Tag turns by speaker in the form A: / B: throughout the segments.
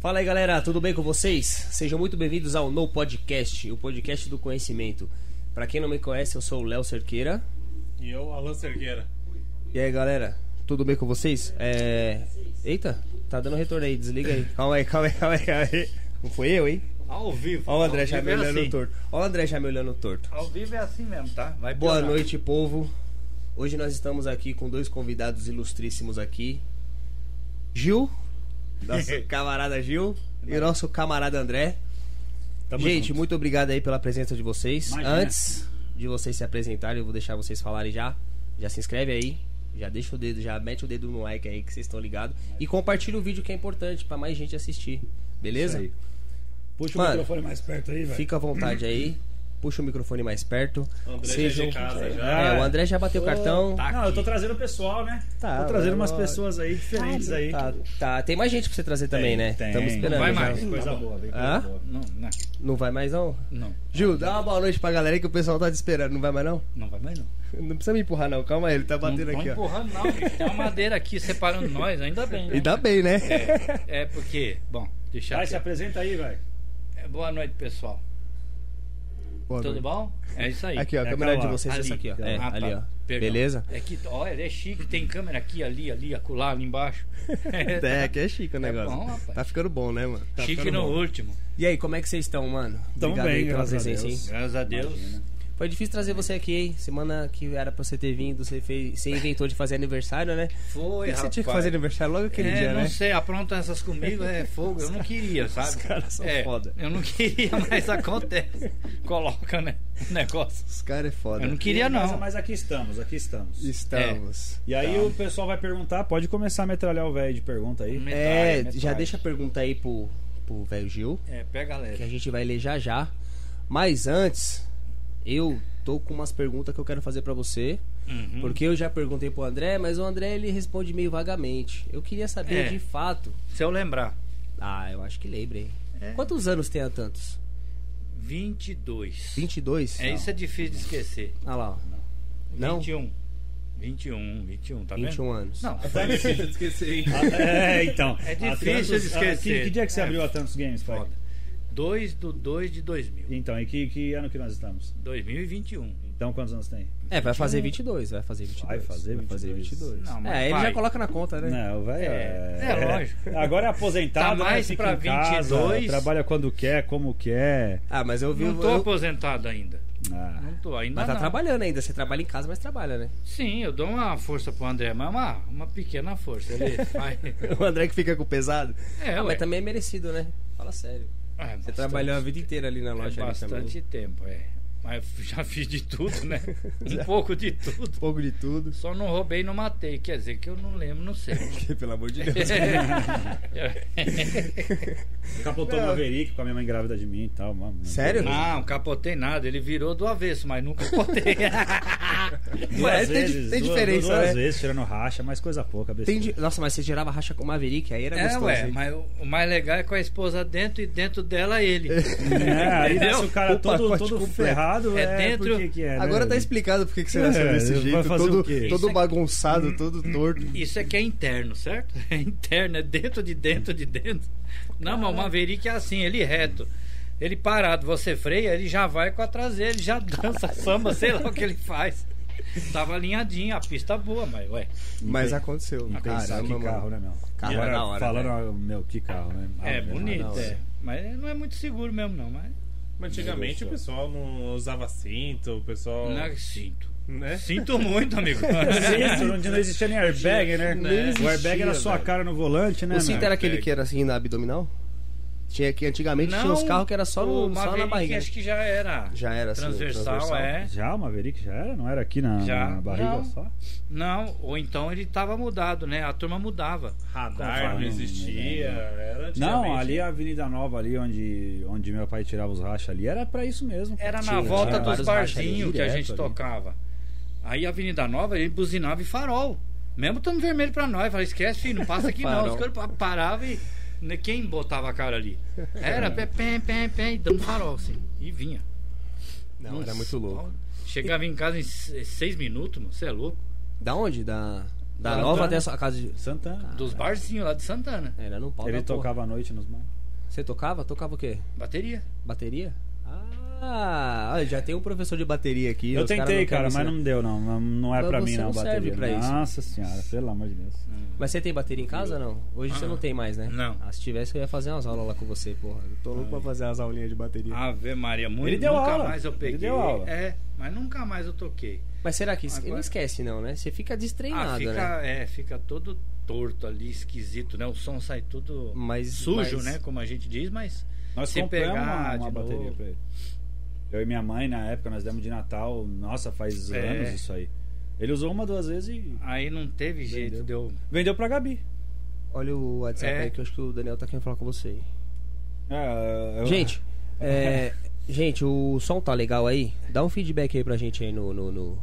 A: Fala aí galera, tudo bem com vocês? Sejam muito bem-vindos ao No Podcast, o podcast do conhecimento. Pra quem não me conhece, eu sou o Léo Cerqueira.
B: E eu, Alan Cerqueira.
A: E aí galera, tudo bem com vocês? É. Eita, tá dando retorno aí, desliga aí. Calma aí, calma aí, calma aí. Calma aí. Não foi eu, hein?
B: Ao vivo.
A: Olha o André já me
B: vivo é
A: olhando
B: assim.
A: torto. Olha o André já me olhando torto.
B: Ao vivo é assim mesmo, tá? Vai
A: Boa
B: piorar.
A: noite, povo. Hoje nós estamos aqui com dois convidados ilustríssimos aqui. Gil, nosso camarada Gil, e o nosso camarada André.
B: Tamo
A: Gente,
B: junto.
A: muito obrigado aí pela presença de vocês.
B: Imagina.
A: Antes de vocês se apresentarem, eu vou deixar vocês falarem já. Já se inscreve aí, já deixa o dedo, já mete o dedo no like aí que vocês estão ligados. E compartilha o vídeo que é importante pra mais gente assistir. Beleza?
C: Puxa
A: Mano,
C: o microfone mais perto aí, velho.
A: Fica à vontade aí. Puxa o microfone mais perto.
B: O André já é de casa, já.
A: É, o André já bateu o cartão.
B: Tá
C: Não, eu tô
B: aqui.
C: trazendo o pessoal, né?
A: Tá,
C: tô trazendo umas
A: lógico.
C: pessoas aí diferentes aí.
A: Tá, tá. Tem mais gente pra você trazer também, né?
C: Tem.
A: Estamos esperando.
B: Vai
A: já.
B: mais.
C: Coisa boa, vem coisa
A: Hã?
C: boa.
D: Não, não,
A: Não vai mais, não?
D: não,
A: Gil, dá uma boa noite pra galera aí que o pessoal tá te esperando. Não vai mais, não?
D: não vai mais não.
A: Não precisa me empurrar, não. Calma aí, ele tá batendo
D: não
A: aqui,
D: tô
A: ó.
D: empurrando não, gente. tem uma madeira aqui separando nós, ainda bem. né?
A: E dá bem, né?
D: É porque, bom, deixa
C: Vai, se
D: aqui.
C: apresenta aí, velho.
D: É, Boa noite, pessoal.
A: Boa
D: Tudo
A: noite.
D: bom? É isso aí.
A: Aqui, ó, a
C: É
A: câmera
C: aquela
A: de
C: lá.
A: vocês é
D: Ali.
A: essa aqui, ó.
D: Ah,
A: É,
D: tá.
A: ali, ó.
D: Perdão.
A: Beleza?
D: É que, olha, é chique, tem câmera aqui, ali, ali, acolá, ali embaixo.
A: É, aqui é chique o negócio.
D: bom, rapaz.
A: tá ficando bom, né, mano?
D: chique
C: ficando
D: no
C: bom.
D: último.
A: E aí, como é que vocês estão, mano?
C: Tão
A: Obrigado aí
C: bem,
A: pela
C: graças a
A: presença, hein?
C: Deus.
D: Graças a Deus.
A: Foi difícil trazer você aqui, hein? Semana que era pra você ter vindo, você, fez, você inventou de fazer aniversário, né? Por
D: Foi,
A: que você tinha que
D: rapaz.
A: fazer aniversário logo aquele
D: é,
A: dia,
D: não
A: né?
D: sei, aprontam essas comigo, é fogo. Eu não queria, sabe? Os
A: caras são
D: é,
A: foda.
D: Eu não queria, mas acontece. Coloca, né? O negócio.
A: Os caras é foda.
D: Eu não queria,
C: Mas- é,
D: não.
C: Mas aqui estamos, aqui estamos.
A: Estamos.
C: E aí o pessoal vai perguntar, pode começar a metralhar o velho de pergunta aí.
D: Metralha,
A: É, já
D: metralha.
A: deixa a pergunta aí pro, pro velho Gil,
D: É, pega a
A: que a
D: leve.
A: gente vai ler já já. Mas antes, eu tô com umas perguntas que eu quero fazer pra você.
D: Uhum.
A: Porque eu já perguntei pro André, mas o André ele responde meio vagamente. Eu queria saber
D: É.
A: de fato.
D: Se eu lembrar,
A: Ah, eu acho que lembrei.
D: É.
A: Quantos anos tem a tantos?
D: 22.
A: 22?
D: É, isso é difícil de esquecer.
A: Ah lá. ó. um, Não?
D: 21. 21, 21, tá vendo?
A: 21 anos.
D: Não,
B: Tá difícil de esquecer, hein?
C: É, então.
D: É
C: A
D: difícil
C: Tantos-
D: de
C: a-
D: esquecer.
C: Que, que dia que você
D: É.
C: abriu a Tantos Games, pai?
D: foda. 2 do 2 de 2000.
C: Então, e que, que ano que nós estamos?
D: 2021.
C: Então, quantos anos tem?
A: É, vai fazer 22, vai fazer 22.
C: Vai fazer 22.
D: Não, mas
A: É, ele
D: vai.
A: já coloca na conta, né?
C: Não, vai.
D: É, é lógico.
C: Agora é aposentado,
D: Tá
C: né?
D: mais
C: Fica
D: pra
C: em casa,
D: 22.
C: trabalha quando quer, como quer.
A: Ah, mas eu vi.
D: Não tô
A: eu-
D: aposentado ainda.
C: Ah.
D: Não tô ainda.
A: Mas tá
D: não.
A: trabalhando ainda. Você trabalha em casa, mas trabalha, né?
D: Sim, eu dou uma força pro André, mas é uma, uma pequena força. Ele faz.
A: O André que fica com o pesado.
D: É,
A: ah,
D: ué.
A: mas também é merecido, né? Fala sério.
D: É,
A: Você
D: bastante-
A: trabalhou a vida inteira ali na loja
D: é
A: ali também.
D: bastante tempo, é. Mas já fiz de tudo, né? Um pouco de tudo.
A: Pouco de tudo.
D: Só não roubei e não matei. Quer dizer que eu não lembro, não sei.
A: Pelo amor de Deus.
D: É.
C: Capotou o Maverick com a minha mãe grávida de mim e tal. Mano.
A: Sério?
D: não, capotei nada. Ele virou do avesso, mas nunca capotei.
C: Duas
A: Ué, É, tem,
C: vezes,
A: tem
C: duas-
A: diferença,
C: duas,
A: né?
C: vezes tirando racha, mas coisa pouca.
A: Tem
C: besteira.
A: de- Nossa, mas você gerava racha com o Maverick, aí era
D: É,
A: gostoso.
D: ué,
A: hein?
D: mas o o mais legal é com a esposa dentro e dentro dela ele.
C: É, aí
D: Entendeu?
C: desce o cara
A: O
C: todo,
A: pacote
C: todo
A: completo.
C: ferrado.
D: É
C: É,
D: dentro-
C: por que que é, né,
A: Agora tá
C: velho?
A: explicado porque que você nasceu
C: É,
A: desse
C: vai
A: jeito,
C: fazer
A: todo,
C: o quê?
D: Isso
A: todo
D: é-
A: bagunçado, todo torto.
D: Isso é que é interno, certo? É interno, é dentro de dentro de dentro. Não, mas o Maverick é assim, ele reto. Ele parado, você freia, ele já vai com a traseira, ele já dança samba, sei lá o que ele faz. Tava alinhadinho, a pista boa, mas ué.
A: Mas aconteceu.
C: Pensar que
A: Caramba,
C: carro,
A: mano.
C: né, meu?
A: Carro
C: Agora,
A: é da hora,
C: Falando, ah, meu, que carro, né?
D: É
C: Ah, meu,
D: bonito,
A: hora.
D: é. Mas não é muito seguro mesmo, não. Mas
B: Mas antigamente o pessoal não usava cinto, o pessoal.
D: não é que sinto.
B: Né?
D: Sinto muito, amigo. é.
C: Sinto, onde não existia nem airbag, né?
A: Nem
C: o
A: existia,
C: airbag era só a
A: velho.
C: cara no volante, né?
A: O cinto
C: mano?
A: era aquele
D: pega.
A: que era assim na abdominal? Tinha que antigamente tinha uns carros que era só,
D: o
A: no, só na
D: Maverick
A: barriga. né?
D: Acho que já era.
A: Já era assim, o
D: transversal,
A: transversal.
D: é.
C: Já, o Maverick já era? Não era aqui na,
D: Já.
C: na barriga
D: Não.
C: só?
D: Não, ou então ele tava mudado, né? A turma mudava.
B: Radar não
C: Conforme-
B: existia. Era
C: Não,
B: antigamente.
C: ali a Avenida Nova, ali onde, onde meu pai tirava os rachas ali, era pra isso mesmo.
D: Era na
A: Tinha,
D: volta
A: tinha
D: dos
A: vários rachadinhos
D: barzinhos que a gente
C: direto ali.
D: tocava. Aí a Avenida Nova, ele buzinava e farol. Mesmo estando vermelho pra nós. Falei, esquece, filho, não passa aqui não.
A: Farol.
D: Os caras pa- paravam e. né, Quem botava a cara ali? Era pé, pé, pé, pé, e dando farol, assim. E vinha.
C: Então,
A: Não, era
D: Nossa,
A: muito louco.
D: Chegava em casa em se- seis minutos, mano. Você é louco.
A: Da onde? Da. Da
C: Santana.
A: Nova até a sua casa de... É,
C: Santana.
D: Dos barzinhos lá de Santana.
A: Era no pau
C: Ele
A: da Ah, porra.
C: tocava à noite nos bares.
A: Você tocava? Tocava o quê?
D: Bateria.
A: Bateria? Ah, olha, já tem um professor de bateria aqui.
C: Eu
A: os caras
C: tentei,
A: não
C: cara,
A: querem
C: mas
A: ensinar.
C: não deu, não. Não, não é
A: Mas
C: pra
A: você
C: mim, não,
A: não serve
C: bateria.
A: pra isso.
C: Nossa senhora, pelo amor de Deus.
A: Mas você tem bateria em casa não? Hoje você não tem mais, né?
D: Não.
A: Ah, se tivesse, eu ia fazer umas aulas lá com você, porra. Eu tô louco pra fazer as aulinhas de bateria.
D: Ave Maria, muito.
C: Ele deu
D: nunca
C: aula.
D: mais eu
C: Ele
D: peguei.
C: deu aula.
D: É, mas nunca mais eu toquei.
A: Mas será que
D: Agora-
A: não esquece, não, né? Você fica destreinado,
D: ah,
A: né?
D: fica, é, fica todo torto ali, esquisito, né? O som sai tudo
A: Mas-
D: sujo,
A: mas-
D: né? Como a gente diz, mas
C: Nós
D: se
C: compramos
D: pegar
C: uma, uma
D: de
C: bateria
D: novo.
C: pra ele. Eu e minha mãe, na época, nós demos de Natal. Nossa, faz
D: É.
C: anos isso aí. Ele usou uma, duas vezes e
D: Aí não teve jeito, deu.
C: vendeu Tá pra Gabi.
A: Olha o WhatsApp
D: É.
A: aí que eu acho que o Daniel tá querendo falar com você. aí.
C: É, eu-
A: Gente, é, gente, o som tá legal aí? Dá um feedback aí pra gente aí no. no, no-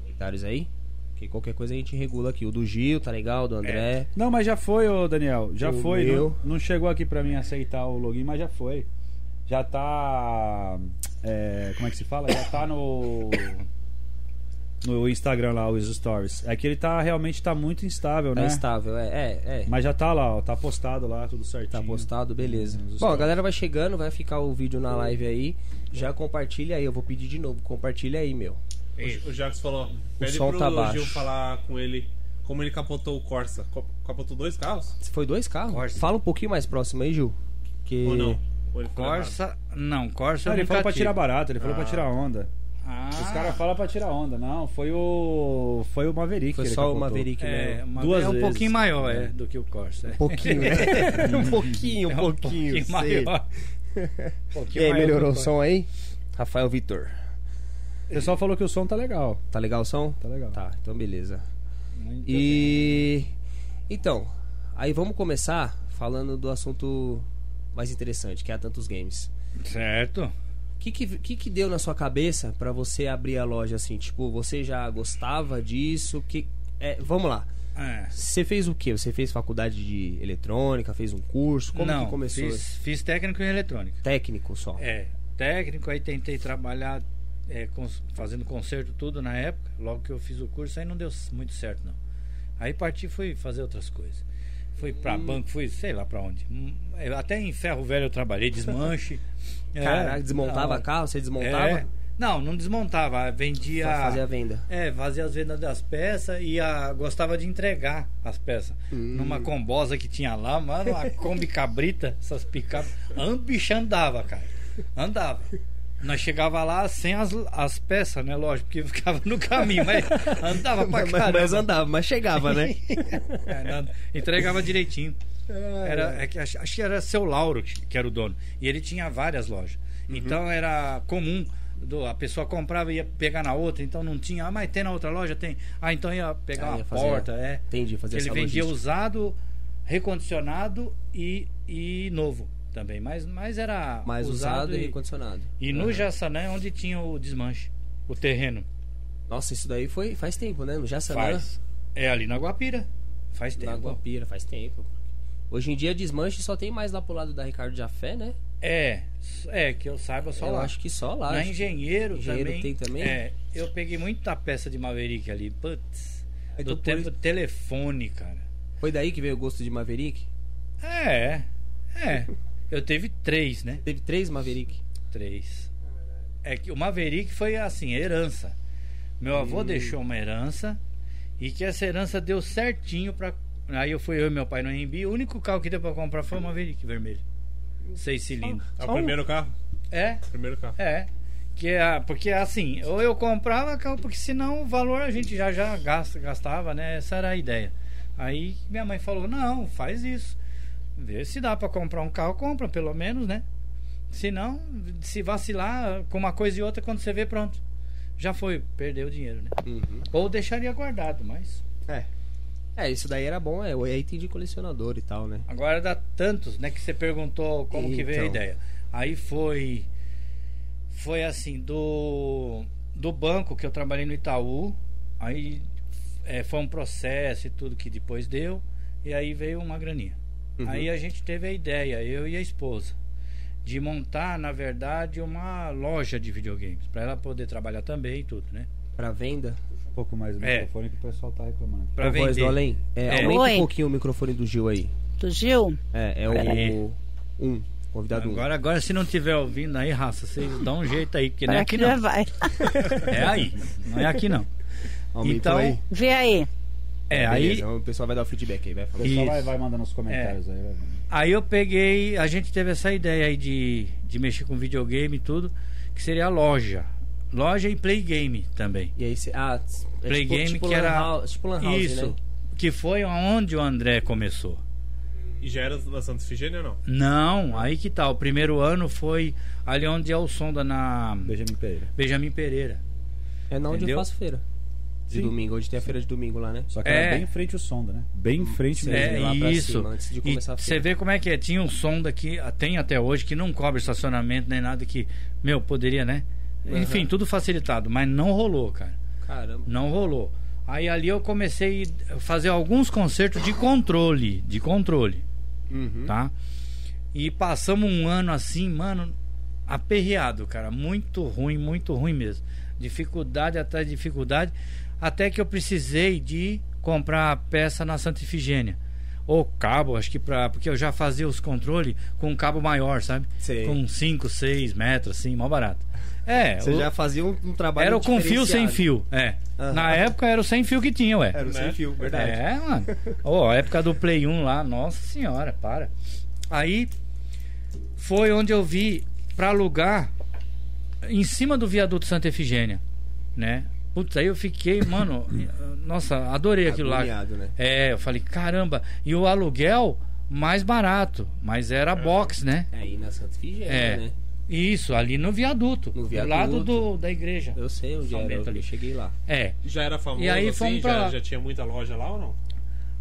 A: Comentários aí. Que qualquer coisa a gente regula aqui. O do Gil tá legal, o do André.
C: Não, mas já foi, ô Daniel. Já
A: O
C: foi.
A: meu.
C: Não, não chegou aqui pra mim aceitar o login, mas já foi. Já tá. é, como é que se fala? Já tá no. No Instagram lá, os stories. É que ele tá realmente tá muito instável,
A: Tá
C: né?
A: estável, é, é, é.
C: Mas já tá lá, ó, tá postado lá, tudo certinho.
A: Tá postado, beleza.
C: Nos
A: Bom, a
C: stories.
A: galera vai chegando, vai ficar o vídeo na live aí. Já compartilha aí, eu vou pedir de novo. Compartilha aí, meu.
B: O, o Jacques falou: pede
A: som
B: pro
A: tá
B: Gil
A: baixo.
B: falar com ele como ele capotou o Corsa. Co- Capotou dois carros?
A: Foi dois carros?
D: Corsa.
A: Fala um pouquinho mais próximo aí, Gil. Que...
B: Ou não? Ou ele falou
D: Corsa. Não, Corsa.
C: Não,
D: eu
C: ele
D: nunca
C: falou pra
D: tive.
C: tirar barato, ele falou pra
B: Ah.
C: tirar onda.
D: Ah,
C: Os caras falam pra tirar onda. Não, foi o. Foi o Maverick.
A: Foi
C: que ele
A: só o
C: capotou.
A: Maverick, né?
D: é, uma-
C: Duas
D: é um
C: vezes.
D: pouquinho maior é, do que o Corsa. é.
A: Um pouquinho, né? um pouquinho, um
D: É
A: pouquinho. sei.
D: maior. Um
A: E
D: pouquinho
A: aí,
D: maior
A: melhorou o
D: que
A: som aí? Rafael Vitor.
C: O pessoal falou que o som tá legal.
A: Tá legal o som?
C: Tá legal.
A: Tá, então beleza.
D: Muito
A: E. Então, aí vamos começar falando do assunto mais interessante, que é a Tantos Games.
D: bem. Certo.
A: O que que, que que deu na sua cabeça pra você abrir a loja assim? Tipo, você já gostava disso? Que, é, vamos lá.
D: É.
A: Você fez o quê? Você fez faculdade de eletrônica? Fez um curso? Como
D: não,
A: que começou?
D: Fiz, fiz técnico em eletrônica.
A: Técnico só.
D: É, técnico, aí tentei trabalhar é, cons- fazendo concerto tudo na época, logo que eu fiz o curso, aí não deu s- muito certo não. Aí parti fui fazer outras coisas. Fui pra
A: Hum.
D: banco, fui sei lá pra onde. Hum, é, Até em ferro velho eu trabalhei, desmanche. É,
A: Caraca, desmontava
D: não,
A: carro? Você desmontava?
D: é, Não, não desmontava, vendia
A: Pra fazer a venda.
D: é, fazia as vendas das peças e a, gostava de entregar as peças.
A: Hum.
D: Numa combosa que tinha lá, mano, uma Kombi cabrita, essas picapes. A bicha andava, cara. Andava. Nós chegava lá sem as, as peças, né? Lógico, porque ficava no caminho, mas andava pra
A: Mas, mas
D: caramba.
A: andava, mas chegava, né?
D: É, não, entregava direitinho. Era, é que ach- acho que era seu Lauro que que era o dono. E ele tinha várias lojas.
A: Uhum.
D: Então era comum. do- a pessoa comprava e ia pegar na outra, então não tinha. Ah, mas tem na outra loja? Tem. Ah, então ia pegar
A: Ah,
D: uma
A: ia fazer-
D: porta. É.
A: Entendi, fazer
D: Ele
A: essa
D: vendia
A: logística.
D: usado, recondicionado e, e novo também. Mas, mas era
A: Mais usado e
D: e,
A: recondicionado.
D: e no
A: Aham.
D: Jaçanã é onde tinha o desmanche, o terreno.
A: Nossa, isso daí foi faz tempo, né? No Jaçanã,
D: Faz. É ali na Guapira. Faz tempo.
A: na Guapira, faz tempo. Hoje em dia, desmanche só tem mais lá pro lado da Ricardo Jafé, né?
D: É, é, que eu saiba só
A: Eu
D: lá.
A: acho que só lá.
D: Na
A: acho que-
D: engenheiro,
A: Engenheiro
D: também.
A: tem também?
D: É, eu peguei muita peça de Maverick ali. Putz.
A: Aí
D: do
A: depois-
D: tempo telefone, cara.
A: Foi daí que veio o gosto de Maverick?
D: É, é. Eu teve três, né?
A: Teve três Maverick.
D: Três. É que o Maverick foi assim, herança. Meu avô
A: Hum.
D: deixou uma herança e que essa herança deu certinho pra. Aí eu fui eu e meu pai no RB. O único carro que deu pra comprar foi o Maverick vermelho. Seis cilindros.
B: É
A: Só
B: o
A: um.
B: primeiro carro?
D: É?
B: Primeiro carro.
D: É. Que é, porque assim, ou eu comprava carro, porque senão o valor a gente já já gasta, gastava, né? Essa era a ideia. Aí minha mãe falou: "Não, faz isso. Vê se dá pra comprar um carro, compra pelo menos, né? Se não, se vacilar com uma coisa e outra quando você vê pronto. Já foi, perdeu o dinheiro, né? Ou deixaria guardado, mas
A: É. Uhum. É, isso daí era bom, é. O item de colecionador e tal, né?
D: Agora dá tantos, né? Que você perguntou como que veio a
A: Então.
D: ideia. Aí foi. Foi assim, do, do banco que eu trabalhei no Itaú. Aí eh, foi um processo e tudo que depois deu. E aí veio uma graninha.
A: Uhum.
D: Aí a gente teve a ideia, eu e a esposa, de montar, na verdade, uma loja de videogames. Pra ela poder trabalhar também e tudo, né?
A: Pra venda.
C: um pouco mais o
D: É.
C: microfone que o pessoal tá reclamando.
D: Pra
A: Ô, voz do
D: vender.
A: além, é,
D: É.
A: aumenta
E: Oi.
A: um pouquinho o microfone do Gil aí.
E: Do Gil?
A: É, é
D: É.
A: o. Um. Convidado um.
D: Agora, agora, se não tiver ouvindo aí, raça, vocês dão um jeito aí, porque não é
E: Para
D: aqui
E: que
D: não.
E: já vai.
D: É aí. Não é aqui não.
A: Aumentou
D: então,
A: aí.
E: Vê aí.
D: É, aí,
A: Beleza, O pessoal vai dar o feedback aí, vai
C: O
A: falar.
C: pessoal vai,
D: Isso. É.
C: vai mandando os comentários aí. Vai vendo.
D: aí eu peguei. A gente teve essa ideia aí de, de mexer com videogame e tudo, que seria a loja. Loja e play game também.
A: E aí você. Ah, é
D: Play
A: tipo,
D: game
A: tipo
D: que
A: lan
D: era.
A: house- tipo Lan House,
D: Isso.
A: né?
D: Que foi onde o André começou.
B: E já era na Santa Efigênia ou não?
D: Não, aí que tá. O primeiro ano foi ali onde é o Sonda na
C: Benjamin Pereira.
D: Benjamin Pereira.
A: É na onde
D: Entendeu?
A: eu faço feira. De
C: Sim.
A: domingo, onde tem a feira de domingo lá, né?
C: Só que
D: É.
C: era bem em frente o sonda, né? Bem em frente mesmo.
D: É
A: Sim, lá pra
D: isso.
A: cima, antes de
D: E
A: começar a
D: você
A: feira.
D: vê como é que é. Tinha um Sonda que ah, tem até hoje que não cobra estacionamento nem nada que, meu, poderia, né? Enfim,
A: Aham.
D: tudo facilitado, mas não rolou, cara.
A: Caramba.
D: Não rolou. Aí ali eu comecei a fazer alguns concertos de controle, de controle,
A: Uhum.
D: tá? E passamos um ano assim, mano, aperreado, cara, muito ruim, muito ruim mesmo. Dificuldade atrás de dificuldade, até que eu precisei de comprar a peça na Santa Ifigênia. Ou cabo, acho que pra. Porque eu já fazia os controles com um cabo maior, sabe?
A: Sei.
D: Com 5, 6 metros, assim, mal barato. É,
A: Você
D: o-
A: já fazia um, um trabalho.
D: era o com fio sem
A: diferenciado.
D: fio. É.
A: Aham.
D: Na época era o sem fio que tinha, ué.
A: Era o sem
B: Né?
A: fio, verdade.
D: É, mano. Ó, a época do Play 1 lá, nossa senhora, para. Aí foi onde eu vi pra alugar em cima do viaduto Santa Efigênia, né? Putz, aí eu fiquei, mano, nossa, adorei aquilo
A: Agoniado,
D: lá.
A: né?
D: É, eu falei, caramba, e o aluguel mais barato, mas era box, né?
A: É, e na Santa Figênia,
D: É.
A: né?
D: Isso, ali no viaduto,
A: No
D: do lado
A: viaduto.
D: do, da igreja.
A: Eu sei onde
D: São
A: era,
D: Bento
A: eu
D: ali.
A: cheguei lá.
D: É,
B: Já era famoso
D: E aí
B: assim?
D: fomos pra lá.
B: Já, já tinha muita loja lá ou não?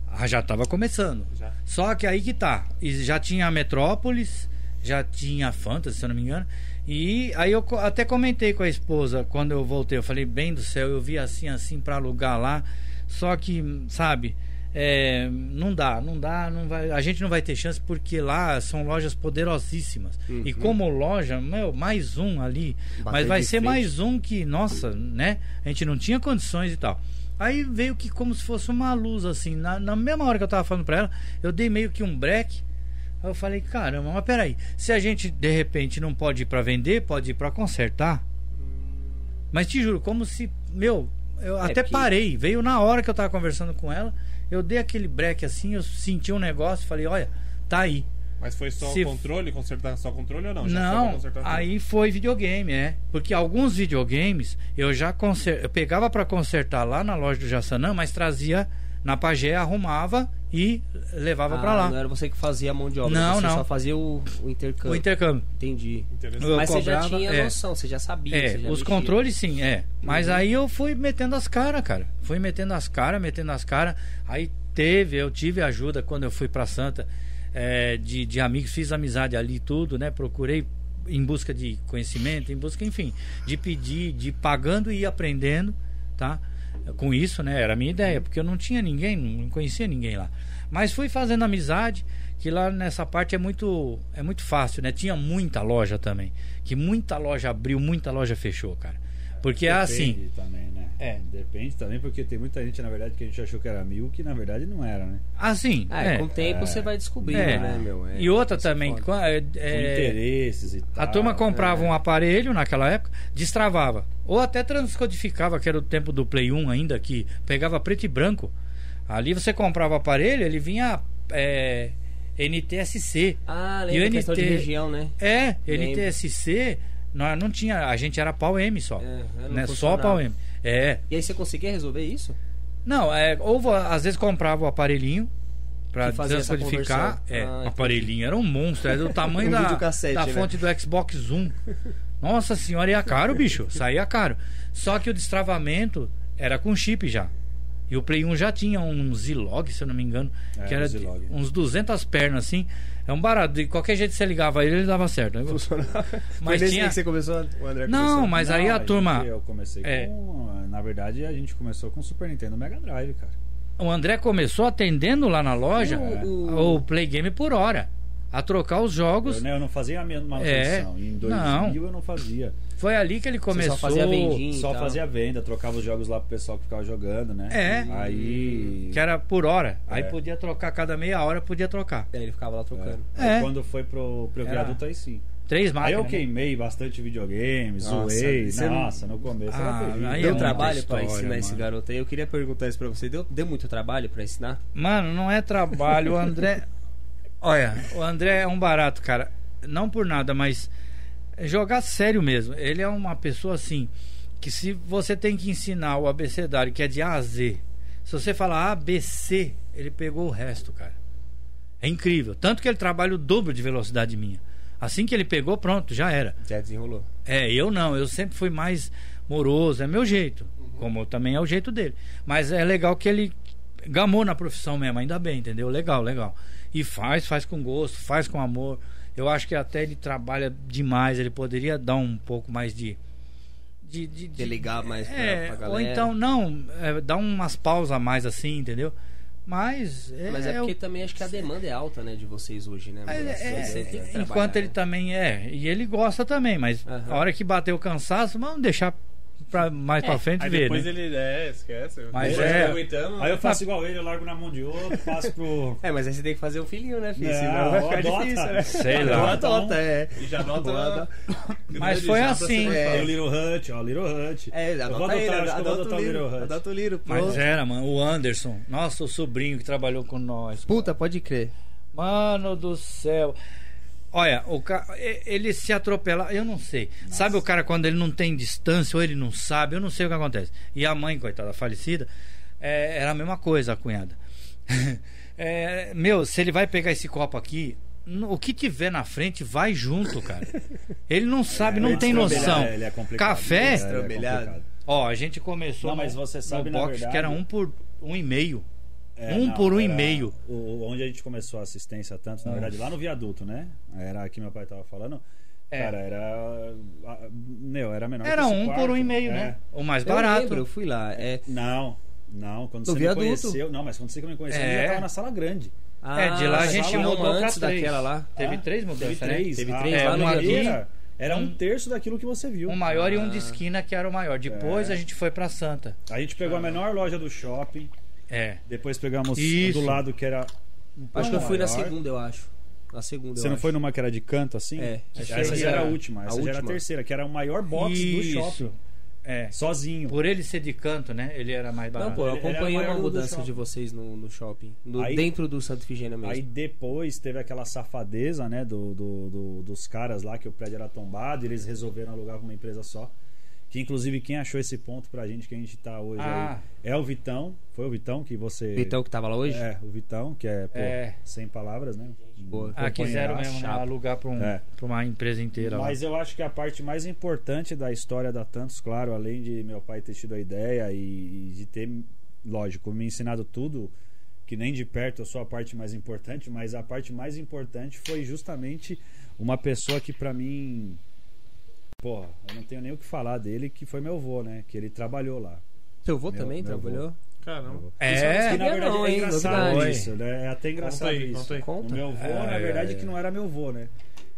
D: Ah, já tava começando.
B: Já.
D: Só que aí que tá. E Já tinha a Metrópolis, já tinha a Fantasy, se eu não me engano. E aí eu co- até comentei com a esposa quando eu voltei. Eu falei, bem do céu, eu vi assim, assim pra alugar lá. Só que, sabe, é, não dá, não dá, não vai, a gente não vai ter chance porque lá são lojas poderosíssimas. E como loja, meu, mais um ali.
A: Uhum. Bater
D: mas vai
A: de
D: ser
A: frente.
D: mais um que, nossa, né? A gente não tinha condições e tal. Aí veio que como se fosse uma luz, assim. Na, na mesma hora que eu tava falando pra ela, eu dei meio que um break. Aí eu falei, caramba, mas peraí. Se a gente, de repente, não pode ir pra vender, pode ir pra consertar. Mas te juro, como se. Meu, eu até
A: porque-
D: parei. Veio na hora que eu tava conversando com ela. Eu dei aquele break assim, eu senti um negócio, falei, olha, tá aí.
B: Mas foi só
D: Se-
B: controle, consertar só controle ou não? Já foi pra
D: Não,
B: consertar tudo?
D: aí foi videogame, é. Porque alguns videogames eu já conser... eu pegava pra consertar lá na loja do Jaçanã, mas trazia na Pagé, arrumava e levava pra
A: Ah, Não
D: lá.
A: era você que fazia a mão de obra,
D: Não,
A: você
D: não.
A: só fazia o, o intercâmbio.
D: O intercâmbio.
A: Entendi.
B: Interessante.
D: Eu
A: Mas você já
D: cobrava,
A: tinha
D: é.
A: noção, você já sabia.
D: É,
A: você já
D: os
A: mexia. Uhum.
D: controles sim, é. Mas aí eu fui metendo as caras, cara. Fui metendo as caras, metendo as caras. Aí teve, eu tive ajuda quando eu fui pra Santa é, de, de amigos, fiz amizade ali e tudo, né? Procurei em busca de conhecimento, em busca, enfim, de pedir, de ir pagando e ir aprendendo, tá? Com isso, né? Era a minha ideia, porque eu não tinha ninguém, não conhecia ninguém lá. Mas fui fazendo amizade, que lá nessa parte é muito é muito fácil, né? Tinha muita loja também, que muita loja abriu, muita loja fechou, cara. Porque é assim,
C: Depende também, né?
D: É.
C: Depende também, porque tem muita gente, na verdade, que a gente achou que era mil, que na verdade não era, né?
D: assim,
A: Ah,
D: é.
A: com o tempo você vai descobrindo,
D: É.
A: né, meu? É,
D: E outra
A: isso é
D: também,
A: foda.
D: qua- é-
C: Com
D: é,
C: interesses e tal.
D: a turma comprava
A: é.
D: um aparelho naquela época, destravava. Ou até transcodificava, que era o tempo do Play 1 ainda, que pegava preto e branco. Ali você comprava o aparelho, ele vinha é, NTSC.
A: Ah,
D: E
A: lembra
D: o
A: a questão de
D: NT
A: região, né?
D: É,
A: Lembro.
D: NTSC, nós não tinha, a gente era pau M só.
A: É, não
D: né? Só
A: funcionava.
D: pau M. É.
A: E aí você conseguia resolver isso?
D: Não, é, ou vo- às vezes comprava o aparelhinho pra
A: Que fazia essa
D: descodificar.
A: conversão.
D: É,
A: Ah,
D: o aparelhinho era um monstro, era do tamanho
A: Um
D: da,
A: videocassete,
D: da
A: né?
D: fonte do Xbox One. Nossa senhora, ia caro, bicho. Saía caro. Só que o destravamento era com chip já. E o Play 1 já tinha um Zilog, se eu não me engano,
C: É,
D: que era
C: um
D: de
A: né?
C: Zilog.
D: uns 200 pernas assim. É um barato. De qualquer jeito que você ligava ele, ele dava certo. né? Mas
A: Foi nesse
D: tinha-
A: que você começou, o André
D: Não,
A: começou.
D: mas
C: Não,
D: aí a, turma.
C: gente- eu comecei
D: É.
C: com. Na verdade, a gente começou com Super Nintendo Mega Drive, cara.
D: O André começou atendendo lá na loja
A: O-
D: o, Play Game por hora. a trocar os jogos.
C: Eu, né, eu não fazia a mesma manutenção. Em 2000
D: É. não.
C: eu não fazia.
D: Foi ali que ele começou.
A: só fazia vendinha. Sim,
C: Só
A: então.
C: fazia venda, trocava os jogos lá pro pessoal que ficava jogando, né?
D: É.
C: Aí.
D: Que era por hora. Aí
C: É.
D: podia trocar, cada meia hora podia trocar.
A: Aí ele ficava lá trocando.
C: Aí
D: É.
C: quando foi pro, pro
D: Era-
C: viaduto, aí sim.
D: Três
C: Aí é
D: máquinas.
C: eu
D: né?
C: queimei bastante videogame,
A: Nossa,
C: zoei.
A: você não-
C: Nossa, no começo
D: Ah,
C: era terrível.
D: aí
A: Deu
D: muita
A: trabalho pra
D: história,
A: ensinar esse
D: mano.
A: garoto aí? Eu queria perguntar isso pra você. Deu, deu muito trabalho pra ensinar?
D: Mano, não é trabalho. O André. Olha, o André é um barato, cara. Não por nada, mas é jogar sério mesmo. Ele é uma pessoa assim. Que se você tem que ensinar o abecedário, que é de A a Z, se você falar ABC, ele pegou o resto, cara. É incrível. Tanto que ele trabalha o dobro de velocidade minha. Assim que ele pegou, pronto, já era.
A: Já desenrolou.
D: É, eu não, eu sempre fui mais moroso, é meu jeito. Como também é o jeito dele. Mas é legal que ele gamou na profissão mesmo, ainda bem, entendeu? Legal, legal. E faz, faz com gosto, faz com amor. Eu acho que até ele trabalha demais, ele poderia dar um pouco mais de. de, de, de-
A: Delegar mais pra,
D: é,
A: pra galera.
D: ou então, não, é, dá umas pausas a mais assim, entendeu? Mas. É,
A: Mas é
D: é
A: porque
D: o-
A: também acho que a demanda é alta, né, de vocês hoje, né?
D: é,
A: mano?
D: é,
A: Você tem que
D: é,
A: trabalhar,
D: enquanto ele
A: né?
D: também é, e ele gosta também, mas
A: Aham.
D: a hora que bater o cansaço, vamos deixar pra, mais pra frente
B: É, Aí
D: ver.
B: depois
D: Né?
B: ele. É, esquece.
D: Mas
B: Depois
D: é.
B: tá aguentando.
C: Aí eu faço igual ele, eu largo na mão de outro, passo pro.
D: tá-
A: É, mas aí você tem que fazer um filhinho, né, filho?
C: Não,
A: Senão vai ficar
C: adota. então. um.
A: difícil, né?
D: Sei lá.
A: Ou adota, é.
B: E já nota.
A: Boa,
D: Mas foi assim.
A: É.
C: Aí o Little Hut, ó, Little Hut.
A: É,
C: eu vou
A: adota
C: adotar,
A: ele,
C: acho que eu vou
A: adota
C: adotar
A: o
C: o
A: Liro.
C: Little Hut.
A: Adota o Liro, pronto.
D: Mas é era, mano, o Anderson, nosso sobrinho que trabalhou com nós.
A: Puta, pode crer.
D: Mano do céu. Olha, o ca... e- ele se atropela, eu não sei. Sabe o cara quando ele não tem distância ou ele não sabe, eu não sei o que acontece. E a mãe, coitada, falecida, é, era a mesma coisa, a cunhada. É, meu, se ele vai pegar esse copo aqui, n- o que tiver na frente vai junto, cara. Ele não sabe, não
C: Ele
D: tem
C: destrambelha-
D: noção.
C: é, ele é complicado.
D: Café?
C: Ele é- ele é
A: Destrambelhado.
C: complicado.
D: Ó, a gente começou
C: Não, mas
D: no-
C: você
D: no
C: sabe, na
D: box
C: verdade-
D: que era um por um e meio.
C: É,
D: um
C: não,
D: por um e
C: era
D: meio.
C: o- onde a gente começou a assistência tanto, na verdade, lá no viaduto, né? Era que meu pai tava falando.
D: É.
C: Cara, era. ah, Meu, era menor.
D: Era
C: que esse
D: um
C: quarto.
D: por um e meio,
C: É.
D: né? O mais
A: Eu lembro, eu
D: barato.
A: fui lá. É,
C: Não, não. Quando
A: Do
C: você
A: viaduto.
C: me conheceu. Não, mas quando você me conheceu,
D: É.
C: eu já tava na sala grande.
D: É, de lá a
A: Ah,
D: gente
A: tinha uma
D: mudou pra
A: antes
D: três.
A: daquela lá.
D: Teve
C: Ah,
D: três mudanças,
C: Teve
D: né?
C: três.
A: Teve
C: Ah,
A: três
C: é,
A: lá no
C: uma
A: viaduto.
C: era- Era
D: Um-
C: um terço daquilo que você viu.
D: Um maior e um de esquina que era o maior. Depois a gente foi pra Santa.
C: A gente pegou a menor loja do shopping.
D: É.
C: Depois pegamos
D: Isso.
C: do lado que era. um pouco
A: Acho que eu fui na
C: maior.
A: segunda, eu acho. Na segunda,
C: Você
A: eu
C: não
A: acho.
C: foi numa que era de canto assim?
A: É.
C: Essa já era a última, essa já era a terceira, que era o maior box do
D: Isso.
C: shopping.
D: É.
C: Sozinho.
D: Por ele ser de canto, né? Ele era mais barato.
A: Não, pô, eu
C: Ele era
A: acompanhei
C: maior
A: uma
C: do
A: mudança
C: shopping.
A: de vocês no, no shopping. no-
C: Aí-
A: dentro do Santo Figênio mesmo.
C: Aí depois teve aquela safadeza, né, do, do- do- dos caras lá que o prédio era tombado, e eles resolveram alugar pra uma empresa só. Que inclusive quem achou esse ponto pra gente que a gente tá hoje
D: Ah.
C: aí é o Vitão. Foi o Vitão que você.
A: Vitão que tava lá hoje?
C: É, o Vitão, que é, pô,
D: É.
C: sem palavras, né?
A: Boa.
D: ah, quiseram
C: Companheiraço.
D: mesmo né?
A: chapa.
D: alugar pra, um,
C: É.
D: pra uma empresa inteira. lá.
C: Mas eu acho que a parte mais importante da história da Tantos, claro, além de meu pai ter tido a ideia e, e de ter, lógico, me ensinado tudo, que nem de perto eu sou a parte mais importante, mas a parte mais importante foi justamente uma pessoa que pra mim. Porra, eu não tenho nem o que falar dele, que foi meu avô, né? Que ele trabalhou lá.
A: Teu avô
C: Meu-
A: também
C: meu
A: trabalhou?
B: Caramba.
C: que
D: É.
C: na verdade
A: não,
C: é
A: hein,
C: engraçado
A: novidade.
C: isso, né? É até engraçado
B: aí,
C: isso.
B: conta É, aí.
A: Conta.
C: O meu avô,
D: Ai,
C: na verdade,
D: ai,
C: que não era meu avô, né?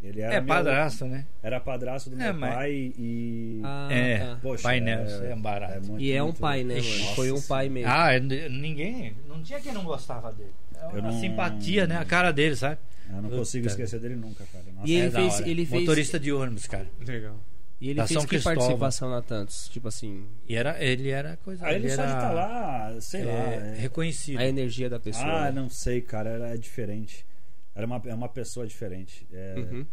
C: Ele era
D: É
C: meu-
D: padrasto, né?
C: Era padrasto do
D: É,
C: meu
D: mas-
C: pai e.
A: Ah,
D: É.
A: tá.
C: Poxa,
D: Pai Nelson, é um barato.
C: muito,
A: E é um
C: muito-
A: pai, né, mano?
C: Nossa
A: Foi um pai mesmo.
D: Ah, é, n- ninguém. Não tinha quem não gostava dele. É uma
C: Eu não-
D: simpatia, né? A cara dele, sabe?
C: Eu não consigo
D: Puta.
C: esquecer dele nunca, cara. Nossa.
A: E
D: É
A: ele
D: da
A: fez,
D: hora.
A: ele fez,
D: Motorista de ônibus, cara.
B: Legal.
A: e ele
D: da
A: fez
D: São
A: que
D: Cristóvão.
A: participação na Tantos? Tipo assim,
D: E era, ele era coisa.
C: Ah, ele, só
D: era,
C: de estar lá, sei
D: é,
C: lá. é-
D: reconhecido.
A: a energia da pessoa.
C: Ah,
A: né?
C: não sei, cara. Era diferente. Era uma, é uma pessoa diferente. É,
A: Uhum.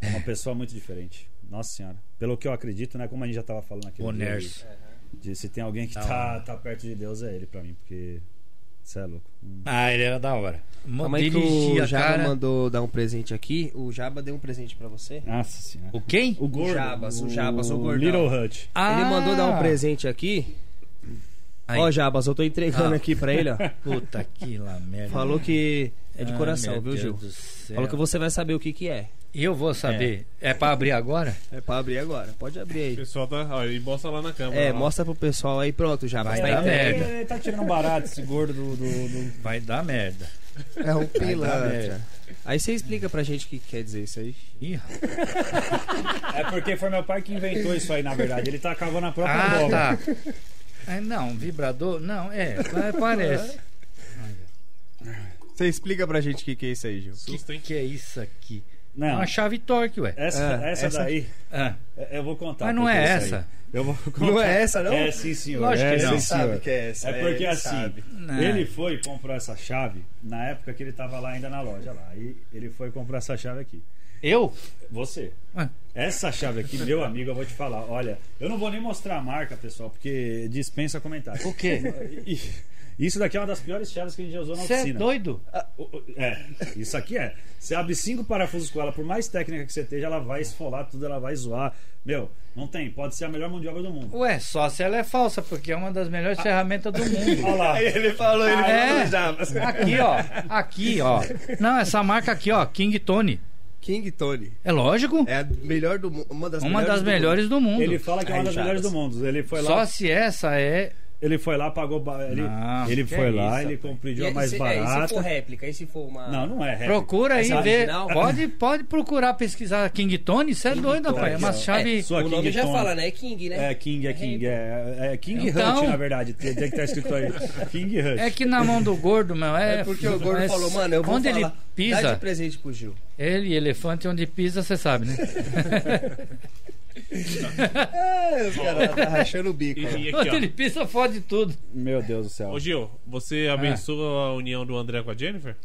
C: é uma pessoa muito diferente. Nossa senhora. Pelo que eu acredito, né? Como a gente já tava falando aqui.
D: O
C: no dia
D: Nerso.
C: de- de se tem alguém que
D: Da
C: tá,
D: hora.
C: tá perto de Deus, é ele pra mim, porque. Você é louco. Hum.
D: Ah, ele era da hora.
A: Calma aí que o Jaba mandou dar um presente aqui. O Jaba deu um presente pra você.
C: Nossa senhora.
D: O quem?
C: O gordo.
A: Jabas, o Jabas, o gordão.
C: Little Hut.
A: Ele mandou dar um presente aqui.
D: Ah! Aí.
A: Ó, Jabas, eu tô entregando
D: Ah.
A: aqui pra ele, ó.
D: Puta que lá merda.
A: Falou que é de
D: Ai,
A: coração,
D: meu
A: viu,
D: Deus
A: Gil?
D: do céu.
A: Falou que você vai saber o que que é.
D: Eu vou saber. É, pra abrir agora?
A: É pra abrir agora. Pode abrir
B: O
A: aí.
B: pessoal tá. Ó, e mostra lá na câmera.
A: É,
B: ó.
A: mostra pro pessoal aí. Pronto, Jabas.
D: Vai
A: Tá
D: dar
A: entregue.
D: merda.
C: Ele, ele tá tirando barato esse gordo do- do- do...
D: Vai dar merda.
A: É um
D: Vai dar
A: pilantra.
D: merda.
A: Aí você explica pra gente o que quer dizer isso aí.
D: Ih, rapaz.
C: É porque foi meu pai que inventou isso aí, na verdade. Ele tá cavando a própria
D: Ah,
C: bola.
D: tá. É, não, vibrador? Não, é, pa- parece.
A: Você explica pra gente o que, que é isso aí, Gil.
B: Susto,
D: Que,
B: hein?
D: que é isso aqui? É
C: Não, É.
D: uma chave torque, ué.
C: essa,
A: Ah,
C: essa,
A: essa-
C: daí
D: Ah,
C: é- eu vou contar.
D: Mas não
C: porque
D: é
C: isso aí.
D: essa. Então,
C: Eu vou contar.
A: Não é essa, não?
C: É sim, senhor.
D: Lógico
C: é,
D: que não.
C: sim, senhor.
A: é essa.
C: É porque assim,
D: Não.
C: ele foi comprar essa chave na época que ele tava lá ainda na loja lá. Aí ele foi comprar essa chave aqui.
D: Eu?
C: Você.
D: Ah.
C: Essa chave aqui, meu amigo, eu vou te falar. Olha, eu não vou nem mostrar a marca, pessoal, porque dispensa comentário.
D: O quê?
C: E- Isso daqui é uma das piores chaves que a gente já usou na
D: Você é
C: oficina.
D: doido?
C: O- o- É, isso aqui é. Você abre cinco parafusos com ela, por mais técnica que você esteja, ela vai esfolar tudo, ela vai zoar. Meu, não tem. Pode ser a melhor mão de obra do mundo.
D: Ué, só se ela é falsa, porque é uma das
A: Ah.
D: melhores ferramentas do mundo.
C: Olha lá.
A: Ele falou, ele
D: É.
A: falou já.
D: Aqui, ó. Aqui, ó. Não, essa marca aqui, ó, King Tony.
A: King Tony.
D: É lógico.
A: É a melhor do mundo. Uma das
D: uma
A: melhores
D: das
A: do
D: melhores do mundo.
C: Ele fala que é uma
A: Aí,
C: das
A: Chagas.
C: melhores do mundo. Ele foi
D: Só
C: lá,
D: se essa é.
C: ele foi lá, pagou. ba- Ele,
D: Não,
C: ele
D: que
C: foi lá,
D: é isso,
C: ele
D: rapaz.
A: mundo.
C: comprou
A: E
C: a mais
A: se- é, e se for
C: barata.
A: réplica? E se for uma.
C: Não, não é. réplica.
D: Procura aí
A: Essa
D: ver.
A: original?
D: Pode, pode procurar pesquisar King Tony. Você é doido, rapaz. É uma
A: Tony.
D: chave.
C: Sua
A: o nome
C: King
A: já
C: Tony.
A: fala, né? É King, né?
C: É King, é King. É, é King
D: Então-
C: Hunt, na verdade. Tem, tem que estar escrito aí. King Hunt.
D: É que na mão do gordo, meu, é.
A: É porque o Gordo
D: é-
A: falou, mano, eu vou
D: Onde
A: falar.
D: ele
A: Dá de
D: pisa,
A: presente pro Gil.
D: ele e elefante, onde pisa, você sabe, né?
A: É, os caras tá rachando o bico.
B: E, e
D: onde ele
B: aqui,
D: pisa, fode tudo.
C: Meu Deus do céu.
B: ó. Ô Gil, você abençoa a união do André com a Jennifer?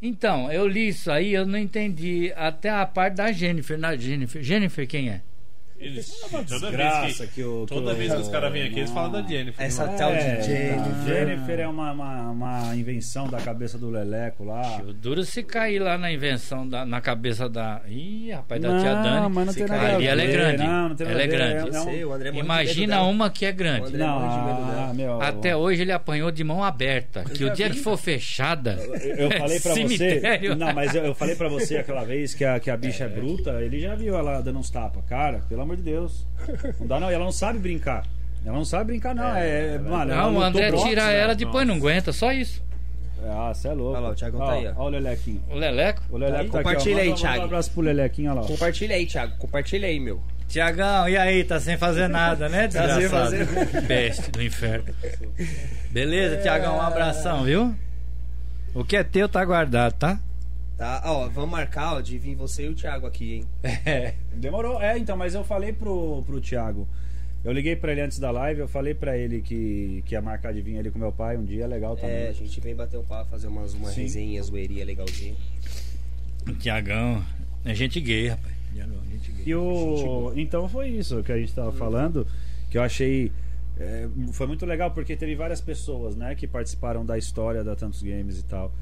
D: Então, eu li isso aí, eu não entendi até a parte da Jennifer. Na Jennifer, Jennifer quem é?
B: Eles, toda vez
C: Desgraça
B: que,
C: que o.
B: toda vez que os caras vêm aqui, eles falam da Jennifer.
A: Essa
B: não é?
A: tal
C: É,
A: de
C: a
A: Jennifer.
C: Jennifer é uma, uma, uma invenção da cabeça do Leleco lá.
D: Ah, O duro é se cair lá na invenção, da- na cabeça da. Ih, rapaz, da tia Dani.
C: mas não
A: se
C: tem nada
A: cair.
C: a
D: Ali ela é
C: ver,
D: grande.
C: Não, não tem nada
D: Ela é
C: a ver,
D: grande.
C: é um-
A: Sei, o André morre de medo
D: Imagina
A: dela.
D: uma que é grande.
A: André
C: não,
A: morre de medo dela.
C: ah, meu,
D: Até hoje ele apanhou de mão aberta. Que o dia que for fechada. é
C: Eu falei pra você.
D: Cemitério.
C: Não, mas eu, eu falei pra você aquela vez que a, que a bicha é, bruta, ele já viu ela dando uns tapas. Cara, pelo amor de Deus. Não dá não, e ela não sabe brincar. Ela não sabe brincar, não. É, é, mano, ela
D: Não, o
C: lutou
D: André
C: boxe,
D: tira
C: né?
D: ela, depois não aguenta, só isso.
C: Ah, você é louco.
A: Olha lá, o Thiagão tá
C: Ó,
A: aí, ó.
C: Ó, o Lelequinho.
D: O Leleco.
C: O Leleco tá aqui, ó.
A: Compartilha aí,
C: Manda- manda
A: Thiago.
C: Um abraço pro Lelequinho, olha lá.
A: Compartilha aí, Thiago. Compartilha aí, meu.
D: Tiagão, e aí? Tá sem fazer nada, né?
A: Tá sem
D: desgraçado?
A: fazer-
D: Peste do inferno. Beleza, Tiagão, um abração, viu? O que é teu tá guardado, tá?
A: Tá, ó, vamos marcar, ó, de vir você e o Thiago aqui, hein?
D: É.
C: Demorou, é, então, mas eu falei pro, pro Thiago. Eu liguei pra ele antes da live, eu falei pra ele que, que ia marcar de vir ali com meu pai um dia, legal também.
A: É, a gente vem bater um papo, fazer umas, uma
C: Sim.
A: resenha, zoeirinha legalzinha.
D: Tiagão, é gente gay, rapaz. Tiagão, é gente gay.
C: E o... Então foi isso que a gente tava falando, que eu achei. é, foi muito legal, porque teve várias pessoas, né, que participaram da história da Tantos Games e tal.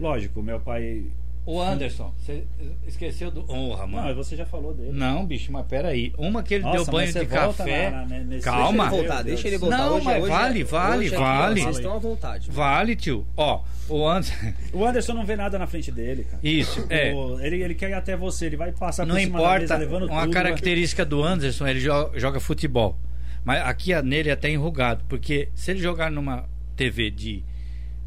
C: Lógico, meu pai.
D: O Anderson, você esqueceu do. Honra,
C: Não,
D: mano.
C: você já falou dele.
D: Não, bicho, mas peraí. Uma que ele
C: Nossa,
D: deu banho
C: mas você
D: de
C: volta
D: café.
C: na- na- nesse-
D: Calma.
A: Deixa ele voltar,
C: Meu
A: deixa ele
C: Deus.
A: voltar.
D: Não,
A: hoje, é,
D: mas
A: hoje,
D: vale,
A: hoje
D: vale,
A: aqui, ó,
D: vale.
A: Vocês estão à vontade.
D: Vale, tio. Ó, o Anderson.
C: O Anderson não vê nada na frente dele, cara.
D: Isso, é.
C: O- ele, ele quer ir até você, ele vai passar
D: Não
C: por cima da mesa,
D: importa.
C: levando
D: Uma
C: tudo, né? vai-
D: característica do Anderson, ele jo- joga, futebol. Mas aqui a- nele é até enrugado, porque se ele jogar numa TV de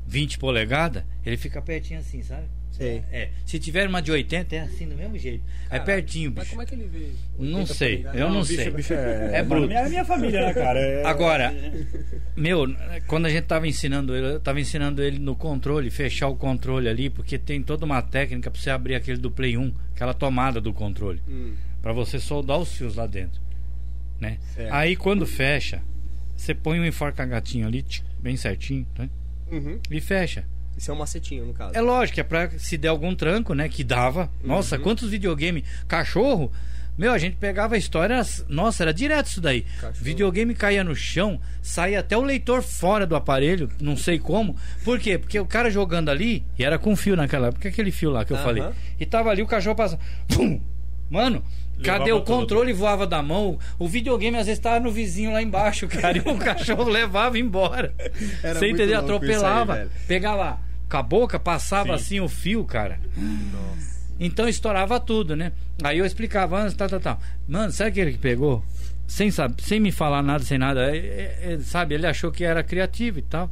D: 20 polegadas, ele fica pertinho assim, sabe?
A: Sei.
D: É. Se tiver uma de 80, é assim do mesmo jeito. é pertinho, bicho.
A: Mas como é que ele vê?
D: Não
A: 80
D: sei,
A: polegadas?
D: eu não,
C: Bicho,
D: sei.
C: bicho
D: É bruto.
C: É minha família, né, cara? É-
D: Agora, meu, quando a gente tava ensinando ele, eu tava ensinando ele no controle, fechar o controle ali, porque tem toda uma técnica pra você abrir aquele do Play 1, aquela tomada do controle,
A: Hum.
D: Pra você soldar os fios lá dentro, né?
A: Certo.
D: Aí quando fecha, você põe um enforca-gatinho ali, tch, bem certinho, né?
A: Uhum.
D: E fecha.
A: Isso é um macetinho, no caso.
D: É lógico, é pra se der algum tranco, né? Que dava.
A: Uhum.
D: Nossa, quantos videogame. Cachorro, meu, a gente pegava histórias. Nossa, era direto isso daí.
A: Cachorro.
D: Videogame caía no chão, saía até o leitor fora do aparelho, não sei como. Por quê? Porque o cara jogando ali, e era com fio naquela época, aquele fio lá que eu
A: Aham.
D: falei. E tava ali o cachorro passando. Pum! Mano.
B: Levava
D: cadê o
B: tudo.
D: controle voava da mão? O videogame às vezes tava no vizinho lá embaixo, cara, e o cachorro levava embora.
A: Era
D: Você
A: muito
D: entendeu?
A: louco isso aí,
D: Atropelava
A: velho.
D: pegava lá com a boca, passava assim o fio, cara. Então estourava tudo, né? Aí eu explicava, antes, tal, tal, tal. Mano, sabe aquele que pegou? Sem, sab- sem me falar nada, sem nada. É, é, é, sabe, ele achou que era criativo e tal.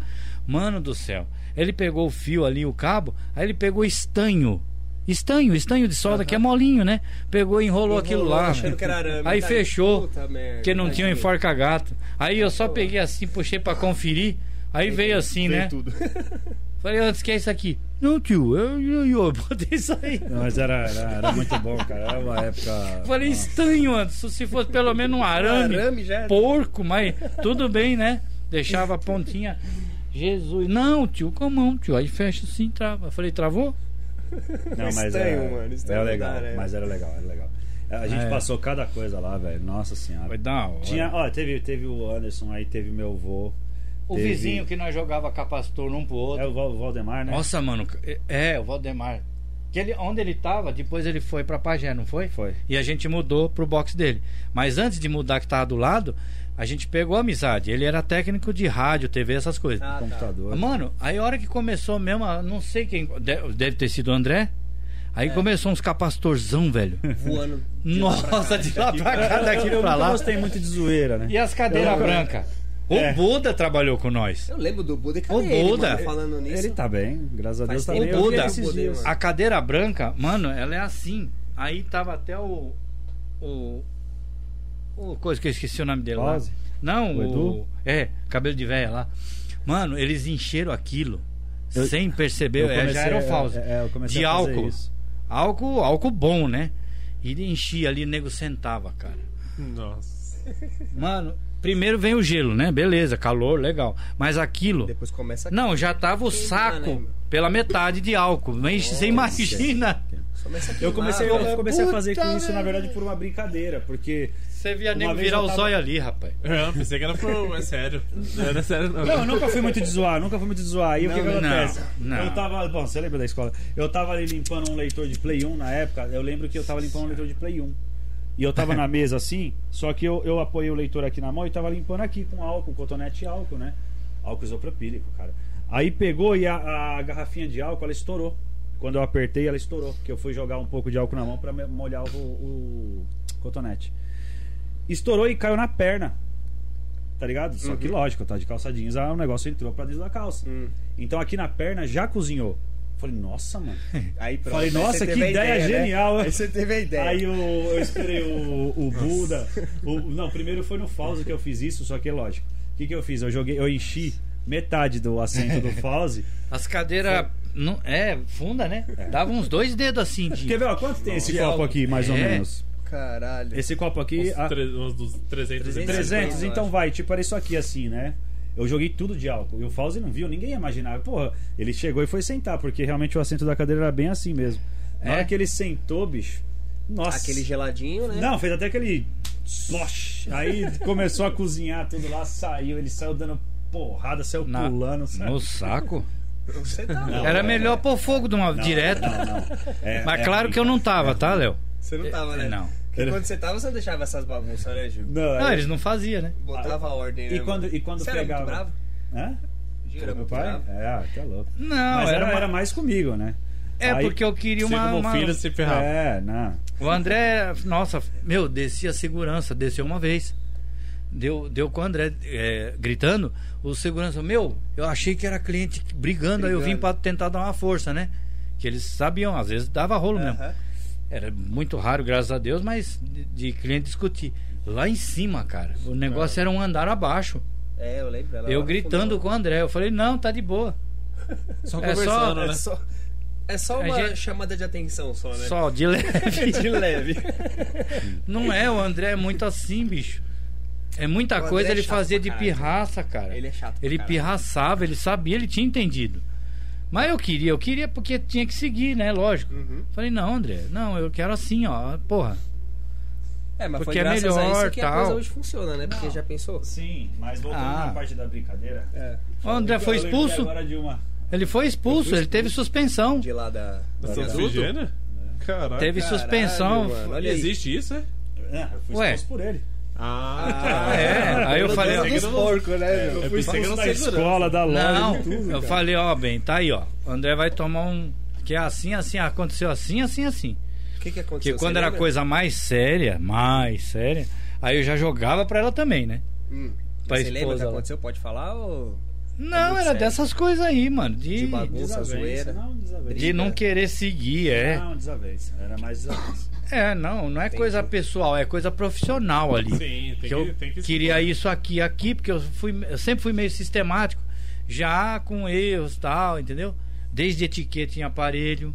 D: Mano do céu. Ele pegou o fio ali, o cabo, aí ele pegou estanho Estanho, estanho de solda, que é molinho, né? Pegou e enrolou aquilo lá.
A: Achando que era arame,
D: Aí
A: tá?
D: fechou,
A: Puta merda, tá
D: porque não tinha
A: tadinho.
D: um enforca-gato. Aí eu só peguei assim, puxei pra conferir. Aí veio assim,
B: Veio
D: né?
B: tudo.
D: Falei, antes que é isso aqui? Não, tio, eu, eu, eu botei isso aí.
C: Mas era, era, era muito bom, cara. Era uma época.
D: Falei, estanho, Anderson, se fosse pelo menos um arame,
A: Arame já é-
D: porco, mas tudo bem, né? Deixava a pontinha. Jesus, não, tio, com a mão, tio. Aí fecha assim, trava. Eu Falei, travou?
C: Não, mas é,
A: Estranho,
C: era,
A: mano, estranho né?
C: era legal.
A: da areia.
C: Mas era legal, era legal. A gente
D: É.
C: passou cada coisa lá, velho. Nossa
D: Foi
C: senhora.
D: da hora.
C: Tinha, ó, teve, teve o Anderson aí, teve meu avô.
D: o
C: teve-
D: vizinho que nós jogava capacitor num pro outro.
C: É o Val- Valdemar, né?
D: Nossa, mano. É, o Valdemar. Que ele, onde ele tava, depois ele foi pra Pagé, não foi?
C: Foi.
D: E a gente mudou pro box dele. Mas antes de mudar, que tava do lado, a gente pegou amizade. Ele era técnico de rádio, TV, essas coisas.
A: Ah, tá.
C: Computador.
D: Mano, aí a hora que começou mesmo, eu não sei quem. de- Deve ter sido o André. Aí começou uns capacitorzão, velho.
A: Voando. de lá pra
D: Nossa, de lá pra cá, daqui
C: Eu
D: pra
C: nunca
D: lá.
C: gostei muito de zoeira, né?
D: E as cadeiras brancas? O
C: É.
D: Buda trabalhou com nós.
A: Eu lembro do Buda. e
D: Ô,
A: Cadê ele,
D: Buda.
A: mano, falando
D: é
A: nisso?
C: Ele tá bem, graças a
A: Faz
C: Deus tá
A: tempo
C: bem.
A: que
C: Eu vi
A: ele
C: ele
A: tá
C: esses
A: com poder,
C: dias.
A: mano.
D: A cadeira branca, mano, ela é assim. Aí tava até o. O. O coisa que eu esqueci o nome dele lá.
C: Ozzy?
D: Não,
C: O
D: o.
C: Edu?
D: É, cabelo de véia lá. Mano, eles encheram aquilo.
C: Eu-
D: sem perceber.
C: eu
D: é,
C: comecei-
D: já era o Fausto.
C: é, é, eu comecei
D: de
C: a fazer
D: álcool.
C: isso.
D: Álcool, álcool bom, né? E ele enchia ali, nego sentava, cara.
B: Nossa.
D: Mano, primeiro vem o gelo, né? Beleza, calor, legal. Mas aquilo.
A: Depois começa aqui.
D: Não, já tava o
A: Quem
D: saco
A: lembra?
D: pela metade de álcool. Mas Você imagina?
A: Começa a
C: Eu
A: queimar,
C: comecei,
A: Ah, velho.
C: eu comecei a fazer
D: Puta
C: com isso, na
D: merda.
C: verdade, por uma brincadeira, porque.
D: Você via
C: Uma
D: nego
C: vez
D: virar
C: eu
D: o
C: tava-
D: zóio ali, rapaz.
B: Eu pensei que era pro. É sério. Não era sério, não.
C: Não, eu nunca fui muito de zoar, nunca fui muito de zoar. E o que, que
D: não,
C: acontece?
D: não.
C: Eu tava. Bom, você lembra da escola? Eu tava ali limpando um leitor de Play 1 na época. Eu lembro que eu tava limpando um leitor de Play 1. E eu tava na mesa assim, só que eu, eu apoiei o leitor aqui na mão e tava limpando aqui com álcool, cotonete e álcool, né? Álcool isopropílico, cara. Aí pegou e a, a garrafinha de álcool, ela estourou. Quando eu apertei, ela estourou. Porque eu fui jogar um pouco de álcool na mão pra me- molhar o- o cotonete estourou e caiu na perna. Tá ligado? Só que lógico, tá de calça jeans, ah, o negócio entrou pra dentro da calça. Então aqui na perna já cozinhou. Falei, nossa, mano.
A: Aí, pronto.
C: Falei,
A: Aí
C: nossa,
A: você
C: que
A: teve a
C: ideia
A: né?
C: genial.
A: Aí você teve a ideia.
C: Aí eu, eu esperei o, o Buda. o- não, primeiro foi no Fauzi que eu fiz isso, só que é lógico. O que, que eu fiz? Eu joguei, eu enchi metade do assento do Fauzi.
D: As cadeiras. Não, é, funda, né? Dava uns dois dedos assim
C: Quer
D: de.
C: ver, ó, quanto tem esse
D: Nossa.
C: copo aqui, mais ou
D: É.
C: menos?
A: Caralho.
C: Esse copo aqui.
B: Uns,
C: a-
B: tre... uns dos 300.
A: 300,
C: 300,
A: eu
C: então
A: acho.
C: vai, tipo, era isso aqui assim, né? Eu joguei tudo de álcool. E o Fauzi não viu, ninguém imaginava. Porra, ele chegou e foi sentar, porque realmente o assento da cadeira era bem assim mesmo. Na
D: É?
C: hora que ele sentou, bicho. Nossa.
A: Aquele geladinho, né?
C: Não, fez até aquele. Slosh. Aí começou a cozinhar tudo lá, saiu, ele saiu dando porrada, saiu
D: Na-
C: pulando. Sabe?
D: No saco?
A: Você tá louco.
D: Era melhor pôr fogo de uma
C: Não,
D: direto.
C: não, não. É,
D: Mas
C: é
D: claro que eu não tava, tá, Léo?
A: Você não tava, né?
D: é, Não.
A: Porque quando você tava, você não deixava essas bagunças, né, Gil?
C: Não,
D: Não,
C: é-
D: eles não faziam, né?
A: Botava a ordem, né?
C: E quando,
A: mano?
C: e quando
A: você
C: pegava.
A: era muito bravo?
C: Hã?
A: Gil era
C: Meu
A: muito
C: pai?
A: bravo?
C: É, ah, tá louco.
D: Não,
C: Mas
D: era,
C: era,
D: uma-
C: era mais comigo, né?
D: É,
C: Aí-
D: porque eu queria
B: Você
D: uma.
B: como
D: uma-
B: filho se ferrava.
C: É, não.
D: O André, nossa, meu, descia a segurança, desceu uma vez. Deu, deu com o André é, gritando, o segurança, meu, eu achei que era cliente brigando, aí eu vim pra
A: Brigando.
D: tentar dar uma força, né? Que eles sabiam, às vezes dava rolo mesmo.
A: Aham.
D: Era muito raro, graças a Deus, mas de, de cliente discutir. Lá em cima, cara, o
B: É.
D: negócio era um andar abaixo.
A: É, eu lembro. ela
D: eu
A: lá
D: gritando com o André, eu falei, não, tá de boa.
B: Só
D: É
B: conversando,
A: no
D: só-
B: né?
A: fundo. É só, é só
D: A
A: uma
D: gente-
A: chamada de atenção só, né?
D: Só de leve.
A: de leve.
D: Não é, o André é muito assim, bicho. É
A: O
D: muita
A: André
D: coisa
A: é
D: ele
A: chato
D: fazia
A: pra
D: de
A: caralho.
D: pirraça, cara.
A: Ele é chato pra
D: Ele
A: caralho.
D: pirraçava, ele sabia, ele tinha entendido. Mas eu queria, eu queria porque tinha que seguir, né? Lógico.
A: Uhum.
D: Falei, não, André, não, eu quero assim, ó. Porra.
A: É, mas
D: Porque é
A: foi graças a isso
D: melhor,
A: que a
D: tal.
A: coisa hoje funciona, né? Porque já pensou?
C: Sim, mas voltando
D: Ah.
C: na parte da brincadeira.
D: O André foi
C: eu lembrei
D: expulso?
C: Agora de uma.
D: Ele foi expulso, ele teve suspensão.
A: De lá da... da-
B: Você é oxigênio? Caralho.
D: Teve
A: Caralho,
D: suspensão.
A: mano, olha
B: Olha,
A: aí.
B: existe isso, é?
C: Ah, eu fui
D: Ué.
C: expulso por ele.
B: Ah,
D: Ah, é. Aí eu
A: Todo
D: falei,
A: mundo
D: ó, É,
A: dos porcos, né? meu?
B: eu
C: Fui
D: um
B: pensei que
C: expulso
B: era
C: da
B: segurança.
C: escola, da loja,
D: Não,
C: de tudo.
D: eu
C: cara.
D: falei, ó, bem, tá aí, ó. O André vai tomar um. Que é assim, assim, aconteceu assim, assim, assim.
A: O que que aconteceu?
D: Porque quando
A: Você
D: era
A: lembra?
D: coisa mais séria, mais séria, aí eu já jogava pra ela também, né?
A: Hum.
D: pra
A: Você lembra o que
D: esposa lá.
A: aconteceu? Pode falar ou...
D: Não,
A: Tá muito
D: era
A: sério.
D: dessas coisas aí, mano.
A: De
D: De,
A: bagulho. zoeira.
C: não desavença.
D: de não querer seguir, é.
C: Não, desavença. Era mais desavença.
D: É, não, não é coisa pessoal, é coisa profissional ali.
B: Sim, tem que,
D: que eu
B: tem que
D: queria isso aqui, aqui, porque eu, fui, eu sempre fui meio sistemático, já com erros e tal, entendeu? Desde etiqueta em aparelho,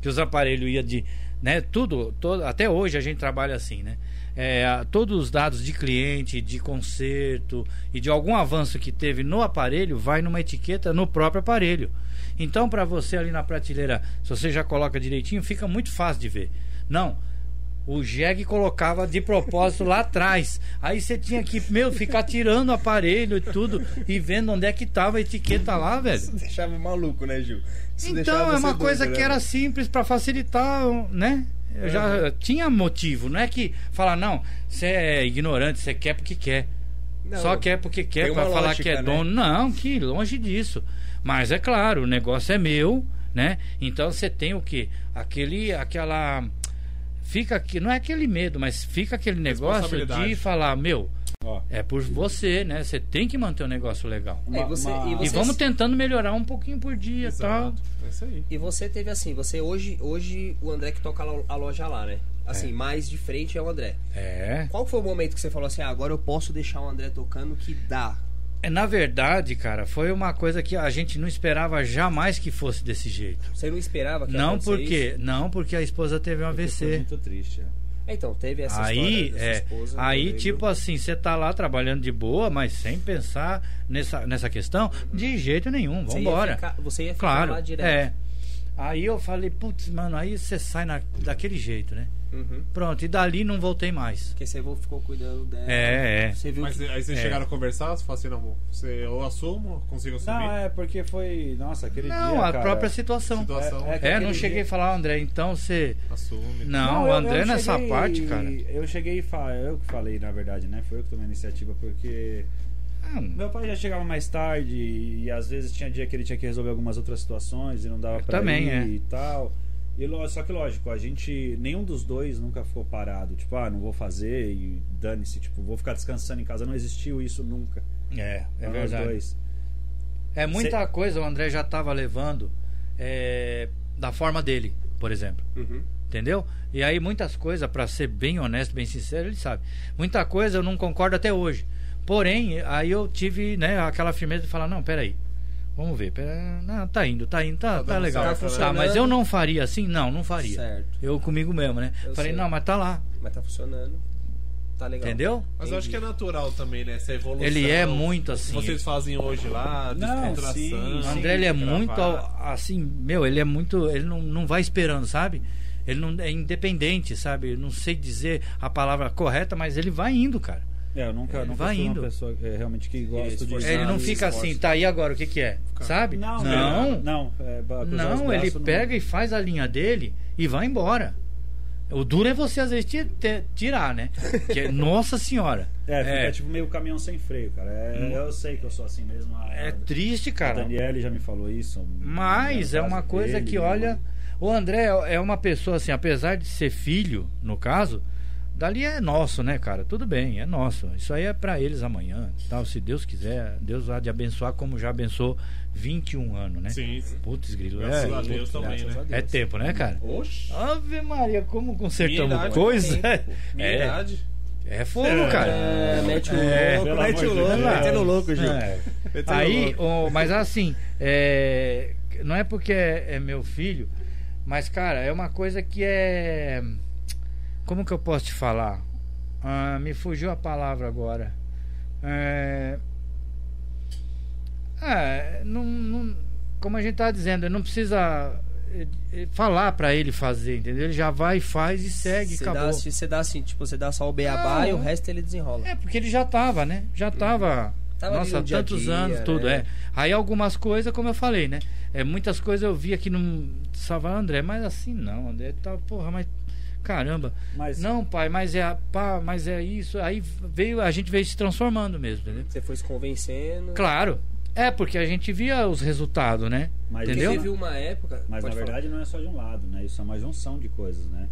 D: que os aparelhos ia de, né? Tudo, todo, até hoje a gente trabalha assim, né? É, a- todos os dados de cliente, de conserto e de algum avanço que teve no aparelho vai numa etiqueta no próprio aparelho. Então, para você ali na prateleira, se você já coloca direitinho, fica muito fácil de ver. Não, o Jeg colocava de propósito lá atrás. Aí você tinha que, meu, ficar tirando o aparelho e tudo e vendo onde é que tava a etiqueta lá, velho.
A: Deixava maluco, né, Gil? Isso deixava
D: Então, é
A: você
D: uma
A: doido,
D: coisa
A: né? É.
D: que era simples para facilitar, né? Eu já tinha motivo, não é que falar, não, você é ignorante, você quer porque quer.
A: Não.
D: Só quer porque quer
A: Tem
D: pra
A: uma
D: falar
A: lógica,
D: que é
A: né?
D: dono. Não, que longe disso. Mas é claro, o negócio é meu, né? Então você tem o quê? Aquele, aquela fica aqui, não é aquele medo, mas fica aquele negócio de
B: Responsabilidade.
D: falar, meu,
C: Ó.
D: é por você, né? Você tem que manter o negócio legal.
A: É, e você- e
D: E
A: você- Vocês-
D: vamos tentando melhorar um pouquinho por dia, tal.
B: Exato. É isso aí.
A: E você teve assim, você hoje, hoje o André que toca a loja lá, né? Assim, mais de frente é o André.
D: É.
A: Qual foi o momento que você falou assim, ah, agora eu posso deixar o André tocando que dá?
D: É, Na verdade, cara, foi uma coisa que a gente não esperava jamais que fosse desse jeito.
A: Você não esperava que ia
D: Não
A: acontecer
D: porque, não porque a esposa teve um
C: Foi
D: AVC.
C: muito triste. é.
A: isso? Então, teve essa
D: Aí,
A: história dessa
D: é,
A: esposa. né,
D: aí
A: entendeu?
D: tipo assim, você tá lá trabalhando de boa, mas sem pensar nessa, nessa questão de jeito nenhum.
A: Você ia
D: Vambora.
A: ficar- Você ia ficar
D: Claro.
A: lá direto.
D: É. Aí eu falei, putz, mano, aí você sai na- daquele jeito, né?
A: Uhum.
D: Pronto, e dali não voltei mais.
A: Porque você ficou cuidando dela.
D: É, é.
A: Você viu
B: Mas
A: que...
B: aí vocês
D: É.
B: chegaram a conversar, você fala assim, não, você, eu assumo, consigo assumir.
C: Não, é porque foi. Nossa, aquele dia.
D: Não, a
C: cara,
D: própria situação.
B: Situação,
C: É, é que-
D: É,
C: aquele
D: não cheguei
C: dia-
D: a falar, André, então você.
B: assume.
D: Não, o
C: eu-
D: André
C: eu
D: nessa
C: cheguei-
D: parte, cara.
C: Eu cheguei e fa- eu que falei, na verdade, né? Foi eu que tomei a iniciativa, porque
D: Ah,
C: meu pai já chegava mais tarde e às vezes tinha dia que ele tinha que resolver algumas outras situações e não dava
D: Eu
C: pra
D: também,
C: ir
D: é.
C: e tal. E lo- só que lógico, a gente nenhum dos dois nunca ficou parado, tipo, ah, não vou fazer e dane-se, tipo, vou ficar descansando em casa, não existiu isso nunca.
D: É, é
C: Pra nós
D: verdade.
C: Ah, dois.
D: É muita coisa o André já tava levando é, da forma dele, por exemplo.
A: Uhum.
D: Entendeu? E aí muitas coisas, pra ser bem honesto, bem sincero, ele sabe. Muita coisa eu não concordo até hoje. Porém, aí eu tive né, aquela firmeza de falar, não, peraí. Vamos ver. pera- não, tá indo, tá indo, tá,
B: Tá
D: tá
B: dando
D: legal.
B: certo,
A: né?
D: tá, mas eu não faria assim? Não, não faria.
A: Certo.
D: Eu comigo mesmo, né?
A: Eu
D: Falei,
A: sei.
D: não, mas tá lá.
A: Mas tá funcionando. Tá legal.
D: Entendeu?
B: Mas eu acho que é natural também, né? Essa evolução.
D: Ele é muito assim.
B: Vocês fazem hoje lá,
C: Não,
B: descontração.
C: sim,
D: O
C: sim.
D: André ele é
B: gravar.
D: muito ao- assim, meu, ele é muito, ele não, não vai esperando, sabe? Ele não é independente, sabe? Eu Não sei dizer a palavra correta, mas ele vai indo, cara.
C: É, eu nunca,
D: Ele
C: nunca
D: vai
C: fui
D: indo.
C: uma pessoa é, realmente que gosta de
A: esforçado.
D: ele não
A: se
D: fica
A: esforça.
D: assim, tá aí agora, o que que é? Sabe?
C: Não,
D: não.
C: não, é, ba- cruzar os
D: Não,
C: braços,
D: ele pega e faz a linha dele e vai embora. O duro é você às vezes ti- te- tirar, né? Que é- nossa senhora.
C: É, fica
D: É. Hum.
C: tipo meio caminhão sem freio, cara. É, Eu sei que eu sou assim mesmo. A,
D: É triste,
C: a
D: cara.
C: Daniele já me falou isso.
D: Mas
C: na
D: é
C: casa
D: uma coisa
C: dele,
D: que,
C: né?
D: olha, o André é uma pessoa assim, apesar de ser filho, no caso, dali é nosso, né, cara? Tudo bem, é nosso. Isso aí é pra eles amanhã, tal, se Deus quiser, Deus há de abençoar como já abençoou 21 anos, né?
B: Sim, sim.
D: Putz, grilo, é,
B: Graças a Deus também, né?
D: é tempo, né, cara?
A: Oxi.
D: Ave Maria, como consertamos
B: Minha idade,
D: coisa?
B: Minha
D: É,
B: idade.
D: é fogo, cara.
A: É, mete o
D: É,
A: louco,
C: pelo
A: mete o
C: amor de
A: louco.
C: Deus.
A: Metendo louco, Gil.
D: É.
B: Metendo
D: Aí,
B: louco.
D: o- mas assim, é, não é porque é, é meu filho, mas cara, é uma coisa que é. Como que eu posso te falar? Ah, me fugiu a palavra agora. É, ah, não, não- como a gente tá dizendo, não precisa eh, eh, falar pra ele fazer, entendeu? Ele já vai, faz e segue,
A: Você
D: acabou.
A: dá, você dá assim, tipo, você dá só o beabá
D: Não.
A: e o resto ele desenrola.
D: É, porque ele já tava, né? Já tava.
A: Tava ali
D: nossa,
A: no dia a
D: tantos
A: dia,
D: anos,
A: né?
D: tudo, é. Aí algumas coisas, como eu falei, né? É, muitas coisas eu vi aqui no Salvar André, mas assim não, André tá, porra, mas. Caramba.
C: Mas
D: Não, pai, mas é a- pá, mas é isso. Aí veio, a gente veio se transformando mesmo, entendeu?
A: Você foi se convencendo.
D: Claro. É, porque a gente via os resultados, né?
C: Mas
A: Porque
D: entendeu?
A: teve uma época.
C: Mas
A: pode
C: na
A: falar.
C: verdade não é só de um lado, né? Isso é uma junção de coisas, né?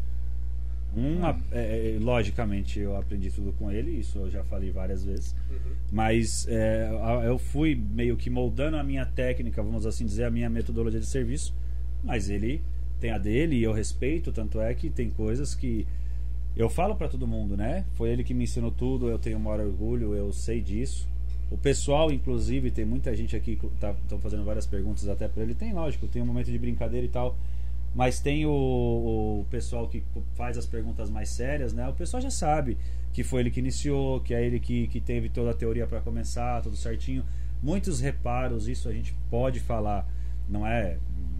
D: Ah.
C: Uma, é, é, logicamente, eu aprendi tudo com ele, isso eu já falei várias vezes.
A: Uhum.
C: Mas é, a- eu fui meio que moldando a minha técnica, vamos assim dizer, a minha metodologia de serviço. Mas ele tem a dele e eu respeito, tanto é que tem coisas que eu falo pra todo mundo, né? Foi ele que me ensinou tudo, eu tenho o maior orgulho, eu sei disso. O pessoal, inclusive, tem muita gente aqui que estão fazendo várias perguntas até pra ele. Tem, lógico, tem um momento de brincadeira e tal. Mas tem o, o pessoal que faz as perguntas mais sérias, né? O pessoal já sabe que foi ele que iniciou, que é ele que, que teve toda a teoria pra começar, tudo certinho. Muitos reparos, isso a gente pode falar, não é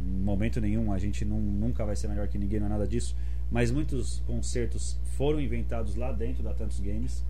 C: em momento nenhum, a gente não, nunca vai ser melhor que ninguém, não é nada disso. Mas muitos concertos foram inventados lá dentro da Tantos Games.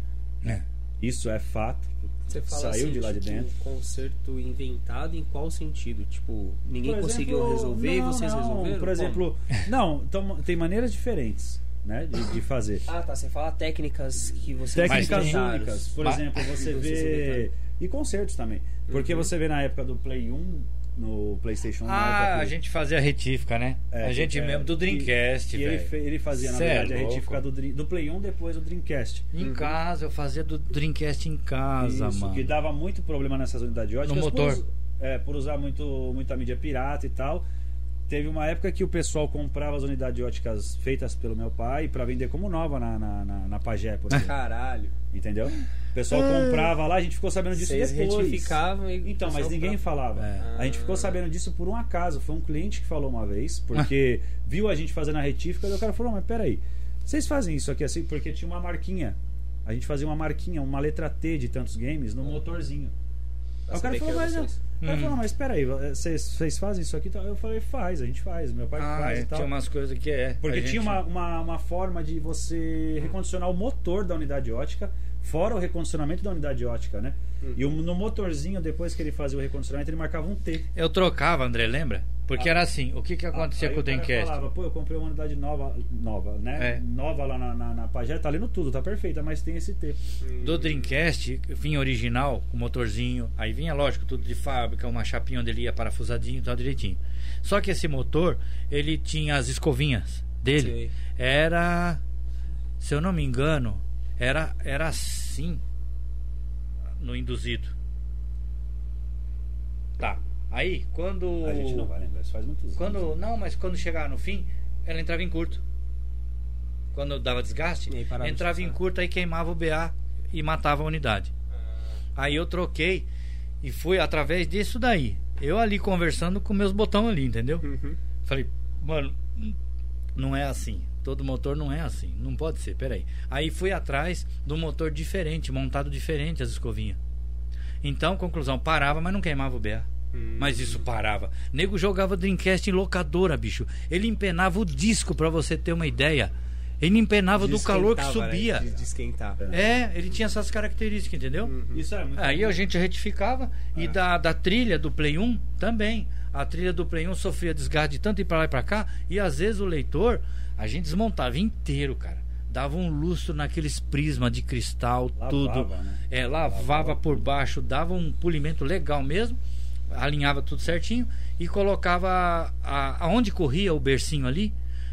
C: Isso é fato.
A: Você fala
C: Saiu
A: assim,
C: de lá de
A: tipo,
C: dentro.
A: um concerto inventado em qual sentido? Tipo, ninguém
C: Por
A: conseguiu
C: exemplo,
A: resolver
C: não,
A: e vocês
C: não,
A: resolveram?
C: Por
A: Como?
C: exemplo, não, então, tem maneiras diferentes né, de, de fazer.
A: Ah, tá. Você fala técnicas que vocês
C: Técnicas
A: inventaram.
C: únicas, por
D: Mas-
C: exemplo, você
A: Não sei se
C: vê. E concertos também. Porque
A: Uhum.
C: você vê na época do Play 1, no PlayStation 1, na
D: Ah,
C: época
D: a
C: que-
D: gente fazia retífica, né?
C: É,
D: a gente
C: é,
D: mesmo do
C: e-
D: Dreamcast,
C: que ele, fe-
D: velho.
C: ele fazia, na
D: Cê é
C: verdade, a
D: louco.
C: retífica do, Dream- do Play 1 depois do Dreamcast.
D: Em
A: Uhum.
D: casa, eu fazia do Dreamcast em casa,
C: Isso,
D: mano.
C: que dava muito problema nessas unidades de ótica.
D: No motor.
C: Por, é, por usar muito, muita mídia pirata e tal. Teve uma época que o pessoal comprava as unidades de óticas feitas pelo meu pai pra vender como nova na, na, na, na Pagé, por exemplo.
A: Caralho.
C: entendeu? O pessoal comprava lá, a gente ficou sabendo disso
A: Vocês
C: depois.
A: retificavam e.
C: Então, mas ninguém falava.
D: É.
C: A gente ficou sabendo disso por um acaso. Foi um cliente que falou uma vez, porque viu a gente fazendo a retífica, daí o cara falou: Mas peraí, vocês fazem isso aqui assim? Porque tinha uma marquinha. A gente fazia uma marquinha, uma letra T de tantos games
D: É.
C: no motorzinho. Aí o cara falou: Mas,
A: vocês.
C: o cara
D: Hum.
C: falou, mas peraí, vocês vocês fazem isso aqui? Eu falei: Faz, a gente faz, meu pai
D: Ah,
C: faz
D: é,
C: e tal.
D: tinha umas coisas que é.
C: tá? Porque
D: a gente-
C: tinha uma, uma, uma forma de você recondicionar o motor da unidade ótica, fora o recondicionamento da unidade ótica, né?
D: Uhum.
C: E o- no motorzinho, depois que ele fazia o recondicionamento, ele marcava um T.
D: Eu trocava, André, lembra? Porque era assim, o que que acontecia
C: Ah. Aí
D: com o
C: cara
D: Dreamcast?
C: falava, pô, eu comprei uma unidade nova, nova né?
D: É.
C: Nova lá na, na, na Pajé, tá lendo tudo, tá perfeita, mas tem esse T.
D: Do Dreamcast vinha original, com motorzinho. Aí vinha, lógico, tudo de fábrica, uma chapinha onde ele ia parafusadinho e tal, direitinho. Só que esse motor, ele tinha as escovinhas dele.
A: Sei.
D: Era. Se eu não me engano, era, era assim no induzido. Tá. Aí, quando.
C: A gente não vai lembrar, isso faz muitos anos.
D: Quando. Não, mas quando chegava no fim, ela entrava em curto. Quando dava desgaste,
A: E aí parava de
D: entrava em
A: funcionar.
D: curto aí queimava o BA e matava a unidade. Aí eu troquei e foi através disso daí. Eu ali conversando com meus botões ali, entendeu?
A: Uhum.
D: Falei, mano, não é assim. Todo motor não é assim. Não pode ser, peraí. Aí fui atrás do motor diferente, montado diferente as escovinhas. Então, conclusão, parava, mas não queimava o BA.
A: Hum.
D: Mas isso parava. Nego jogava Dreamcast em locadora, bicho. Ele empenava o disco, pra você ter uma ideia. Ele empenava do calor que
A: Desquentava, né?
D: subia.
A: De, Hum. de esquentar.
D: É, ele tinha essas características, entendeu?
C: Isso é muito.
D: Aí a gente É. retificava e da, da trilha do Play 1 também. A trilha do Play 1 sofria desgaste de tanto ir pra lá e pra cá. E às vezes o leitor, a gente desmontava inteiro, cara. Dava um lustro naqueles prisma de cristal,
C: Lavava,
D: tudo.
C: né?
D: É, lavava, por baixo, dava um polimento legal mesmo. Alinhava tudo certinho e colocava a- aonde corria o bercinho ali,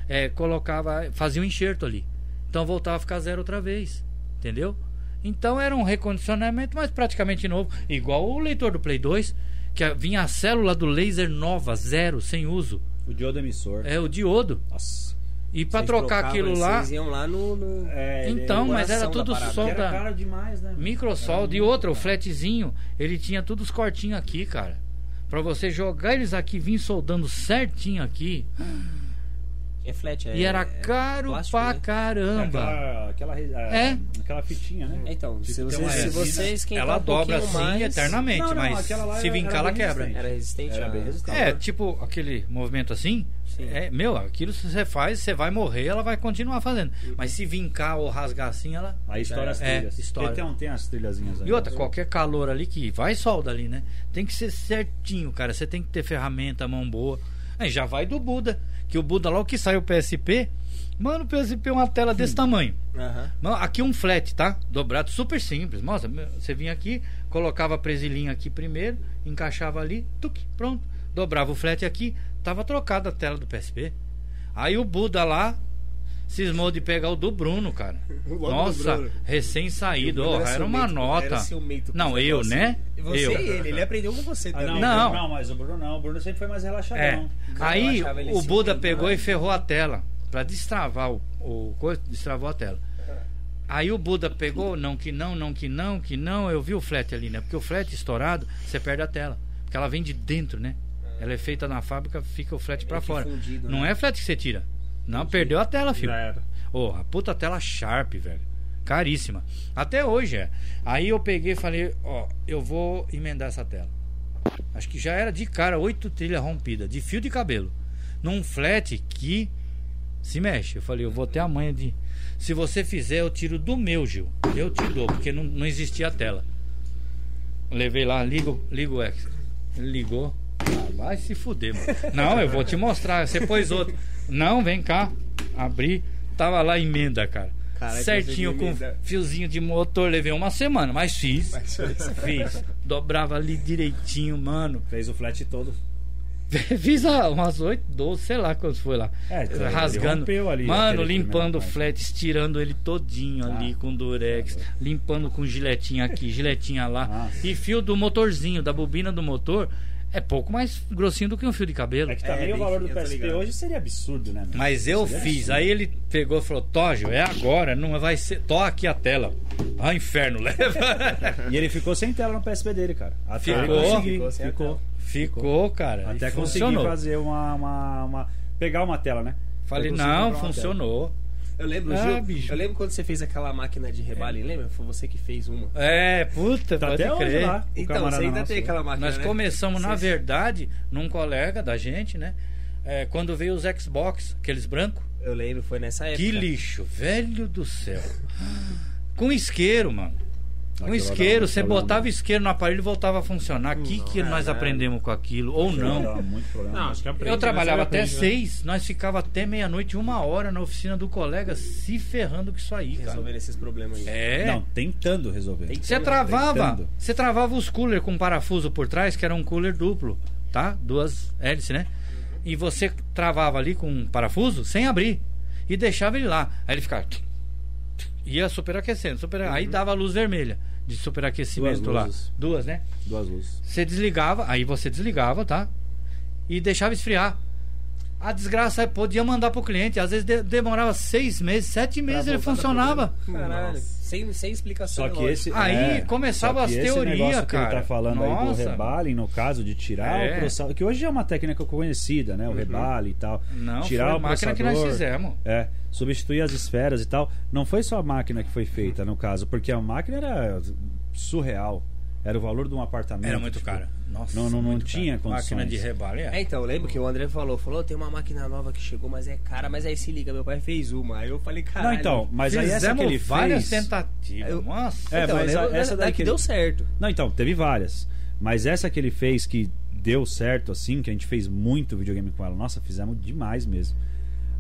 D: é, colocava, fazia um enxerto ali. Então voltava a ficar zero outra vez. Entendeu? Então era um recondicionamento, mas praticamente novo. Igual o leitor do Play 2, que a- vinha a célula do laser nova, zero, sem uso.
C: O diodo emissor.
D: É o diodo.
C: Nossa.
D: E pra
A: Vocês
D: trocar
A: trocavam
D: aquilo
A: e
D: lá,
A: Vocês iam lá no. no-
C: É, ele-
D: Então,
C: o
D: mas era
A: coração
D: tudo
A: da parada.
D: só
C: era
D: da-
C: caro demais, né?
D: microsoldo e outra, o flatzinho, ele tinha todos os cortinhos aqui, cara. Pra você jogar eles aqui, vir soldando certinho aqui.
A: É flat, é.
D: e era
A: é
D: caro
A: plástico,
D: pra
A: né?
D: caramba.
C: Aquela, aquela, re-
D: É.
C: aquela fitinha, né?
A: Então, se
C: Tem
A: você,
C: uma
A: se
C: resina.
A: você esquentar
C: tá
D: Ela
A: um
D: dobra
A: pouquinho
D: assim
A: mais,
D: eternamente,
C: Não, não,
D: mas
C: aquela lá
D: se
C: era-
D: vincar,
C: era
D: ela
C: bem resistente.
D: quebra.
A: Era resistente?
C: Era
A: Ah,
C: bem resistente.
D: É, tipo aquele movimento assim.
A: Sim.
D: É, meu, aquilo se você faz, você vai morrer, ela vai continuar fazendo. Mas se vincar ou rasgar assim, ela.
C: Aí estoura as
D: É,
C: trilhas.
D: estoura.
C: Tem, um, tem, tem as trilhazinhas aí.
D: E outra, qualquer calor ali que vai solda ali, né? Tem que ser certinho, cara. Você tem que ter ferramenta, mão boa. Aí já vai do Buda. Que o Buda, logo que saiu o PSP, mano, o PSP é uma tela desse tamanho.
A: Aham.
D: Mano, aqui um flat, tá? Dobrado, super simples. Nossa, meu, você vinha aqui, colocava a presilhinha aqui primeiro, encaixava ali, tuque, pronto. Dobrava o flat aqui, tava trocada a tela do PSP. Aí o Buda lá, cismou de pegar o do Bruno, cara.
E: Logo do
D: Nossa,
E: Bruno.
D: recém-saído,
A: O Bruno
D: ó,
A: era
D: era uma
A: ciumento, era
D: nota.
A: ciumento com
D: Não,
A: esse
D: eu,
A: negócio.
D: né?
A: Você
D: eu.
A: assim. e ele, é ele aprendeu com você
C: Ah,
A: também.
C: não,
D: Não.
C: o Bruno mas o Bruno não. O Bruno sempre foi mais
D: É.
C: relaxadão.
D: Aí
A: Então, achava ele
D: o
A: ciumento,
D: Buda pegou
A: né?
D: e ferrou a tela. Pra destravar o, o coisa, destravou a tela. Aí o Buda pegou, não, que não, não, que não, que não. Eu vi o flat ali, né? Porque o flat estourado, você perde a tela. Porque ela vem de dentro, né? Ela é feita na fábrica, fica o flat pra
A: É que
D: fora.
A: fundido,
D: não
A: né?
D: é flat que você tira. Não, perdeu a tela, filho.
C: é,
B: Já era.
D: Ô, a puta tela Sharp, velho. Caríssima. Até hoje é. Aí eu peguei e falei, ó, eu vou emendar essa tela. Acho que já era de cara oito trilhas rompidas, de fio de cabelo. Num flat que se mexe. Eu falei, eu vou ter a manha de. Se você fizer, eu tiro do meu, Gil. Eu te dou, porque não, não existia a tela. Levei lá, ligo, ligo o X. Ele ligou. Ah, vai se fuder, mano. Não, eu vou te mostrar. Você pôs outro. Não, vem cá. Abri. Tava lá emenda, cara.
A: Caralho,
D: Certinho
A: conseguiu
D: com
A: emendar.
D: fiozinho de motor. Levei uma semana, mas fiz. Fiz. Dobrava ali direitinho, mano.
C: Fez o flat todo.
D: Fiz ah, umas 8, 12, sei lá quantos foi lá.
C: É, então, ele
D: tá rasgando.
C: rompeu ali
D: Mano,
C: aquele
D: limpando
C: primeiro Ah,
D: o
C: passo.
D: flat, estirando ele todinho ali com durex, limpando com giletinha aqui, giletinha lá.
C: tá Nossa.
D: E fio do motorzinho, da bobina do motor, é pouco mais grossinho do que um fio de cabelo.
C: É que também
A: bem
C: o valor do
A: fininho, eu tô
C: PSP
A: ligado.
C: hoje seria absurdo, né? meu?
D: Mas eu fiz.
C: assim.
D: Aí ele pegou e falou: Tógio, é agora, não vai ser. Tó aqui a tela. Ah, inferno, leva.
C: E ele ficou sem tela no PSP dele, cara. Até
D: Ficou.
C: ele conseguir.
A: Ficou
C: Ficou.
A: sem a tela.
D: Ficou, cara. e
C: Até conseguir
D: funcionou.
C: fazer uma, uma, uma- Pegar uma tela, né?
D: Falei:
C: Até conseguir
D: não,
C: comprar uma
D: funcionou.
A: Eu lembro,
D: Ah,
A: Gil,
D: bicho.
A: Eu lembro quando você fez aquela máquina de rebale, lembra? Foi você que fez uma.
D: É, puta,
C: Tá
D: pode
C: até hoje
D: crer.
C: lá. O
A: então,
C: camarada
A: você ainda
C: nosso,
A: tem
C: né?
A: aquela máquina.
D: Nós
A: né?
D: começamos, na
A: Vocês-
D: verdade, num colega da gente, né? É, quando veio os Xbox, aqueles brancos.
A: Eu lembro, foi nessa
B: É,
A: época.
D: Que lixo, velho do céu. Com isqueiro, mano. Com
C: Aquela
D: isqueiro,
C: da-
D: você
C: aquela da-
D: botava isqueiro no aparelho e voltava a funcionar. O que, que
B: é,
D: nós aprendemos com aquilo? Ou
C: tela.
D: não?
C: Dá muito problema.
B: Não, acho que aprende,
D: Eu trabalhava
B: né? né? Você
D: até
B: aprende, né?
D: seis, nós ficava até meia-noite, uma hora na oficina do colega, se ferrando com isso aí, cara.
A: Resolvendo esses problemas aí.
D: É.
C: Não, tentando resolver.
A: Tem-
D: Você
A: Tentando,
D: travava,
C: tentando.
D: você travava os cooler com parafuso por trás, que era um cooler duplo, tá? Duas hélices, né? E você travava ali com um parafuso sem abrir e deixava ele lá. Aí ele ficava ia superaquecendo, super, aí dava a luz vermelha de superaquecimento
C: Uhum. Duas
D: lá.
C: luzes.
D: Duas, né?
C: Duas luzes.
D: Você desligava, aí você desligava, tá? E deixava esfriar. A desgraça aí podia mandar pro cliente, às vezes de- demorava seis meses, sete meses ele funcionava.
A: Caralho, sem, sem explicação.
C: Só
A: é
C: que
A: lógico.
C: esse.
D: Aí
C: é,
D: começava
C: só
D: as
C: que esse
D: teoria,
C: negócio que
D: cara.
C: ele tá falando aí do
D: Nossa.
C: rebale, no caso de tirar
D: É. Uhum.
C: o processador. Que hoje é uma técnica conhecida, né? O rebale e tal.
D: Não,
C: tirar
D: foi a
C: o
D: máquina que nós
C: processador,
D: fizemos.
C: É, substituir as esferas e tal. Não foi só a máquina que foi feita, no caso, porque a máquina era surreal. Era o valor de um apartamento.
D: Era muito
C: tipo,
D: cara. Nossa,
C: não- não- não
D: muito
C: tinha condições.
D: Máquina de rebale,
A: É,
D: é.
A: então, eu lembro que o André falou, falou, tem uma máquina nova que chegou, mas é cara, mas aí se liga, meu pai fez uma. Aí eu falei, caralho.
C: Não, então, mas aí essa que
D: Fizemos
C: ele
D: várias
C: fez.
D: tentativas.
A: Eu-
D: Nossa.
C: É,
A: Então,
C: mas
A: eu
C: a-
A: lembro
C: essa
A: da
C: daí
A: que
C: que-
A: deu certo.
C: Não, então, teve várias. Mas essa que ele fez que deu certo, assim, que a gente fez muito videogame com ela. Nossa, fizemos demais mesmo.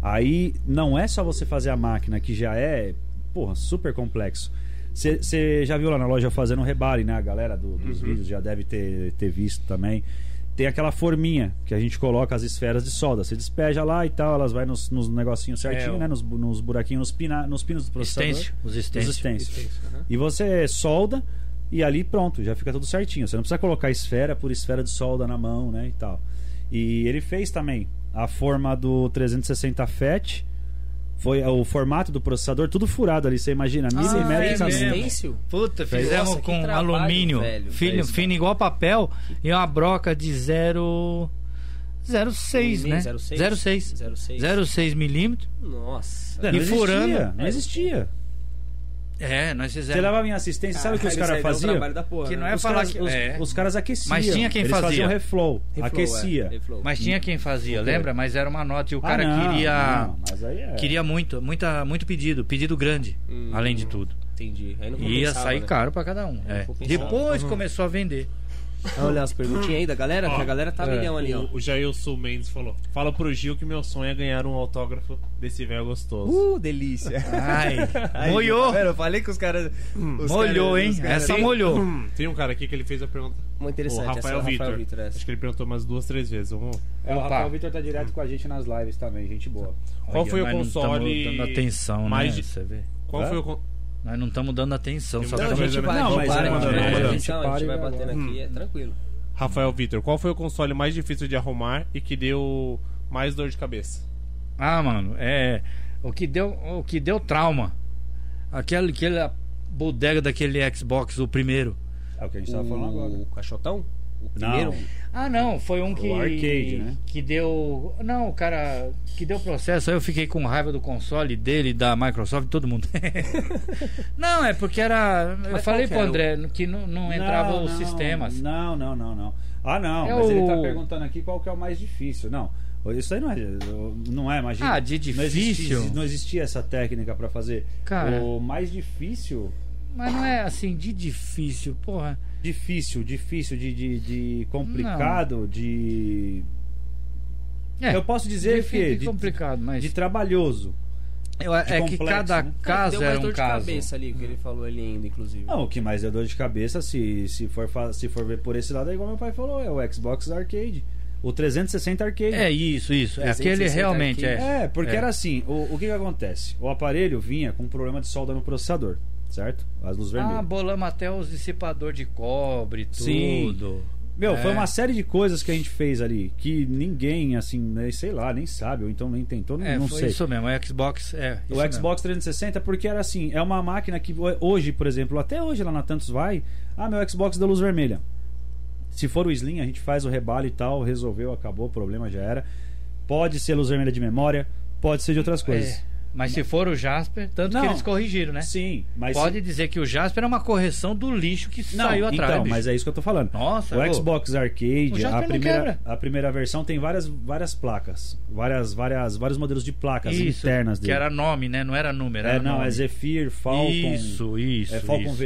C: Aí não é só você fazer a máquina, que já é, porra, super complexo. Você já viu lá na loja eu fazendo um rebale, né? A galera do- dos
D: Uhum.
C: vídeos já deve ter, ter visto também. Tem aquela forminha que a gente coloca as esferas de solda. Você despeja lá e tal, elas vai nos, nos negocinhos certinho,
D: É, o-
C: né? Nos, bu- nos buraquinhos, nos, pina, nos pinos do processador.
D: Stencil, os stencil.
C: Os stencil. E você solda e ali pronto, já fica tudo certinho. Você não precisa colocar esfera por esfera de solda na mão, né, e tal. E ele fez também a forma do 360 FET. Foi o formato do processador tudo furado ali, você imagina,
A: Ah,
D: é
A: Fez
D: mesmo.
C: milimetricamente.
A: stencil?
D: Puta, fizemos
A: Nossa, que
D: com
A: trabalho,
D: alumínio
A: velho.
D: fino,
A: É isso,
D: fino igual papel e uma broca de 0... 0,6, né?
A: 0,6.
D: 0,6.
A: 06.
D: 0,6 milímetro.
A: Nossa.
C: É,
D: E
C: não existia,
D: furando.
C: não existia.
D: É, nós
C: Você
D: fizemos.
C: leva a minha assistência, sabe o que os
A: Caralho,
C: caras
A: isso aí dá um trabalho
C: faziam?
A: da porra,
D: Que não
A: né?
D: é
C: os,
D: falar
C: caras,
D: que...
C: os,
D: é.
C: os caras aqueciam.
D: Mas tinha quem
C: Eles
D: fazia.
C: faziam reflow,
A: Reflow,
C: aquecia.
A: é, reflow.
D: Mas tinha quem fazia,
C: Ok.
D: lembra? Mas era uma nota e o
C: Ah,
D: cara
C: não,
D: queria...
C: não, mas aí é-
D: Queria muito, muita, muito pedido, pedido grande,
A: Hum.
D: além de tudo.
A: Entendi. Aí não
D: Ia
A: compensava,
D: sair
A: né?
D: caro pra cada um. é.
A: compensava.
D: Depois começou a vender.
A: Vamos olhar as perguntinhas aí da galera,
B: Ó,
A: que a galera tá
B: é,
A: milhão ali, ó.
B: O, o Jailson Mendes falou: Fala pro Gil que meu sonho é ganhar um autógrafo desse velho gostoso.
A: Uh, delícia.
D: Ai,
A: Aí,
D: molhou.
A: tá vendo? Eu falei que os caras. os
D: molhou,
A: caras-
D: hein?
A: os caras-
D: Essa molhou.
B: Hum, Tem um cara aqui que ele fez a pergunta.
A: Muito
B: O
A: interessante. essa é
B: Rafael
A: o Rafael
B: Vitor.
A: Vitor. essa.
B: Acho que ele perguntou umas duas, três vezes. Vamos-
C: É, o
D: Opa.
C: Rafael Vitor tá direto com a gente nas lives também, gente boa.
B: Qual foi o
D: nós não tamo
B: console
D: dando atenção,
B: mais
D: né?
B: de-
D: Você vê.
B: Qual
C: Hã?
B: foi o. con-
D: Nós não estamos dando atenção, só
B: Não,
A: Não, a
D: tamo-
A: gente vai,
C: Não,
A: não,
C: mas
A: para,
C: é,
A: a gente
C: é,
A: vai, a
C: é,
A: gente
C: é,
A: vai, a gente vai
C: é,
A: batendo aqui, é tranquilo.
B: Rafael Vitor, qual foi o console mais difícil de arrumar e que deu mais dor de cabeça?
D: Ah, mano, é. O que deu, o que deu trauma. Aquela, aquela bodega daquele Xbox, o primeiro.
C: É o que a gente tava falando agora.
A: O caixotão? O primeiro?
C: Não.
D: Ah, não, foi um que.
C: arcade, né?
D: Que deu. Não, o cara. Que deu processo. Aí eu fiquei com raiva do console dele, da Microsoft, todo mundo. não, é porque era. Eu
A: Mas
D: falei
A: qual que
D: pro
A: era
D: André que não, não entrava assim.
C: Não,
D: os
C: não,
D: sistemas.
C: Não, não, não, não. Ah, não,
D: É
C: mas ele tá
D: o-
C: perguntando aqui qual que é o mais difícil. Não, isso aí não é, não é, imagina.
D: Ah, de
C: Não existia,
D: difícil?
C: não existia essa técnica pra fazer.
D: Cara.
C: O mais difícil,
D: Mas não é assim de difícil, porra.
C: difícil, difícil, de, de, de complicado, de...
D: É,
C: Eu posso dizer
D: difícil e
C: que de-
D: complicado, mas.
C: De trabalhoso.
D: Eu- é que
C: complexo,
D: cada
C: né?
D: caso
A: Deu mais
D: era
A: dor
D: um
A: de
D: caso.
A: cabeça ali, que ele falou ali ainda, inclusive.
C: Não, o que mais deu dor de cabeça, se, se, for, fa- se for ver por esse lado, é igual meu pai falou, é o Xbox Arcade. O 360 Arcade.
D: É isso, isso. É
A: 360
D: aquele realmente é.
C: É, porque
D: É.
C: era assim, o, o que que acontece? O aparelho vinha com um problema de solda no processador, certo? As luzes
D: Ah,
C: vermelhas.
D: bolamos até os dissipador de cobre,
C: Sim.
D: tudo.
C: Meu, foi
D: é.
C: uma série de coisas que a gente fez ali, que ninguém, assim, né, sei lá, nem sabe, ou então nem tentou, não,
D: É,
C: não
D: foi
C: sei.
D: isso mesmo. O Xbox é.
C: O
D: isso mesmo.
C: Xbox 360, porque era assim, é uma máquina que hoje, por exemplo, até hoje lá na Tantos vai, ah, meu Xbox deu luz vermelha. Se for o Slim, a gente faz o rebalo e tal, resolveu, acabou, o problema já era. Pode ser luz vermelha de memória, pode ser de outras coisas.
D: É. Mas se for o Jasper, tanto
C: Não.
D: que eles corrigiram, né?
C: Sim, mas
D: Pode dizer que o Jasper é uma correção do lixo que
C: Não,
D: saiu atrás.
C: Então,
D: bicho.
C: mas é isso que eu tô falando.
D: Nossa,
C: o
D: ô.
C: Xbox
D: O
C: Arcade,
D: Jasper
C: a
D: não
C: primeira,
D: quebra.
C: a primeira versão tem várias, várias placas, várias, várias, vários modelos de placas
D: Isso,
C: internas
D: que
C: dele.
D: era nome, né? Não era número,
C: é,
D: era
C: não,
D: nome.
C: é Zephyr, Falcon,
D: Isso, isso.
C: é Falcon
D: isso.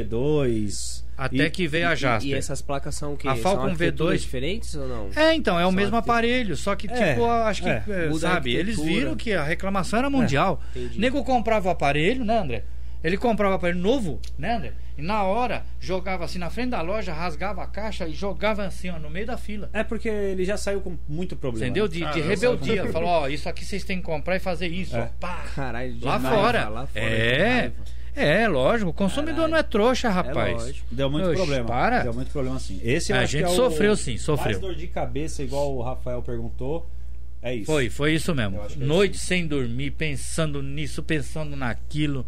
C: V2.
D: Até
C: e-
D: que veio a
A: E,
D: Jasper.
A: e essas placas são o quê?
D: A Falcon
A: são arquiteturas
D: V2?
A: diferentes ou não?
D: É, então, é o
A: Só
D: mesmo
A: que-
D: aparelho, só que,
C: É,
D: tipo, acho que,
C: é.
D: eh,
A: Muda a
D: sabe, eles
A: arquitetura. É,
D: viram que a reclamação era mundial.
A: entendi.
D: Nego comprava o aparelho, né, André? Ele comprava o aparelho novo, né, André? E na hora, jogava assim na frente da loja, rasgava a caixa e jogava assim, ó, no meio da fila.
C: É porque ele já saiu com muito problema.
D: Entendeu? De,
B: Ah,
D: de
B: eu
D: rebeldia. Falou, ó, isso aqui vocês têm que comprar e fazer isso,
C: É.
D: ó, pá.
A: Caralho, de
D: Lá
A: raiva,
D: fora.
A: Lá fora. de
D: É,
A: raiva.
D: é, lógico. O consumidor
A: Caralho.
D: não é trouxa,
A: É
D: rapaz.
A: lógico.
C: Deu muito
D: Oxe,
C: problema.
D: para.
C: Deu muito problema sim. Esse eu
D: A
C: acho que
D: gente
C: é o-
D: sofreu, sim, sofreu.
C: Mais dor de cabeça, igual o Rafael perguntou. É isso.
D: Foi, foi isso mesmo.
C: Eu acho que é
D: Noite sem dormir, pensando nisso, pensando naquilo.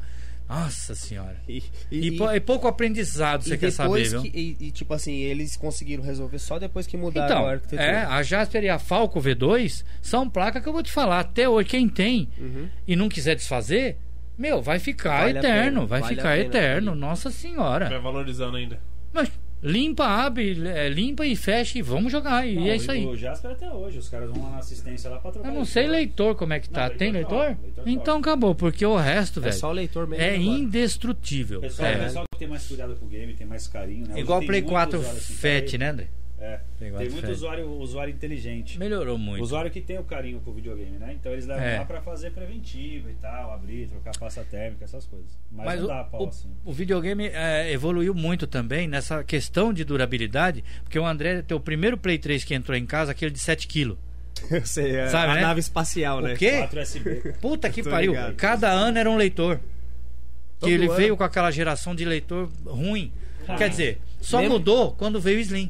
D: Nossa senhora.
A: E,
D: E,
A: e-
D: pou- e pouco aprendizado, você
A: e
D: quer saber,
A: depois
D: viu?
A: que- e, e, tipo assim, eles conseguiram resolver só depois que mudaram
D: Então,
A: a arquitetura.
D: é, a Jasper e a Falco V2 são placas que eu vou te falar. Até hoje, quem tem
A: Uhum.
D: e não quiser desfazer, meu, vai ficar
A: Vale a
D: eterno.
A: pena,
D: Vai
A: vale a
D: ficar
A: pena,
D: eterno.
A: vale.
D: Nossa senhora.
B: Vai valorizando ainda.
D: Mas limpa, abre, é, limpa e fecha e vamos jogar. E
C: Não,
D: é isso
C: e
D: aí.
C: O Jasper até hoje, os caras vão lá na assistência lá pra trocar.
D: Eu não
C: isso.
D: sei leitor como é que tá.
C: Não,
D: tem
C: leitor
D: leitor?
C: não, leitor não.
D: então acabou, porque o resto,
A: É
D: velho,
A: só o leitor mesmo.
D: é
A: agora.
D: indestrutível.
C: né, Pessoal,
D: É.
C: pessoal que tem mais cuidado com o game, tem mais carinho, né? Hoje
D: Igual
C: tem
D: Play
C: muito
D: 4
C: usuário assim,
D: FET,
C: tá
D: né, André?
C: aí? É. Tem
D: Play 4
C: muito
D: Fat.
C: usuário, usuário inteligente.
D: Melhorou muito.
C: Usuário que tem o carinho com o videogame, né? Então eles levam
D: É.
C: lá pra fazer preventivo e tal, abrir, trocar pasta térmica, essas coisas. Mas,
D: Mas
C: não
D: o,
C: dá pau
D: o-
C: assim.
D: o videogame é, evoluiu muito também nessa questão de durabilidade, porque o André tem o primeiro Play 3 que entrou em casa, aquele de 7kg.
A: Eu sei, é
D: Sabe,
A: a
D: né?
A: nave espacial, né?
D: O quê?
C: 4 USB, cara.
D: Puta que
A: Tô
D: pariu.
A: ligado.
D: Cada ano era um leitor.
A: Todo
D: que ele
A: ano.
D: veio com aquela geração de leitor ruim.
C: Ah.
D: Quer dizer, só
A: Lembra?
D: mudou quando veio o Slim.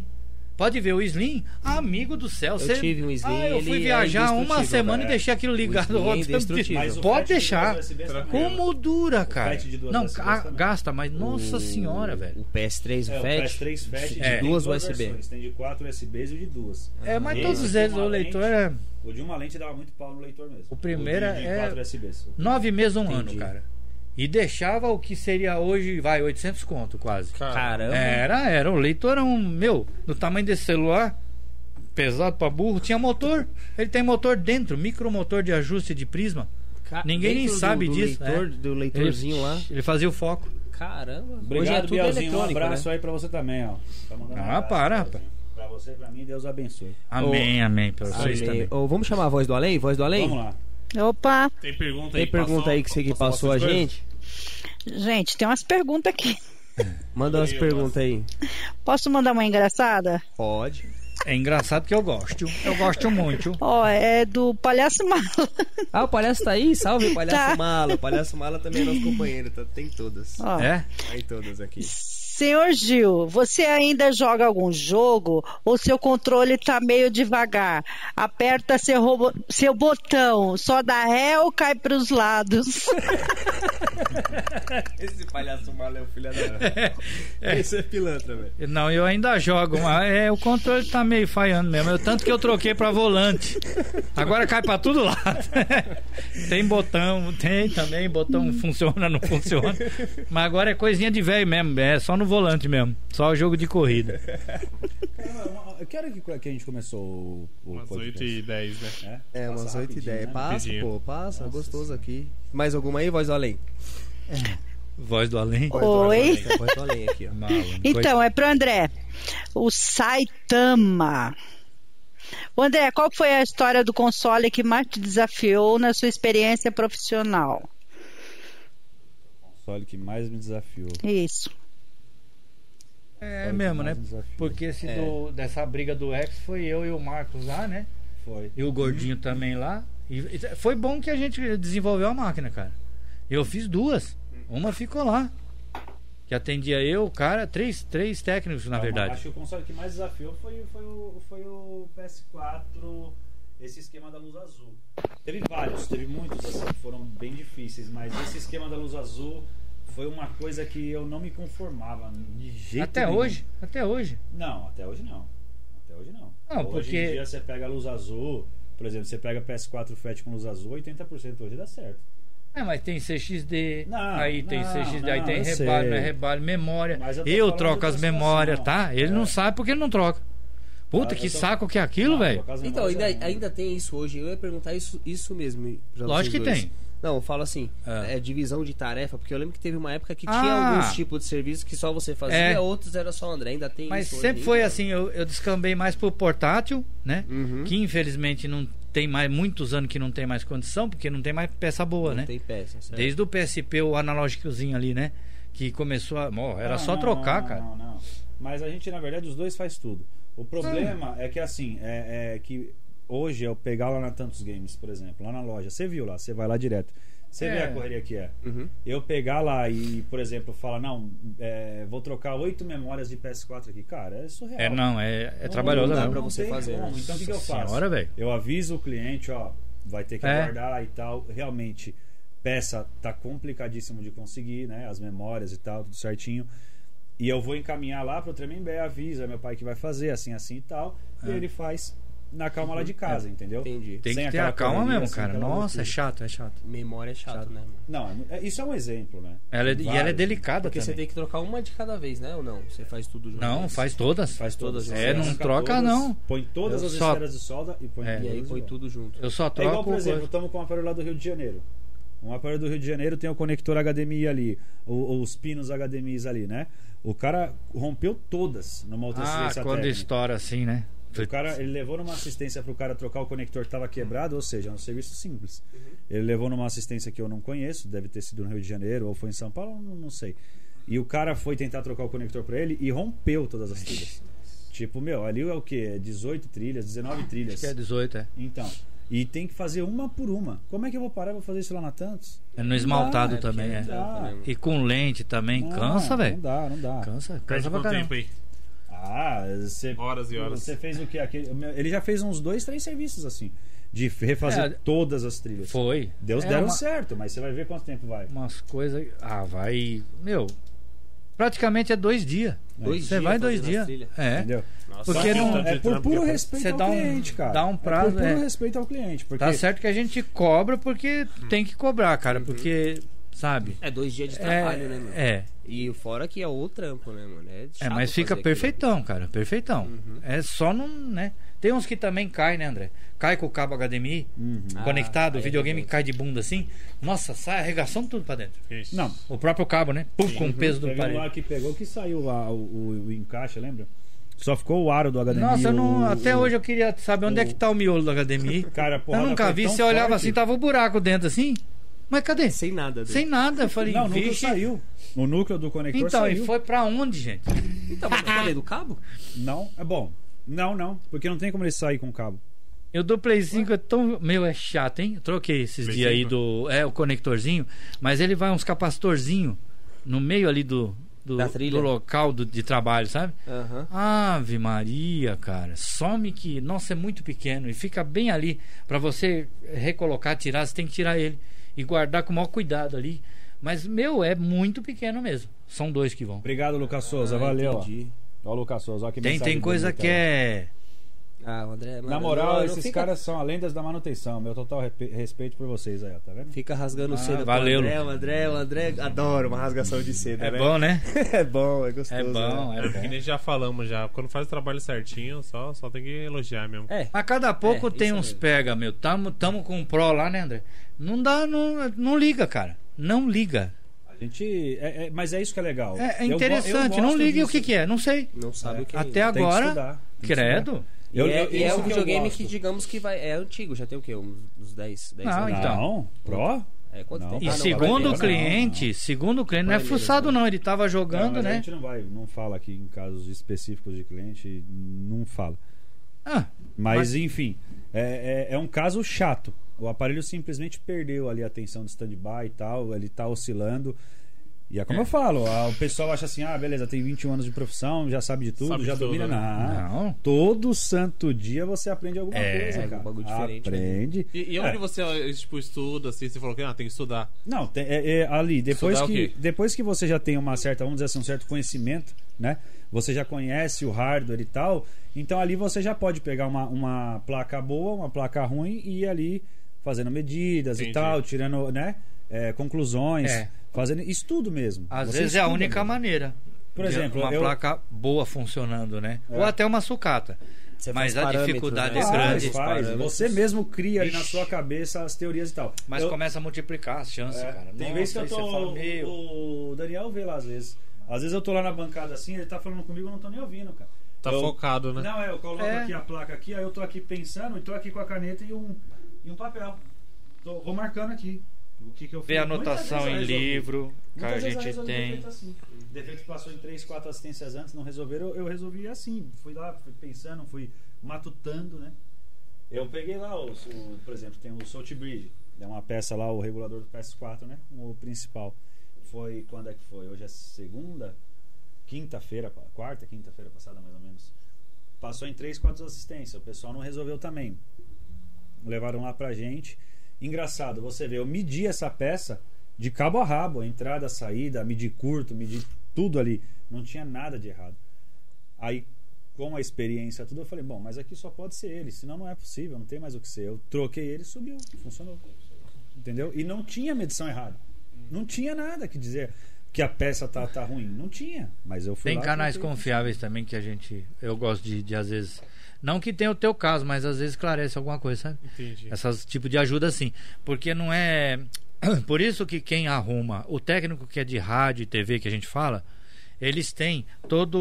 D: Pode ver, o Slim, amigo do céu.
A: Eu tive um Slim,
D: Ah, eu fui
A: ele é
D: viajar uma
A: indestrutível,
D: semana
A: cara.
D: e deixei aquilo ligado
A: O Slim é
D: rodando.
A: indestrutível. Mas
C: o
D: Pode
C: frete de
D: deixar.
C: duas USBs também, né?
D: Como dura, cara.
C: frete de duas
D: Não,
C: USB
D: a-
C: também.
D: gasta, mas nossa senhora, velho.
A: O PS3, o
C: É, o
A: FAT.
C: PS3 FAT de
D: É.
C: duas,
A: Duas USB.
C: versões. Tem de 4 USBs e o de duas.
D: É, mas
C: Esse
D: todos
C: de
D: eles,
C: uma
D: o leitor é
C: lente- O de uma lente dava muito pau no leitor mesmo.
D: O primeiro
C: de, de
D: é-
C: 4 USBs.
D: nove meses, um
A: Entendi.
D: ano, cara. E deixava o que seria hoje, vai, 800 conto quase.
A: Caramba.
D: Era, era. O leitor era um, meu, do tamanho desse celular, pesado pra burro, tinha motor. Ele tem motor dentro, micromotor de ajuste de prisma.
A: Ca-
D: Ninguém nem
A: dentro do-
D: sabe
A: do
D: disso,
A: leitor-
D: né?
A: Do
D: Ele-
A: leitorzinho lá.
D: Ele fazia o foco.
A: Caramba. Hoje é
C: Obrigado,
A: tudo
C: Bielzinho. Um
A: eletrônico,
C: abraço
A: né?
C: aí pra você também, ó. Tá mandando um
D: Ah,
C: abraço,
D: para,
C: Bielzinho. Pra você, pra mim, Deus abençoe.
D: Amém, amém, pra vocês
A: Além-
D: também.
A: Ou vamos chamar a voz do além? Voz do além?
C: Vamos lá.
E: Opa!
B: Tem pergunta aí
A: Tem pergunta aí que você que passou, a
B: bastante coisa?
A: gente?
E: Gente, tem umas perguntas aqui.
A: Manda umas perguntas aí.
E: Posso mandar uma engraçada?
A: Pode.
D: É engraçado que eu gosto. Eu gosto muito.
E: Ó, é do Palhaço Mala.
A: Ah, o palhaço tá aí? Salve, palhaço
E: Tá.
A: mala. O palhaço mala também é nosso companheiro. tá- Tem todas.
E: Ó,
D: É?
A: Tem todas aqui.
E: Senhor Gil, você ainda joga algum jogo ou seu controle tá meio devagar? Aperta seu, robo- seu botão, só dá ré ou cai pros lados?
A: Esse palhaço mala é o filho da. Esse é pilantra, velho.
D: Não, eu ainda jogo, mas é, o controle tá meio falhando mesmo. Eu, tanto que eu troquei pra volante. Agora cai pra todo lado. tem botão, tem também, botão funciona, não funciona. Mas agora é coisinha de velho mesmo, é só no volante mesmo. Só o jogo de corrida.
C: Cara, É, uma- Que hora que, que a gente começou o, o
B: Umas
C: podcast?
B: 8 e 10, né?
C: É,
A: É, umas
C: Passa
A: 8 e
C: rapidinho,
A: 10.
C: né?
A: Passa,
B: Rapidinho.
A: pô, passa. gostoso aqui. Mais alguma aí, voz do além?
D: Voz do além.
A: Voz do além,
E: Oi?
A: tá? Voz do além aqui, ó.
D: Malandro.
E: Então, é pro André. O Saitama. Ô, André, qual foi a história do console que mais te desafiou na sua experiência profissional?
C: Só ele que mais me desafiou.
E: Isso.
D: É mesmo, né?
C: Porque
D: Porque esse do- dessa briga do ex foi eu e o Marcos lá, né?
C: foi.
D: E o gordinho também lá. E e foi bom que a gente desenvolveu a máquina, cara. Eu fiz duas. Uma ficou lá. Que atendia eu, o cara, três, três técnicos, na
C: Calma,
D: verdade.
C: Então, Acho que o console que mais desafiou foi, foi, o, foi o PS4, esse esquema da luz azul. Teve vários, teve muitos assim, que foram bem difíceis, mas esse esquema da luz azul foi uma coisa que eu não me conformava de jeito
D: Até
C: nenhum.
D: hoje, até hoje.
C: Não, até hoje não. Até hoje não.
D: Não,
C: hoje
D: porque-
C: em dia você pega a luz azul, por exemplo, você pega PS4 FET com luz azul, 80% hoje dá certo.
D: É, mas tem CXD,
C: Não,
D: aí tem
C: não,
D: CXD, aí
C: não,
D: tem
C: eu
D: rebalho,
C: sei.
D: não é rebalho, memória.
C: Mas eu tô
D: Eu
C: falando
D: troco
C: de
D: as
C: outra
D: memórias,
C: situação.
D: tá? Ele não
C: É.
D: sabe porque ele não troca. Puta,
C: Ah,
D: que
C: eu tô-
D: saco que é aquilo,
C: Não, é um
D: velho.
C: por causa da
A: Então,
C: luz
A: ainda,
C: azul,
A: ainda tem isso hoje. Eu ia perguntar isso, isso mesmo. pra
D: Lógico
A: vocês
D: que
A: dois.
D: tem.
A: Não, eu falo assim,
D: Ah.
A: é divisão de tarefa, porque eu lembro que teve uma época que
D: Ah.
A: tinha alguns tipos de serviço que só você fazia,
D: É.
A: outros era só o André. Ainda tem
D: Mas
A: isso hoje
D: sempre
A: ainda?
D: foi assim, eu, eu descambei mais pro portátil, né?
A: Uhum.
D: Que infelizmente não tem mais, muitos anos que não tem mais condição, porque não tem mais peça boa,
A: Não
D: né?
A: tem peça,
C: é.
A: certo?
D: Desde o PSP, o analógicozinho ali, né? Que começou a. Ó, era
C: Não,
D: só
C: não,
D: trocar,
C: não,
D: cara.
C: Não, não. Mas a gente, na verdade, os dois faz tudo. O problema é que, assim, é, é que hoje eu pegar lá na Tantos Games, por exemplo, lá na loja, você viu lá, você vai lá direto. Você
D: É.
C: vê a correria que é.
A: Uhum.
C: Eu pegar lá e, por exemplo, falar, não, é, vou trocar oito memórias de PS4 aqui, cara, é surreal.
D: É, não, é, é
C: Não,
D: trabalhoso,
A: não dá
D: não.
A: pra você
C: tem
A: fazer,
C: como.
A: né?
C: Então o que, que eu
D: Nossa
C: faço?
D: senhora, velho.
C: Eu aviso o cliente, ó, vai ter que
D: É.
C: aguardar e tal. Realmente, peça tá complicadíssimo de conseguir, né? As memórias e tal, tudo certinho. E eu vou encaminhar lá pro Tremembé, avisa meu pai que vai fazer, assim, assim e tal. E ele faz na calma lá de casa, entendeu?
A: Entendi.
D: É. Uhum. Tem
C: Sem
D: que ter a
C: aquela
D: calma
C: correria,
D: mesmo,
C: sem
D: cara.
C: aquela assim,
D: Nossa,
C: então loucura.
D: é chato, é chato.
A: Memória é chato, né, mano?
C: Não, é- isso é um exemplo, né?
D: Ela é- e ela é
C: Vários.
D: delicada
A: Porque você
D: também.
A: tem que trocar uma de cada vez, né? Ou não? Você faz tudo de uma
D: Não,
A: vez?
D: faz todas.
C: Faz todas.
A: todas,
C: as
A: é,
C: vezes,
D: não
C: saca
D: troca, não.
C: Põe todas
D: Eu
C: as
D: só-
C: esferas de solda e põe
D: É.
A: E
C: todas
A: aí
C: de
A: põe
C: volta.
A: tudo junto.
D: Eu só
C: É
D: troco.
C: igual, por exemplo,
D: coisa.
C: estamos com um aparelho lá do Rio de Janeiro. Um aparelho do Rio de Janeiro tem o conector HDMI ali, o- os pinos HDMIs ali, né? O cara rompeu todas numa outra
D: Ah,
C: assistência
D: quando
C: técnica.
D: estoura assim, né?
C: O cara, ele levou numa assistência pro cara trocar o conector que tava quebrado, ou seja, é um serviço simples.
D: Uhum.
C: Ele levou numa assistência que eu não conheço, deve ter sido no Rio de Janeiro ou foi em São Paulo, não, não sei. E o cara foi tentar trocar o conector pra ele e rompeu todas as trilhas. tipo, meu, ali é o quê? 18 trilhas, 19 trilhas.
D: Acho que é 18, é.
C: Então. E tem que fazer uma por uma. Como é que eu vou parar e vou fazer isso lá na Tantos?
D: É no esmaltado
C: dá,
D: também, é.
C: porque não dá.
D: E com lente também. cansa,
C: Não,
D: velho.
C: Não dá, não dá.
D: Cansa,
B: Perde
D: cansa pra
B: quanto
D: caramba.
B: tempo aí?
C: Ah, você.
B: Horas e horas.
C: Você fez o que? Ele já fez uns dois, três serviços assim. De refazer
D: É,
C: todas as trilhas.
D: Foi.
C: Deus
D: É
C: deram
D: uma- É.
C: certo, mas você vai ver quanto tempo vai.
D: umas coisas. Ah, vai. Meu, praticamente é dois dias.
A: Dois
D: Você
A: dias
D: vai dois
A: fazendo as
D: dias.
A: trilhas.
D: É.
C: Entendeu?
B: Nossa,
D: Porque
B: só
D: não-
B: um tanto
C: é
B: de
C: por
B: trampo
C: puro
B: que-
C: respeito
D: Você
C: ao
D: dá um-
C: cliente, cara.
D: dá um prazo,
C: É por puro
D: é.
C: respeito ao cliente. Porque
D: Tá certo que a gente cobra porque tem que cobrar, cara. Porque, sabe?
A: Hum. Uhum. É dois dias de
D: É,
A: trabalho, né, mano?
D: é,
A: E fora que é o trampo, né, mano? É,
D: é,
A: chato
D: mas fica
A: fazer aquilo. Uhum.
D: perfeitão, cara. Perfeitão. É só não, né? Tem uns que também caem, né, André? Cai com o cabo HDMI
A: Ah,
D: conectado,
A: aí é
D: o videogame
A: doido.
D: cai de bunda assim. Nossa, sai arregaçando tudo pra dentro.
B: Ixi.
C: Não,
D: O próprio cabo, né? Pum, com o peso do
C: teve um lá
D: aparelho.
C: que pegou que saiu lá o, o- o encaixe, lembra? Só ficou o aro do HDMI.
D: Nossa, eu não,
C: o-
D: até hoje eu queria saber onde é que tá o miolo da HDMI.
C: Cara, porra,
D: eu nunca vi, você olhava assim, tava um buraco dentro assim. Mas cadê?
A: Sem nada. né? Dele.
D: Sem nada. Eu falei,
C: Não, o núcleo
D: vixe.
C: saiu. O núcleo do conector
D: Então,
C: saiu.
D: e foi pra onde, gente?
A: Então, mas eu falei do cabo?
C: Não, é bom. Não, não. Porque não tem como ele sair com o cabo.
D: Eu do Play 5 é tão. Meu, é chato, hein? Eu troquei esses
B: Play
D: dias aí
B: 5?
D: do. É, o conectorzinho. Mas ele vai uns capacitorzinho no meio ali do. Do,
A: Da trilha?
D: do local do- de trabalho, sabe?
A: Aham.
D: Ave Maria, cara. Some que. Nossa, é muito pequeno. E fica bem ali. Pra você recolocar, tirar, você tem que tirar ele. E guardar com o maior cuidado ali. Mas, meu, é muito pequeno mesmo. São dois que vão.
C: Obrigado, Lucas Souza.
A: Ah,
C: valeu. ó.
A: entendi.
C: Ó, o Lucas Souza. Ó, que
D: Tem,
C: mensagem
D: tem coisa
C: bonita,
D: que
C: ó.
D: é.
A: Ah, o André, mano,
C: Na moral,
A: não- não
C: esses
A: fica-
C: caras são a lendas da manutenção. Meu total repe- respeito por vocês aí, ó, tá vendo?
A: Fica rasgando seda
D: Ah, valeu,
A: pro André, o André, o André. Adoro uma rasgação de seda,
D: É
A: né?
D: bom, né?
A: é bom, é gostoso.
D: É bom,
A: né?
D: é
B: Que
D: bom.
B: nem já falamos já. Quando faz o trabalho certinho, só, só tem que elogiar mesmo.
A: É.
D: A cada pouco
A: É,
D: tem
A: isso
D: uns
A: mesmo.
D: pega, meu. Tamo, tamo com um Pro lá, né, André? Não dá, não, não liga, cara. Não liga.
C: A gente. é- é- mas é isso que é legal.
D: É- É,
C: Eu go- eu
D: interessante, não
C: gosto
D: liga e o
C: disso.
D: que, que é, não sei.
A: Não sabe o que
D: Até
A: é.
C: Tem que
D: agora.
C: estudar, tem que estudar.
D: Credo.
A: E
C: Eu-
A: é,
C: eu-
A: e é
C: isso
A: um
C: eu
A: videogame
C: gosto.
A: que, digamos que vai. É antigo, já tem o quê? Uns, uns 10, 10
D: Ah,
A: anos.
D: então.
C: Não, pró?
A: É, quanto
C: Não.
A: tempo?
D: E
A: Ah, não,
D: segundo
A: vai
D: o
A: ver.
D: cliente, segundo o cliente, não é
A: Vai ver,
D: fuçado, não. Ele tava
C: Não,
D: jogando,
C: mas A
D: né?
C: gente não vai, não fala aqui em casos específicos de cliente, não fala.
D: Ah,
C: Mas, enfim, é, é- é um caso chato. O aparelho simplesmente perdeu ali a tensão de stand-by e tal, ele tá oscilando. E é como eu falo, a- o pessoal acha assim: ah, beleza, tem 21 anos de profissão, já sabe de tudo,
B: Sabe
C: já
B: de tudo,
C: domina.
B: né?
C: Não.
D: não.
C: Todo santo dia você aprende alguma
D: É,
C: coisa,
A: algum
C: cara.
A: bagulho diferente, né?
C: aprende.
B: E, e
C: É.
B: onde você ó, tipo, estuda, assim, você falou que ah, tem que estudar.
C: Não, tem- é, é, ali, depois
B: Estudar o
C: que,
B: quê?
C: depois que você já tem uma certa, vamos dizer assim, um certo conhecimento, né? Você já conhece o hardware e tal, então ali você já pode pegar uma, uma placa boa, uma placa ruim e ir ali fazendo medidas e
B: Entendi.
C: tal, tirando, né? é, conclusões,
D: É.
C: fazendo estudo mesmo.
D: Às
C: Você
D: vezes é a
C: estuda
D: única
C: mesmo.
D: maneira.
C: né? Por
D: de
C: exemplo,
D: uma
C: eu-
D: placa boa funcionando, né?
C: É.
D: Ou até uma sucata.
A: Você
D: Mas
A: faz
D: a
A: parâmetros,
D: dificuldade
A: né?
D: é
C: Faz,
D: grande.
C: Ah, faz.
A: parâmetros.
C: Você mesmo cria ali na
D: Ixi.
C: sua cabeça as teorias e tal.
D: Mas
C: Eu-
D: começa a multiplicar as chances,
C: É,
D: cara.
C: Tem
D: Nossa,
C: vezes que eu
D: aí
C: tô.
D: você fala, meu.
C: O Daniel vê lá às vezes. Às vezes eu tô lá na bancada assim, ele tá falando comigo, eu não tô nem ouvindo, cara.
B: Tá
C: Eu-
B: focado, né?
C: Não, é, eu coloco
D: É.
C: aqui a placa aqui, aí eu tô aqui pensando e tô aqui com a caneta e um, e um papel. Tô- vou marcando aqui. O que, que eu
D: Vê
C: fiz.
D: a
C: Muitas
D: anotação
C: vezes eu
D: em
C: resolvi.
D: livro que
C: Muitas
D: a
C: vezes eu
D: gente
C: resolvi
D: tem.
C: defeito assim. Defeito passou em 3, 4 assistências antes, não resolveram, eu- eu resolvi assim. Fui lá, fui pensando, fui matutando, né? Eu peguei lá, o, o- por exemplo, tem o Salt Bridge, é uma peça lá, o regulador do PS4, né? O principal. Foi quando é que foi? Hoje é segunda? Quinta-feira, pa- quarta, quinta-feira passada, mais ou menos. Passou em 3, 4 assistências, o pessoal não resolveu também. Levaram lá pra gente. Engraçado, você vê, eu medi essa peça de cabo a rabo, a entrada, a saída, medi curto, medi tudo ali. Não tinha nada de errado. Aí, com a experiência tudo, eu falei, bom, mas aqui só pode ser ele, senão não é possível, não tem mais o que ser. Eu troquei ele, subiu, funcionou. Entendeu? E não tinha medição errada. Não tinha nada que dizer que a peça tá, tá ruim. Não tinha. Mas eu fui
D: Tem
C: lá,
D: canais
C: troquei.
D: confiáveis também que a gente. Eu gosto de, de, às vezes. Não que tenha o teu caso, mas às vezes esclarece alguma coisa, sabe?
B: Entendi.
D: Essas tipo de ajuda sim. Porque não é. Por isso que quem arruma, o técnico que é de rádio e TV que a gente fala, eles têm todo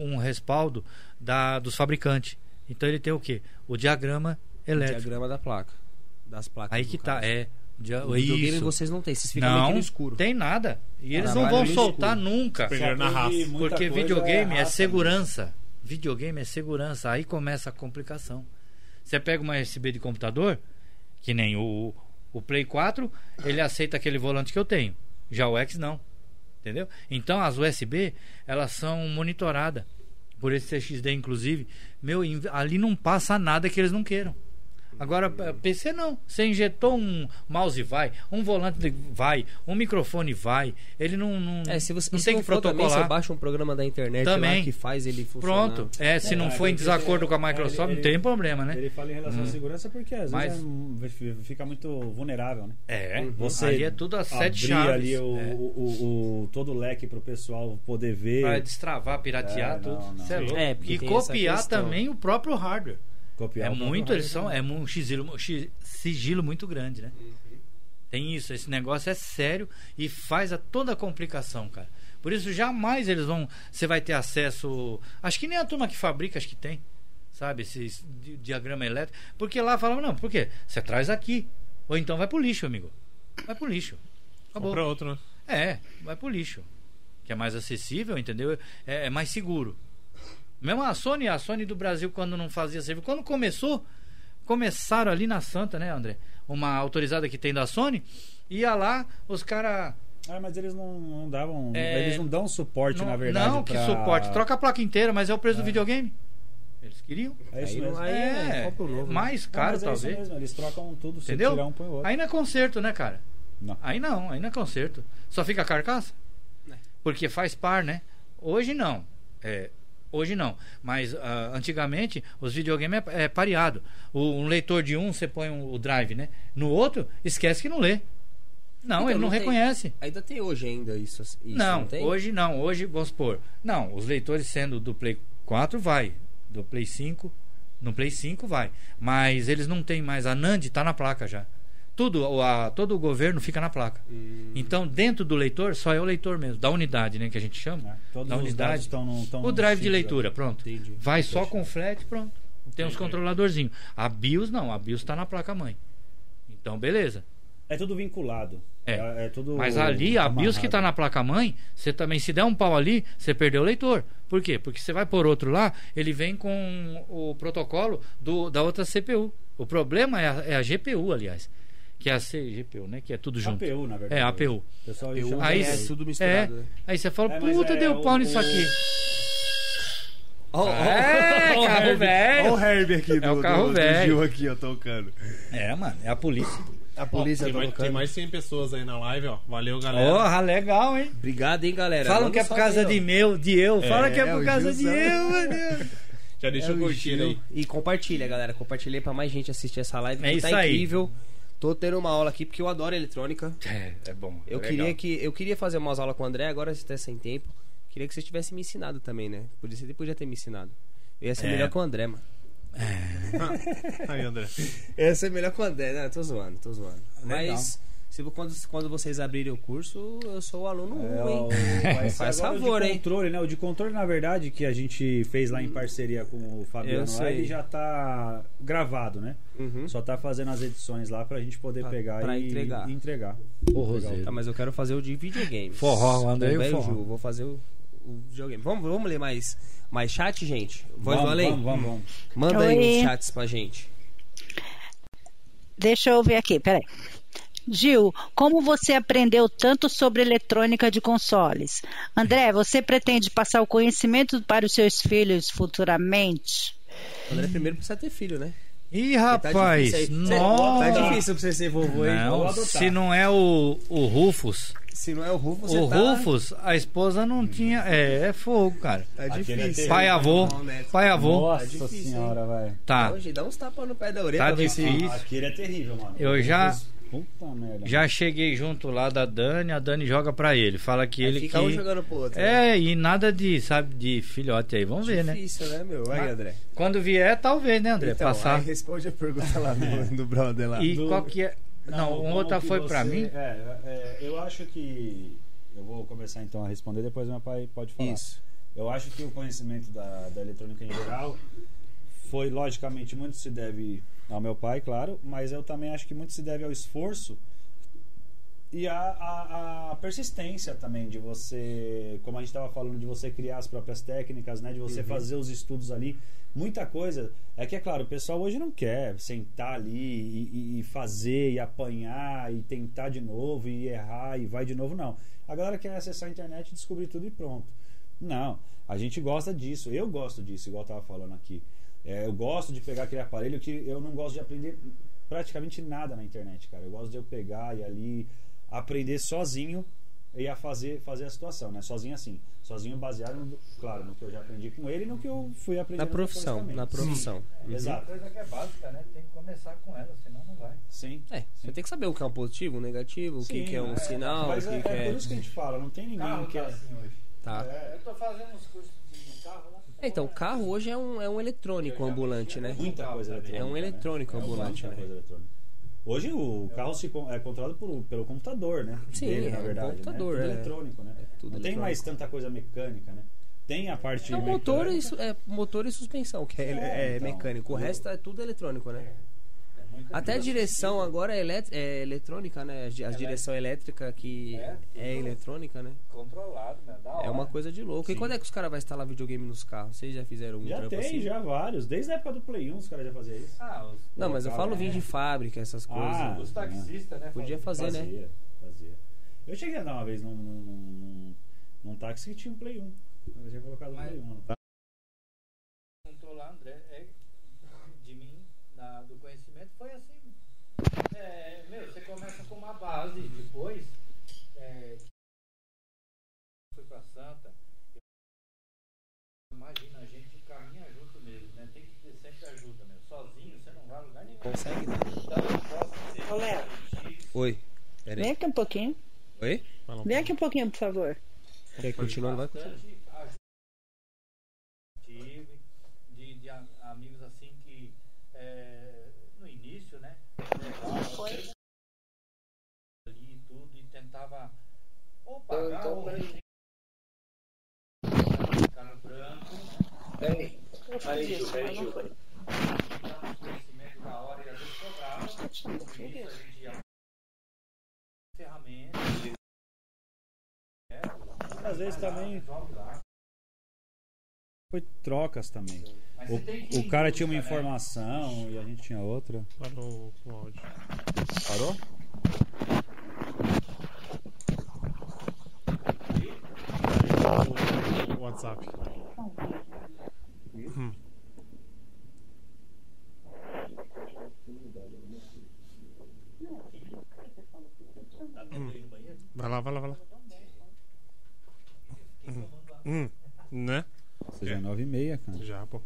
D: um respaldo da, dos fabricantes. Então ele tem o quê? O diagrama elétrico.
A: Diagrama da placa. Das placas.
D: Aí
A: no
D: que
A: caso.
D: tá, é. dia-
A: O videogame
D: isso.
A: vocês não têm, vocês ficam meio que
D: Não,
A: no escuro.
D: tem nada. E eles não
A: Trabalho
D: vão
A: no
D: soltar nunca.
B: Aprender na raça.
C: Aprendi muita
D: Porque
C: coisa,
D: videogame é,
C: raça, né?
D: segurança. Videogame é segurança. Aí começa a complicação. Você pega uma USB de computador, que nem o, o Play 4, ele aceita aquele volante que eu tenho. Já o X não. Entendeu? Então as USB, elas são monitoradas. Por esse CXD, inclusive. Meu, em- ali não passa nada que eles não queiram. Agora, p- PC não. Você injetou um mouse vai, um volante de- vai, um microfone vai. Ele não. não
A: É, se você
D: não
A: se
D: tem
A: não
D: que
A: for também, você
D: protocolar.
A: baixa um programa da internet
D: Também.
A: lá que faz ele funcionar.
D: Pronto. É, se não
C: É,
D: for em
C: ele-
D: desacordo com a Microsoft,
C: ele-
D: não tem problema, né?
C: Ele fala em relação à segurança porque às
D: Mas-
C: vezes é um- fica muito vulnerável, né?
D: É.
C: Você
D: ali é tudo a sete
C: abrir
D: chaves.
C: ali o,
D: É.
C: o- o- o- todo o leque pro pessoal poder ver,
D: Pra destravar, piratear
C: É,
D: tudo.
C: não, não.
D: Cê é louco.
A: É, porque
D: e
A: tem essa
D: copiar
A: questão.
D: também o próprio hardware.
C: copiar. o
D: É
C: próprio né?
D: muito,
C: hardware.
D: eles são, é um sigilo, xi- sigilo muito grande, né? Tem isso, esse negócio é sério e faz a toda a complicação, cara. Por isso jamais eles vão. Você vai ter acesso. Acho que nem a turma que fabrica, acho que tem. Sabe, esse esse di- diagrama elétrico. Porque lá falava, não, por quê? Você traz aqui. Ou então vai pro lixo, amigo. Vai pro lixo. Acabou.
B: Compra outro, né?
D: É, vai pro lixo. Que é mais acessível, entendeu? É, é mais seguro. Mesmo a Sony, a Sony do Brasil, quando não fazia serviço. Quando começou, começaram ali na Santa, né, André? Uma autorizada que tem da Sony, ia lá, os caras.
C: Ah, mas eles não, não davam.
D: É,
C: Eles não dão suporte, na verdade.
D: Não, que
C: pra-
D: suporte. Troca a placa inteira, mas é o preço do videogame. Eles queriam.
C: É isso
A: Aí não-
C: mesmo.
A: aí é, compra o novo, né?
D: mais
C: Não,
D: caro,
C: mas é isso
D: talvez.
C: mesmo, Eles trocam tudo, se
D: Entendeu?
C: tirar um põe o outro.
D: Aí não é conserto, né, cara?
C: Não.
D: Aí não, aí não é conserto. Só fica a carcaça?
A: É.
D: Porque faz par, né? Hoje não. É, hoje não. Mas ah, antigamente os videogames é, é pareado. O, um leitor de um, você põe um- o drive, né? No outro, esquece que não lê. Não,
A: Então,
D: ele não,
A: não tem-
D: reconhece.
A: Ainda tem hoje ainda isso. isso
D: não,
A: tem?
D: hoje não. Hoje, vamos supor. Não, os leitores sendo do Play 4 vai. Do Play 5. No Play 5 vai. Mas eles não têm mais. A NAND tá na placa já. Tudo, o- a, todo o governo fica na placa.
A: Hum.
D: Então, dentro do leitor, só é o leitor mesmo. Da unidade, né? Que a gente chama.
C: É, todos
D: da
C: os dados
D: unidade.
C: estão no. estão
D: O
C: no
D: drive de
C: sítio,
D: leitura, pronto.
A: Ah, Entendi.
D: Vai só com flat, pronto. Tem uns controladorzinhos. A BIOS não. A BIOS tá na placa mãe. Então, beleza.
C: É tudo vinculado.
D: É.
C: tudo
D: Mas ali, a BIOS que está
C: Tá amarrado.
D: na placa-mãe, você também, se der um pau ali, você perdeu o leitor. Por quê? Porque você vai por outro lá, ele vem com o protocolo do, da outra CPU. O problema é a, é a GPU, aliás. Que é a CGPU, né? Que é tudo junto.
C: APU, na verdade.
D: É, APU.
C: O pessoal
A: Eu-
C: chama
D: Aí
C: de-
A: é
D: cê-
A: tudo misturado, né?
D: Aí você fala,
C: É, mas
D: puta,
C: é,
D: deu pau
C: o-
D: nisso
C: o-
D: aqui.
A: Ó, ó,
D: É,
A: ó,
D: carro
A: Herbie.
F: Olha
D: velho.
F: o Herbie aqui do,
D: É o carro
F: do, do
D: velho.
F: Gil aqui, ó, tocando.
D: É, mano, é a polícia.
F: A
B: Ó,
F: polícia
A: tá
B: tem, mais,
F: tocando.
B: tem mais 100 pessoas aí na live, ó. Valeu, galera.
D: Porra, legal, hein?
A: Obrigado, hein, galera.
D: Falam
A: Manda
D: que é
A: um
D: por
A: salve
D: causa
A: aí, ó.
D: de meu, de eu. Fala que é
F: É,
D: por
F: o
D: causa de
F: Gil sabe.
D: eu, meu Deus.
B: Já deixa
A: É
B: eu
A: o
B: curtir
A: Gil.
B: aí.
A: E compartilha, galera. Compartilha pra mais gente assistir essa live.
D: É
A: que tá
D: isso aí.
A: incrível. Tô tendo uma aula aqui porque eu adoro eletrônica.
D: É, é bom.
A: Eu queria que eu queria fazer umas aulas com o André, agora você tá sem tempo. Queria que você tivesse me ensinado também, né? Podia, você podia ter me ensinado. Eu ia ser
D: É.
A: melhor com o André, mano.
B: Aí, André.
A: Eu ia ser melhor com o André, né? Tô zoando, tô zoando.
D: Legal.
A: Mas se, vo- quando, quando vocês abrirem o curso, eu sou o aluno 1,
C: É,
A: hein?
C: o- vai ser
A: Faz
C: agora é o
A: favor,
C: de
A: hein? Hum.
C: controle, né? O de controle, na verdade, que a gente fez lá em parceria com o
A: Eu
C: Fabiano, lá,
A: sei.
C: ele já tá gravado, né?
A: Uhum.
C: Só tá fazendo as edições lá pra gente poder
A: Pra-
C: pegar
A: pra
C: e
A: entregar.
C: e entregar.
D: Ô, Roseiro.
A: Tá, mas eu quero fazer o de videogame.
D: Forró, o André e o forró.
A: Vou fazer o, o videogame. Vamos, vamos ler mais, mais chat, gente? Voz do
C: vamos,
A: além?
C: vamos, vamos, vamos.
A: Manda aí
E: Oi.
A: uns chats pra gente.
E: Deixa eu ver aqui, peraí. Gil, como você aprendeu tanto sobre eletrônica de consoles? André, você pretende passar o conhecimento para os seus filhos futuramente?
A: O André primeiro precisa ter filho, né?
D: Ih,
A: Tá
D: rapaz,
A: difícil aí. Cê-
D: nossa.
A: Tá difícil pra você ser vovô, hein?
D: Não,
A: Vou adotar.
D: se não é o, o Rufus,
A: Se não é o Rufo, você
D: o
A: tá...
D: Rufus, a esposa não tinha. É, é fogo, cara.
F: Tá
C: Aquele é
F: difícil.
C: terrível.
D: Pai avô,
A: Não, né?
D: pai avô,
C: Nossa
A: difícil,
C: senhora, vai.
D: tá.
A: Hoje dá uns tapas no pé da orelha
D: Tá
A: pra ver se-
D: difícil.
C: Aquele é terrível, mano.
D: Eu já,
C: Puta merda.
D: já cheguei junto lá da Dani, a Dani joga pra ele, fala que
A: Aí
D: ele
A: fica um
D: que
A: jogando pro outro. né?
D: é e nada de, sabe, de filhote aí. Vamos ver, né?
A: Difícil, né, meu? Aí,
D: Mas-
A: André.
D: Quando vier, talvez, né, André?
A: Então,
D: Passar.
F: Aí responde a pergunta lá do, do brother lá.
D: E
C: do-
D: qual que é? Não, uma
C: como
D: outra
C: que
D: foi pra
C: você-
D: mim.
C: É, é, eu acho que. Eu vou começar então a responder, depois meu pai pode falar.
A: Isso.
C: Eu acho que o conhecimento da, da eletrônica em geral foi, logicamente, muito se deve ao meu pai, claro, mas eu também acho que muito se deve ao esforço e à à- à persistência também de você, como a gente estava falando, de você criar as próprias técnicas, né? De você fazer os estudos ali. Muita coisa. É que, é claro, o pessoal hoje não quer sentar ali e, e- e fazer, e apanhar, e tentar de novo, e errar, e vai de novo, não. A galera quer acessar a internet e descobrir tudo e pronto. Não, a gente gosta disso. Eu gosto disso, igual eu tava falando aqui. É, eu gosto de pegar aquele aparelho que eu não gosto de aprender praticamente nada na internet, cara. Eu gosto de eu pegar e ali aprender sozinho e a fazer, fazer a situação, né? Sozinho assim. Sozinho baseado, no- claro, no que eu já aprendi com ele e no que eu fui aprendendo
A: Na profissão,
C: depois também.
A: na profissão. Uhum.
C: Sim, Exato.
D: coisa que é básica, né? Tem que começar com ela, senão não vai.
C: Sim.
A: É, você tem que saber o que é um positivo, um negativo, o que,
C: Sim,
A: que é um sinal, o
C: Mas
A: que,
C: é,
A: que
C: é
A: é...
C: por isso que a gente fala, não tem ninguém que é...
A: Tá.
D: Eu tô fazendo uns cursos de carro, né?
A: É, Então, carro hoje é um, é um eletrônico ambulante, né?
C: Muita coisa eletrônica.
A: É um
C: né?
A: eletrônico ambulante,
C: muita
A: né?
C: coisa eletrônica. Hoje o carro se con- é controlado por- pelo computador, né?
A: Sim,
C: Dele, na
A: é um
C: verdade. né?
A: computador,
C: Tudo
A: é.
C: eletrônico, né?
A: tudo
C: Não tem
A: eletrônico.
C: mais tanta coisa mecânica, né? Tem a parte.
A: É o motor
C: mecânica.
A: e, su- é, motor e suspensão, que é, é
C: então.
A: mecânico. O resto é tudo eletrônico, né? Até a direção agora é, elét- é eletrônica, né? A di- A direção elétrica que
D: É, tudo.
A: é eletrônica, né?
D: Controlado, né? Da hora.
A: É uma coisa de louco. E quando é que os caras vão instalar videogame nos carros? Vocês já fizeram um
C: Já
A: trampo
C: tem,
A: assim?
C: já vários. Desde a época do Play 1 os caras já faziam isso.
D: Ah, os,
A: Não, mas eu falo
C: Colocar,
A: vir de fábrica, essas coisas.
C: É. Ah,
D: os taxistas, né?
A: é. Podia fazer,
C: fazia,
A: né?
C: Fazia. Eu cheguei a andar uma vez num, num, num, num táxi que tinha um Play 1. Eu tinha colocado um
D: Mas-
C: Play 1. no táxi.
D: controlar, André, é de mim, da- do conhecimento, foi assim. É, meu, você começa com uma base, depois é, fui pra Santa. Imagina, a gente caminha junto mesmo, né? Tem que ter sempre ajuda, meu. Sozinho, você não vai a lugar nenhum.
A: Consegue não.
E: Ô, Léo,
A: Oi. Pera
E: vem
A: aí.
E: aqui um pouquinho.
A: Oi?
E: Vem aqui um pouquinho, por favor.
A: Quer continuar? Vai continuar.
D: bastante ajuda tive de, de a- amigos assim que é, no início, né? levava Ali e tudo e tentava ou pagar ou ficar no branco, né? Peraí, peraí, Gil, peraí, Gil. conhecimento na hora e às vezes cobrava. Com isso, a gente ia ferramentas,
C: Às vezes também
D: vamos lá.
C: foi trocas também. O, o cara tinha uma informação e a gente tinha outra.
B: Parou o áudio.
C: Parou?
B: O WhatsApp. Hum. Vai lá, vai lá, vai lá. Hum. Hum. Né?
C: Você já é 9 e meia, cara.
B: Já, pô.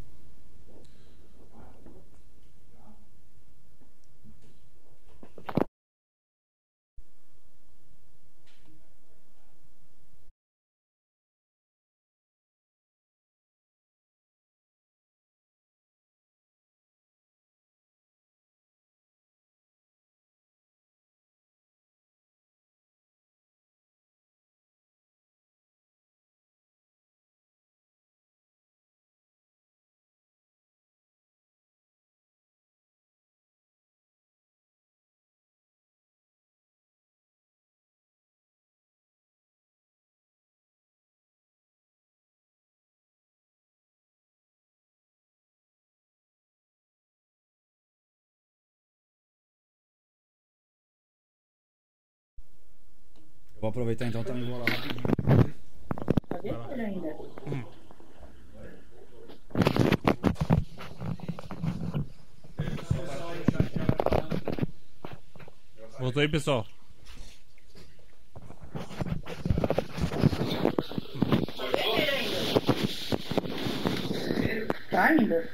C: Eu vou aproveitar então também vou lá rapidinho.
B: Voltou aí, pessoal.
E: Tá ainda?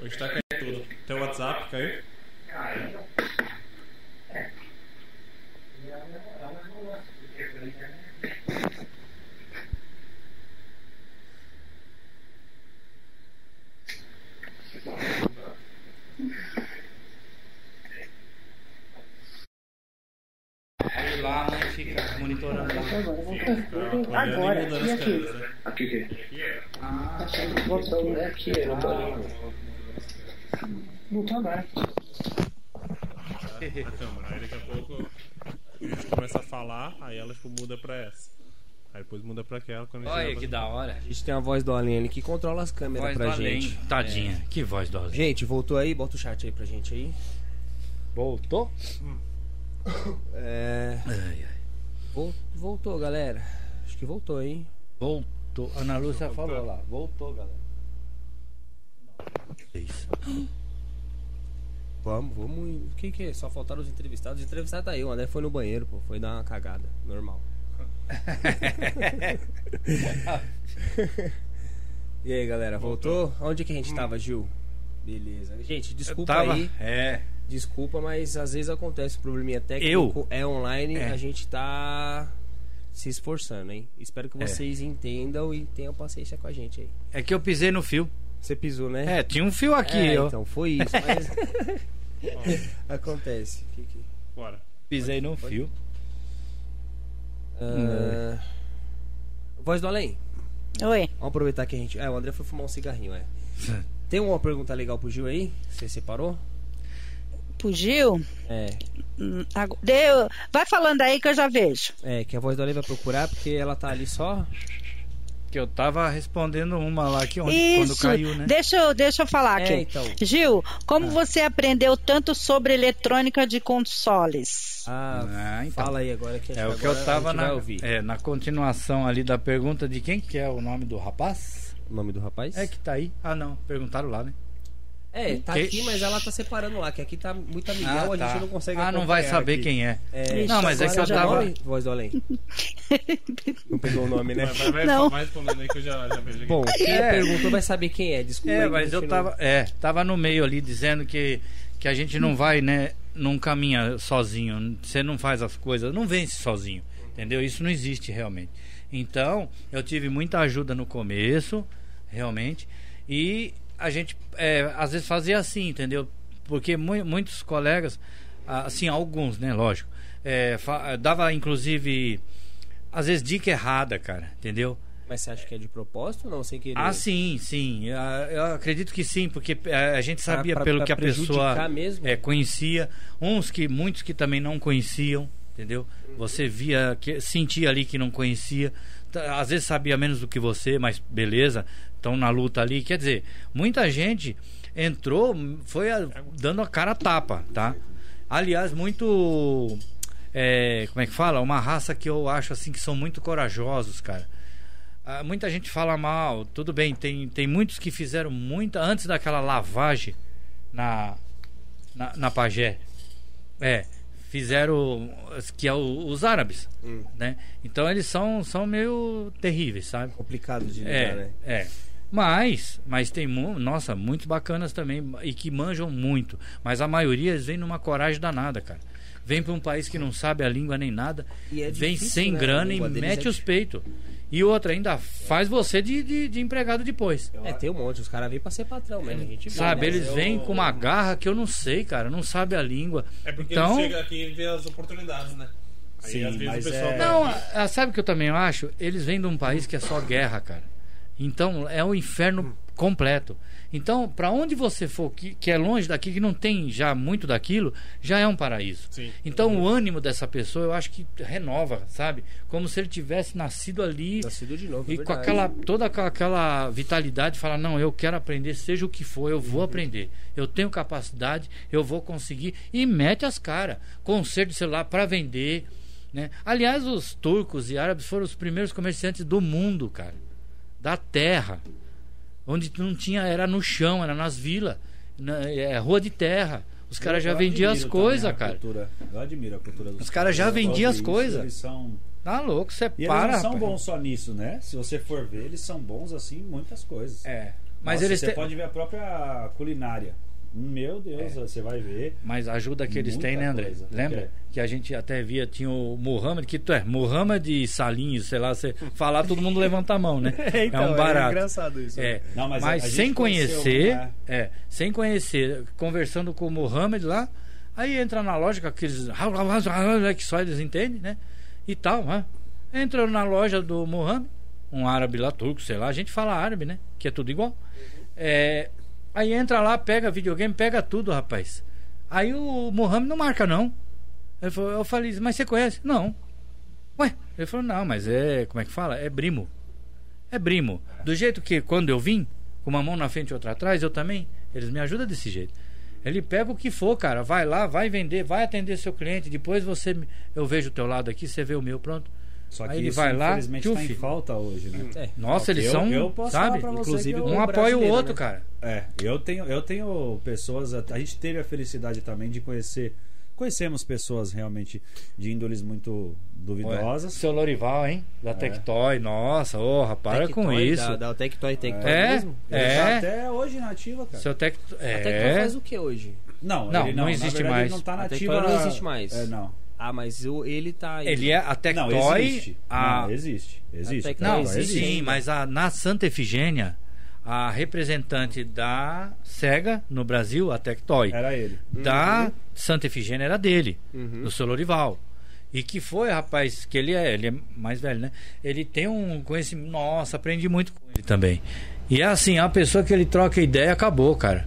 B: Hoje tá caindo tudo. Teu WhatsApp caiu?
G: Aí lá a mãe fica monitorando lá.
B: Agora, e aqui? né? Aqui o quê? Ah, botão, né? Aqui, no bolinho. Botou agora. A câmera. Aí daqui a pouco a gente começa a falar, aí ela tipo, muda pra essa. Aí depois muda pra aquela. Quando a gente
G: Olha
B: grava-
G: que da hora.
A: A gente tem a voz do Além ali que controla as câmeras
G: Voz do
A: pra
G: além.
A: gente. É.
G: Tadinha. Que voz do além.
A: Gente, voltou aí? Bota o chat aí pra gente aí. Hum.
G: Voltou?
A: É. Vol- Voltou, galera. Acho que voltou, hein?
G: Voltou. Ana Lúcia falou lá. Voltou, galera. Isso.
A: É Vamos, vamos. em- O que que é? Só faltaram os entrevistados. Os entrevistados tá aí. O André foi no banheiro, pô. Foi dar uma cagada. Normal. e aí, galera, voltou? Onde que a gente tava, Gil? Beleza. Gente, desculpa
G: Hum. Tava.
A: aí.
G: É.
A: Desculpa, mas às vezes acontece probleminha técnico. É online,
G: É.
A: a gente tá se esforçando, hein? Espero que vocês entendam e tenham paciência com a gente aí.
D: É que eu pisei no fio.
A: Você pisou, né?
D: É, tinha um fio aqui, eu
A: então foi isso. Mas... Acontece. Que que-
B: Bora.
D: pisei no fio.
A: Ah, Voz do Além.
E: Oi.
A: Vamos aproveitar que a gente. É, o André foi fumar um cigarrinho, é. Tem uma pergunta legal pro Gil aí? Você separou?
E: Pro Gil?
A: É.
E: Hum, agu- deu- Vai falando aí que eu já vejo.
A: É, que a voz do Além vai procurar, porque ela tá ali só.
D: Que eu tava respondendo uma lá que onde,
E: Isso.
D: quando caiu, né? Ah.
E: deixa, eu, deixa eu falar
A: É,
E: aqui.
A: então.
E: Gil, como você aprendeu tanto sobre eletrônica de consoles?
A: Ah,
D: Ah, então.
A: fala aí agora que acho
D: É o
A: agora
D: que eu
A: a
D: tava
A: gente
D: na,
A: vai ouvir.
D: é, na continuação ali da pergunta de quem que é o nome do rapaz?
A: O nome do rapaz?
D: É que tá aí. Ah, não. Perguntaram lá, né?
A: É, tá
D: Que-
A: aqui, mas ela tá separando lá, que aqui tá muito amigão, a gente não consegue
D: Ah, não vai
A: acompanhar
D: saber
A: aqui.
D: quem é.
A: É,
D: Não, mas é que eu
A: já
D: tava-
A: nome? Voz do Além. não pegou o nome, né?
B: Vai, vai, vai,
E: Não.
B: vai respondendo aí que eu já, já vejo aqui.
A: Bom, quem
D: É.
A: perguntou vai saber quem é, desculpa.
D: É,
A: aí,
D: mas eu
A: continua.
D: tava, é, tava no meio ali dizendo que, que a gente não vai, né, não caminha sozinho, você não faz as coisas, não vence sozinho, entendeu? Isso não existe realmente. Então, eu tive muita ajuda no começo, realmente, e a gente é, às vezes fazia assim, entendeu? Porque mui- muitos colegas, ah, assim, alguns, né, lógico, é, fa- dava inclusive, às vezes, dica errada, cara, entendeu?
A: Mas você acha que é de propósito ou não? Sem querer.
D: Ah, sim, sim. Ah, Eu acredito que sim, porque eh, a gente
A: Pra-
D: sabia
A: pra-
D: pelo
A: pra
D: que a pessoa
A: prejudicar mesmo?
D: eh, conhecia, uns que muitos que também não conheciam, entendeu? Você via, que, sentia ali que não conhecia, tá, às vezes sabia menos do que você, mas beleza, estão na luta ali. Quer dizer, muita gente entrou, hum, foi a- dando a cara a tapa, tá? Aliás, muito eh, como é que fala? Uma raça que eu acho assim que são muito corajosos, cara. Ah, muita gente fala mal, tudo bem, tem, tem muitos que fizeram muita antes daquela lavagem na, na, na Pagé. É, fizeram as- que é o- os árabes, né? Então eles são, são meio terríveis, sabe?
A: Complicado de lidar,
D: É,
A: né?
D: é. Mas, mas tem, mu- nossa, muitos bacanas também e que manjam muito. Mas a maioria eles vem numa coragem danada, cara. Vem pra um país que não sabe a língua nem nada,
A: E é
D: vem
A: difícil,
D: sem
A: né? A
D: grana e
A: língua deles
D: mete
A: é
D: os
A: difícil.
D: peitos. E outra, ainda faz você de, de, de empregado depois.
A: É, tem um monte. Os caras vêm pra ser patrão mesmo. A gente vê,
D: Sabe,
A: né?
D: eles vêm com uma garra que eu não sei, cara, não sabe a língua.
B: É porque
D: então,
B: ele chega aqui e vê as oportunidades, né? Aí
C: Sim,
B: às vezes
C: mas
B: o pessoal.
C: é-
D: Não, ah, sabe o que eu também acho? Eles vêm de um país que é só guerra, cara. Então é um inferno completo. Então, pra onde você for, que, que é longe daqui, que não tem já muito daquilo, já é um paraíso.
B: Sim.
D: Então, o ânimo dessa pessoa, eu acho que renova, sabe? Como se ele tivesse nascido ali
A: Nascido de novo.
D: e
A: é
D: com
A: verdade.
D: aquela toda aquela- aquela vitalidade, falar não, eu quero aprender, seja o que for, eu vou aprender. Eu tenho capacidade, eu vou conseguir e mete as caras. Conserto de celular para vender, né? Aliás, os turcos e árabes foram os primeiros comerciantes do mundo, cara. Da terra. Onde tu não tinha, era no chão, era nas vilas, na, é, rua de terra. Os caras já
C: Eu
D: vendiam as
C: admiro também né? a
D: coisas, cara.
C: cultura. Eu admiro a cultura dos
D: Os caras já
C: eu gosto
D: vendiam as
C: disso,
D: coisas.
C: Eles são.
D: Tá louco, você
C: E
D: para.
C: eles não são
D: rapaz.
C: bons só nisso, né? Se você for ver, eles são bons assim em muitas coisas.
D: É. Mas
C: Nossa,
D: eles
C: você
D: têm- É.
C: pode ver a própria culinária. Meu Deus, você vai ver.
D: Mas a ajuda que eles
C: Muita
D: têm, né, André?
C: coisa.
D: Lembra?
C: É.
D: Que a gente até via, tinha o Mohamed, que tu é, Mohamed e Salinho, sei lá, você falar, todo mundo levanta a mão, né?
A: Então,
D: é um barato.
F: engraçado isso.
D: É.
C: Não, mas
D: mas
C: a- a gente
D: sem
C: conheceu,
D: conhecer,
C: né?
D: é, sem conhecer, conversando com o Mohamed lá, aí entra na loja com aqueles que só eles entendem, né? E tal, né? Entra na loja do Mohamed, um árabe lá, turco, sei lá, a gente fala árabe, né? Que é tudo igual. É, aí entra lá, pega videogame, pega tudo, rapaz. Aí o Mohamed não marca, não. Ele falou- eu falei, mas você conhece? Não. Ué, ele falou, não, mas é, como é que fala? É primo. É primo. Do jeito que quando eu vim, com uma mão na frente e outra atrás, eu também, eles me ajudam desse jeito. Ele pega o que for, cara, vai lá, vai vender, vai atender seu cliente, depois você, me- eu vejo o teu lado aqui, você vê o meu, pronto.
C: Só
D: Aí
C: que
D: ele
C: isso,
D: vai lá,
C: infelizmente, tá em
D: tchuf.
C: falta hoje, né?
A: É.
D: Nossa, eles
C: Eu-
D: são,
C: eu posso falar
D: sabe?
C: pra você
A: Inclusive,
C: que eu-
A: um
D: Um apoia o
A: brasileiro,
D: outro,
A: né?
D: cara.
C: É, eu tenho, eu tenho pessoas. A, a gente teve a felicidade também de conhecer. Conhecemos pessoas realmente de índoles muito duvidosas.
D: Seu Lorival, hein? Da
C: É.
D: Tectoy, nossa, ô, para com
A: Tectoy,
D: isso.
A: Da, da o Tectoy, Tectoy
D: É,
A: mesmo?
C: Ele
D: É.
C: tá até hoje na ativa, cara.
D: Seu Tectoy.
A: A Tectoy
D: É.
A: faz o que hoje?
C: Não,
D: Não,
C: ele
D: não
C: na
D: existe
C: verdade,
D: mais.
C: Ele não tá na
A: Até que
C: ativa.
A: agora não existe mais.
C: É, não.
A: Ah, mas o, ele tá aí.
D: Ele é a
C: Não,
D: Tectoy.
C: existe.
D: A...
C: Não, existe. Existe.
A: Até que
D: Não,
A: Não,
D: sim,
A: existe.
D: sim, mas a, na Santa Efigênia, a representante da SEGA no Brasil, a Tectoy,
C: Era ele.
D: da Santa Efigênia era dele,
A: Uhum.
D: do seu Lorival. E que foi, rapaz, que ele é, ele é mais velho, né? Ele tem um conhecimento. Nossa, aprendi muito com ele também. E é assim, a pessoa que ele troca ideia acabou, cara.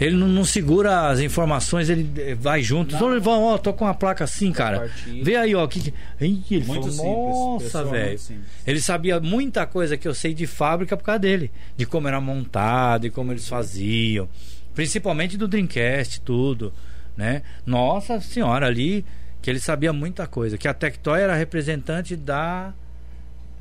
D: Ele não, não segura as informações, ele eh, vai junto. Seu Lorival, ó, tô com uma placa assim, cara.
A: Compartilha.
D: Vê aí, ó, que. que... Ih, ele
C: Muito
D: falou,
C: simples.
D: Nossa,
C: pessoal, né?" muito
D: velho.
C: simples.
D: Ele sabia muita coisa que eu sei de fábrica por causa dele. De como era montado e como eles faziam. Principalmente do Dreamcast, tudo. Né? Nossa senhora, ali que ele sabia muita coisa. Que a Tectoy era representante da.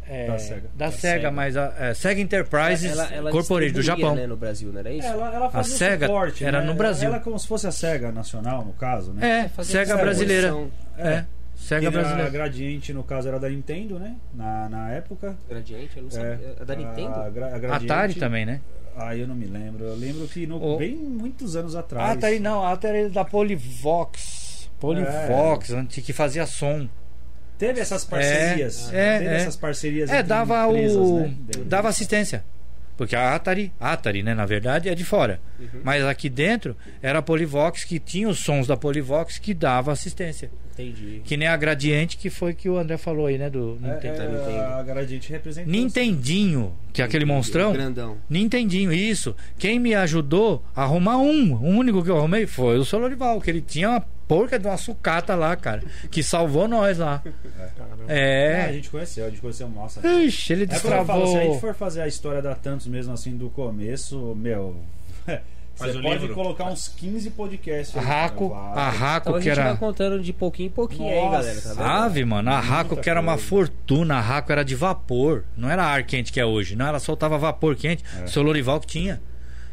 D: é,
C: Da Sega.
D: da
C: Da
D: Sega,
C: Sega.
D: mas a é, Sega Enterprises Corporation do
A: distribuía,
D: Japão.
A: Né, no Brasil, não era isso?
C: É, Ela, ela fazia o
D: SEGA
C: suporte,
D: era
C: né?
D: no Brasil.
C: Ela é como se fosse a SEGA nacional, no caso, né?
D: É,
A: Fazia
D: Sega
A: essa
D: brasileira.
A: posição,
D: É, Sega
C: e na
D: brasileira.
C: Gradiente, no caso, era da Nintendo, né? Na, na época.
A: Gradiente, eu não sabia.
C: É,
A: É da Nintendo?
C: A, Gra- a Gradiente,
D: Atari também, né?
C: Ah, eu não me lembro. Eu lembro que no,
D: O-
C: bem muitos anos
D: Ah,
C: atrás.
D: Atari não, a Atari era da Polivox. Polivox,
C: É.
D: antes que fazia som.
C: Teve essas parcerias.
D: É,
C: teve
D: é.
C: essas parcerias
D: É,
C: entre
D: dava
C: empresas,
D: o.
C: né? Deve-
D: Dava assistência. Porque a Atari, a Atari, né, na verdade, é de fora.
C: Uhum.
D: Mas aqui dentro era a Polivox que tinha os sons da Polivox que dava assistência.
A: Entendi.
D: Que nem a Gradiente, que foi que o André falou aí, né? Do
C: É,
D: Nintendo.
C: é,
A: Nintendo.
C: a Gradiente representou.
D: Nintendinho, que é aquele monstrão.
A: Grandão.
D: Nintendinho, isso. Quem me ajudou a arrumar um, o único que eu arrumei foi o seu Lorival, que ele tinha uma porca de uma sucata lá, cara, que salvou nós lá.
C: Ah, a
D: É. Hum.
C: gente conheceu, a gente conheceu. Nossa,
D: Ixi, ele
C: É como eu falo, se a gente
D: destravou.
C: for fazer a história da Tantos mesmo assim do começo, meu.
B: Faz
C: você
B: o
C: pode
B: livro.
C: colocar uns 15 podcasts.
D: A
C: aí,
D: Raco, Ah,
C: cara,
D: a
C: vai.
D: Raco
A: Então a
D: que
A: gente
D: era. Ah,
A: vai contando de pouquinho em pouquinho aí,
C: Nossa.
A: galera. Tá vendo?
D: Ave, mano, a Raco que era uma fortuna, a Raco era de vapor, não era ar quente que é hoje, não, ela soltava vapor quente,
C: É.
D: seu Lorival que tinha.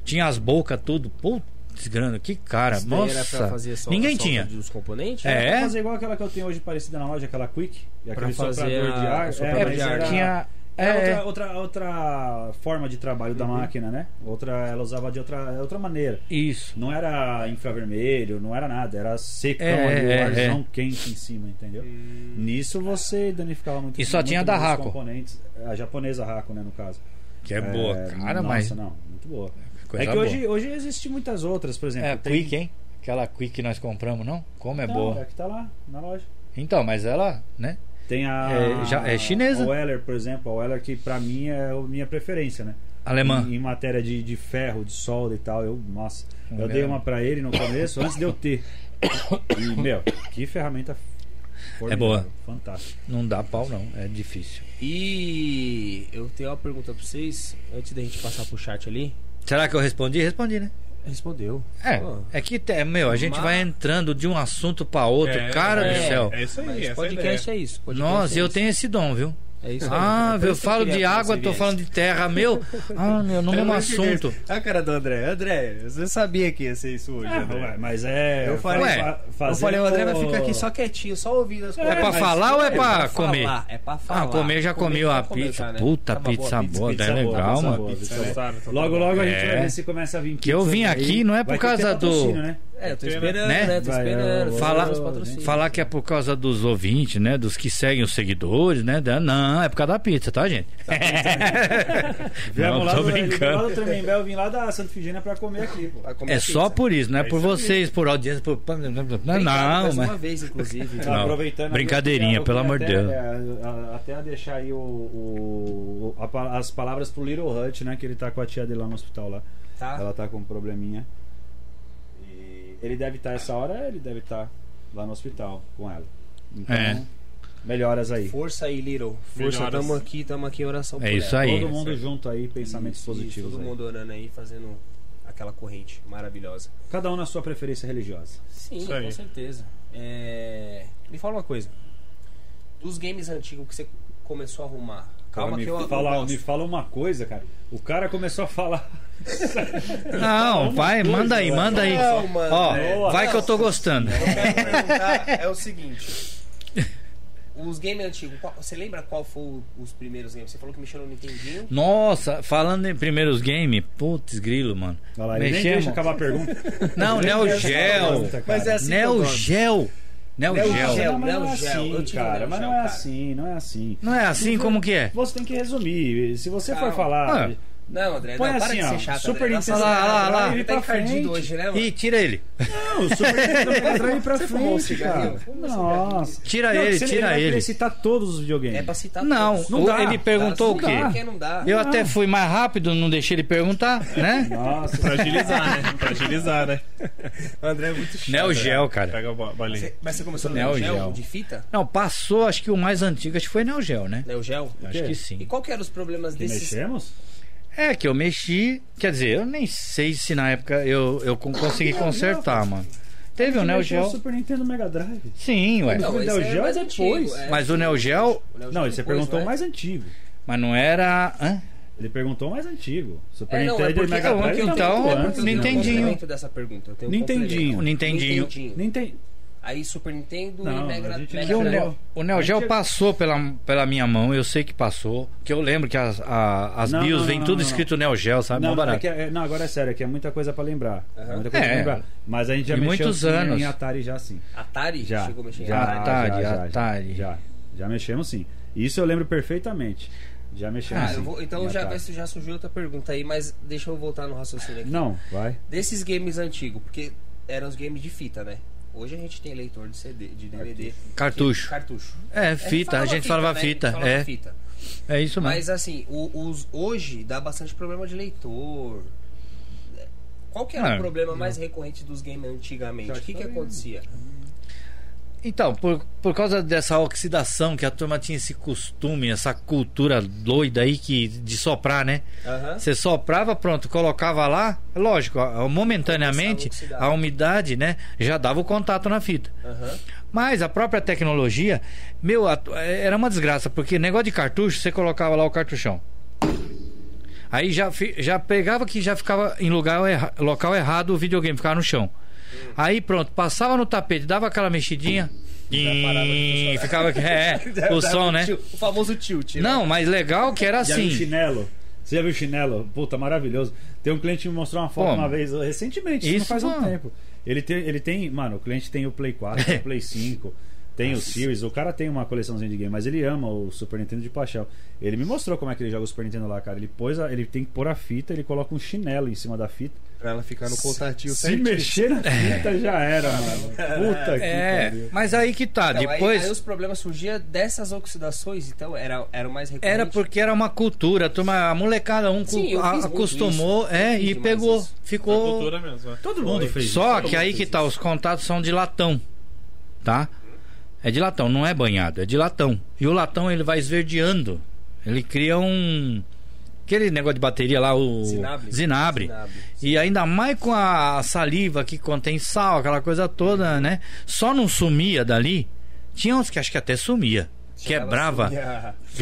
D: Tinha as bocas tudo, putz, grana, que cara,
A: Isso daí era pra
D: nossa.
A: fazer só-
D: Ninguém
A: só
D: tinha.
A: Dos componentes?
D: É.
C: Pra fazer igual aquela que eu tenho hoje parecida na loja, aquela Quick, e aquele
A: fazer
C: soprador
A: a-
C: de
A: o
C: ar. É,
A: soprador
C: mas
A: de ar.
C: era-
D: É, Tinha.
C: era
D: é,
C: outra, outra, outra forma de trabalho
A: Uhum.
C: da máquina, né? Outra, ela usava de outra, é outra maneira.
D: Isso.
C: Não era infravermelho, não era nada, era secão
D: É,
C: ali, o
D: é,
C: arzão quente em cima, entendeu?
A: Hum.
C: Nisso você danificava muito
D: E só
C: muito
D: tinha a da
C: dos
D: Raco.
C: componentes. A japonesa Raco, né, no caso.
D: Que é, boa, cara,
C: nossa,
D: mas.
C: não, muito boa.
D: coisa
C: é que
D: boa.
C: hoje, hoje existem muitas outras, por exemplo.
D: É a
C: tem-
D: Quick, hein? Aquela Quick que nós compramos, não? Como é
C: Não,
D: boa.
C: É a que tá lá, na loja.
D: Então, mas ela, né?
C: Tem a.
D: É, já- é chinesa?
C: A Weller, por exemplo. A Weller, que pra mim é a minha preferência, né?
D: Alemã.
C: Em, em matéria de, de ferro, de solda e tal, eu. Nossa. Eu
D: Olha.
C: dei uma pra ele no começo, antes de eu ter. E, meu, que ferramenta. formidável,
D: É boa.
C: Fantástica.
D: Não dá pau, não. É difícil.
A: E eu tenho uma pergunta pra vocês, antes da gente passar pro chat ali.
D: Será que eu respondi? Respondi, né?
A: Respondeu.
D: É.
A: Pô.
D: É que, é, meu, a gente
A: Mas-
D: vai entrando de um assunto pra outro.
B: É,
D: cara
B: é,
D: do céu.
B: É isso aí,
A: Mas
B: essa
A: podcast
B: é
A: é isso. podcast
D: Nossa,
A: é
D: eu
A: isso.
D: tenho esse dom, viu?
A: É isso aí.
D: Ah,
A: É por
D: eu
A: isso que
D: falo
A: queria
D: de
A: que
D: água,
A: você
D: tô
A: viesse.
D: falando de terra, meu. Ah, meu, no mesmo
F: Eu fiquei-
D: assunto.
F: Olha A cara do André. André, você sabia que ia ser isso hoje, André.
C: Ué, mas é.
F: Eu falei-
C: fa-
A: Eu
C: fazer
A: falei, o André vai
C: com-
A: ficar aqui só quietinho, só ouvindo as coisas.
D: É pra
A: Mas
D: falar ou é pra comer?
A: falar, É pra falar.
D: Ah, comer já
A: Comer
D: comeu
A: pra
D: a pizza.
A: comentar, né?
D: Puta
A: Tá uma
D: pizza
A: boa
D: boa,
C: pizza
D: é
C: boa,
D: legal,
C: pizza
D: mano.
C: boa, pizza
B: É.
C: boa.
B: Tá, tá
C: Logo,
B: bom.
C: logo a gente
D: É.
C: vai ver se começa a vir
D: Que eu
C: pizza
D: vim
C: aí.
D: aqui, não é por
C: Vai ter
D: causa
C: que ter
D: do-
C: patrocínio, Né?
A: É, eu tô
B: Né?
A: esperando, né? Tô
C: Vai,
A: esperando.
C: eu-
D: Fala-
A: os patrocínios.
D: Falar que é por causa dos ouvintes, né? Dos que seguem os seguidores, né? da- Não, é por causa da pizza, tá, gente?
A: então.
C: Viemos
D: não,
C: lá
D: tô
C: do, lá
D: brincando.
C: do Tremembé, eu vim lá da Santa Figênia pra comer aqui, pô.
A: Vai comer
D: É
A: pizza.
D: só por isso, não é
B: É
D: por
B: isso aí.
D: vocês, por audiência, por... Não,
A: Obrigado,
D: não,
A: mais uma
D: mas...
A: vez, inclusive.
D: Não,
C: Aproveitando,
D: brincadeirinha,
C: eu queria- eu
D: pelo
C: queria
D: amor de
C: até, é, a- Até deixar aí o, o- a pa- as palavras pro Little Hut, né? Que ele tá com a tia dele lá no hospital lá.
A: Tá?
C: Ela tá com um probleminha. E ele deve estar essa hora, ele deve estar lá no hospital com ela. Então,
D: É.
C: melhoras aí.
A: Força aí, Little. Força,
B: Melhoras.
A: tamo aqui, tamo aqui em oração
D: É
A: por
D: isso
A: ela.
D: aí.
C: Todo mundo junto aí, pensamentos
A: Isso,
C: positivos.
A: isso, Todo
C: aí.
A: mundo orando aí, fazendo aquela corrente maravilhosa.
C: Cada um na sua preferência religiosa.
A: Sim,
B: Isso
A: com
B: aí.
A: certeza. É, Me fala uma coisa. Dos games antigos que você começou a arrumar, calma
C: Cara, me,
A: que eu eu
C: fala,
A: gosto.
C: me fala uma coisa, cara. O cara começou a falar.
D: Não, vai, manda aí, manda aí.
A: Não, mano,
D: Ó,
A: é.
D: vai que eu tô gostando.
A: Eu quero perguntar é o seguinte. Os games antigos, qual- você lembra qual foi o- os primeiros games? Você falou que mexeu no Nintendinho.
D: Nossa, falando em primeiros games, putz, grilo, mano.
C: Olha lá, ele nem
D: Mexemos. é
C: deixa acabar tá a pergunta.
D: Não, Neo Geo.
C: Mas é
D: Neo Geo. Neo
A: Neo
D: Geo.
A: Geo.
C: Não, mas não é
A: Gel, eu
C: assim,
A: tiro
C: cara.
A: o
C: Mas
A: Gel,
C: não é
A: cara.
C: assim, não é assim.
D: Não é assim como que é?
C: Você tem que resumir. Se você for
A: Calma.
C: falar.
D: Ah.
A: Não, André,
C: Põe
A: não, para
C: assim,
A: de
C: ó,
A: ser chato.
C: Super
A: André. Nossa,
C: Nintendo.
D: Olha lá, olha lá,
A: Ele
C: ele
A: tá
C: pra frente.
A: encardido hoje, né, mano?
D: Ih, tira ele.
C: Não, o Super Nintendo vai pra ir pra
A: Você fumou um
C: frente,
A: cigarrinho?
C: cara.
A: Fuma um
C: Nossa.
D: Tira
C: Não,
D: ele,
C: você-
D: tira
C: vai querer
D: ele.
C: citar todos os videogames.
A: É pra citar
D: Não,
A: todos.
D: o-
C: dá.
D: ele perguntou
A: Não dá,
D: o quê?
A: porque Não dá.
D: Eu até fui mais rápido, não deixei ele perguntar, né?
C: Nossa,
B: Pra agilizar, né? Pra agilizar, né?
A: André é muito chato.
D: Neo Geo, cara.
B: Pega a bo- bolinha. É
A: Você- Mas você começou no
D: Neo
A: Neo Geo,
D: Geo.
A: de fita?
D: Não, passou, acho que o mais antigo, acho que foi Neo Geo, né?
A: Neo Geo?
D: Acho
C: quê?
D: que
A: E
D: sim.
A: qual que eram os problemas
C: que
A: desses?
C: mexemos?
D: É, que eu mexi. Quer dizer, eu nem sei se na época eu, eu con- consegui consertar, mano. Teve é o Neo
C: Mexeu o
D: Geo.
C: Super Nintendo Mega Drive.
D: Sim, ué.
C: Não,
A: esse
C: Neo Geo é
A: mais
C: depois.
A: antigo, é.
D: Mas o Neo
A: O
D: Geo.
A: Neo
C: Não,
A: Geo
C: ele você
A: depois,
C: perguntou
A: né?
C: o mais antigo.
D: Mas não era. Hã?
C: Ele perguntou o mais antigo. Super
A: É, não, é
C: Nintendo e
A: porque
C: Mega
A: eu-
C: Drive. tá
D: então,
C: muito
A: é
C: antes,
A: porque eu
C: né?
A: tenho um
D: Nintendinho.
A: complemento dessa pergunta. eu tenho um
C: Nintendinho.
D: O
A: complemento.
D: Nintendinho.
C: Nintendo.
A: Aí Super Nintendo e
C: Não,
A: Mega
C: a gente
A: Mega
D: Que o,
C: não-
A: Drive.
D: Neo, o Neo Geo passou pela, pela minha mão, eu sei que passou. Que eu lembro que as, a- as
C: Não,
D: bios
C: não,
D: vem
C: não,
D: tudo
C: não,
D: escrito Neo Geo, sabe? Mó
C: Não,
D: Tá barato.
C: é que é- não, agora é sério, aqui é muita coisa pra lembrar. É muita coisa
D: É.
C: pra lembrar. Mas a gente já
D: E
C: mexeu
D: muitos
C: sim,
D: anos.
C: em Atari já sim.
A: Atari?
C: Já.
A: Chegou a mexer em
C: já,
A: Atari.
D: Atari,
C: já, já,
D: Atari.
C: Já, já mexemos sim. Isso eu lembro perfeitamente. Já mexemos
A: Ah,
C: sim.
A: eu vou- então
C: em
A: já,
C: Atari.
A: já surgiu outra pergunta aí, mas deixa eu voltar no raciocínio aqui.
C: Não, vai.
A: Desses games antigos, porque eram os games de fita, né? Hoje a gente tem leitor de CD, de DVD,
D: Cartucho.
A: cartucho.
D: É, fita, a gente falava
A: né?
D: fita.
A: Falava
D: É,
A: fita.
D: é isso mesmo.
A: Mas assim, o- os, hoje dá bastante problema de leitor. Qual que era
D: Ah,
A: o problema mais recorrente dos games antigamente? O que que acontecia?
D: Então, por, por causa dessa oxidação que a turma tinha esse costume, essa cultura doida aí que, de soprar, né?
A: Aham.
D: Você soprava, pronto, colocava lá, lógico, a- momentaneamente
A: Começava a oxidar.
D: a umidade, né, já dava o contato na fita.
A: Aham.
D: Mas a própria tecnologia, meu, a- era uma desgraça, porque negócio de cartucho, você colocava lá o cartuchão. Aí já, fi- já pegava que já ficava em lugar erra- local errado o videogame, ficava no chão. Aí pronto, passava no tapete, dava aquela mexidinha. E ficava. É, o som, né?
A: O famoso tilt. né?
D: Não, mas legal que era
C: Já viu
D: assim.
C: chinelo? Você já viu chinelo? Puta, maravilhoso. Tem um cliente que me mostrou uma foto
D: Pô,
C: uma vez, recentemente, isso,
D: isso,
C: não faz um
D: mano.
C: tempo. Ele tem, ele tem, mano, o cliente tem o Play 4, tem o Play 5, tem o Series, o cara tem uma coleçãozinha de game, mas ele ama o Super Nintendo de paixão. Ele me mostrou como é que ele joga o Super Nintendo lá, cara. Ele pôs, a- ele tem que pôr a fita, ele coloca um chinelo em cima da fita.
F: Pra ela ficar no contatinho
C: Se
F: certinho.
C: mexer na fita já era, mano. Puta que
D: É,
C: pariu.
D: mas aí que tá.
A: Então, aí-
D: Depois.
A: aí, os problemas surgiam dessas oxidações, então era, era o mais recorrente.
D: Era porque era uma cultura, a turma, a molecada, um
A: É Sim,
D: cu-
A: eu
D: a-
A: fiz muito
D: acostumou,
A: isso. Eu
D: é,
A: fiz
D: e
A: demais
D: pegou,
A: isso.
B: Foi
D: ficou.
B: cultura mesmo, né?
C: Todo mundo fez.
D: Só que aí que tá, os contatos são de latão, tá? É de latão, não é banhado, é de latão. E o latão ele vai esverdeando, ele cria um aquele negócio de bateria lá, o
A: Zinabre.
D: zinabre.
A: Zinabre.
D: E ainda mais com a saliva que contém sal, aquela coisa toda, né? Só não sumia dali. Tinha uns que acho que até sumia. Quebrava.
A: assim.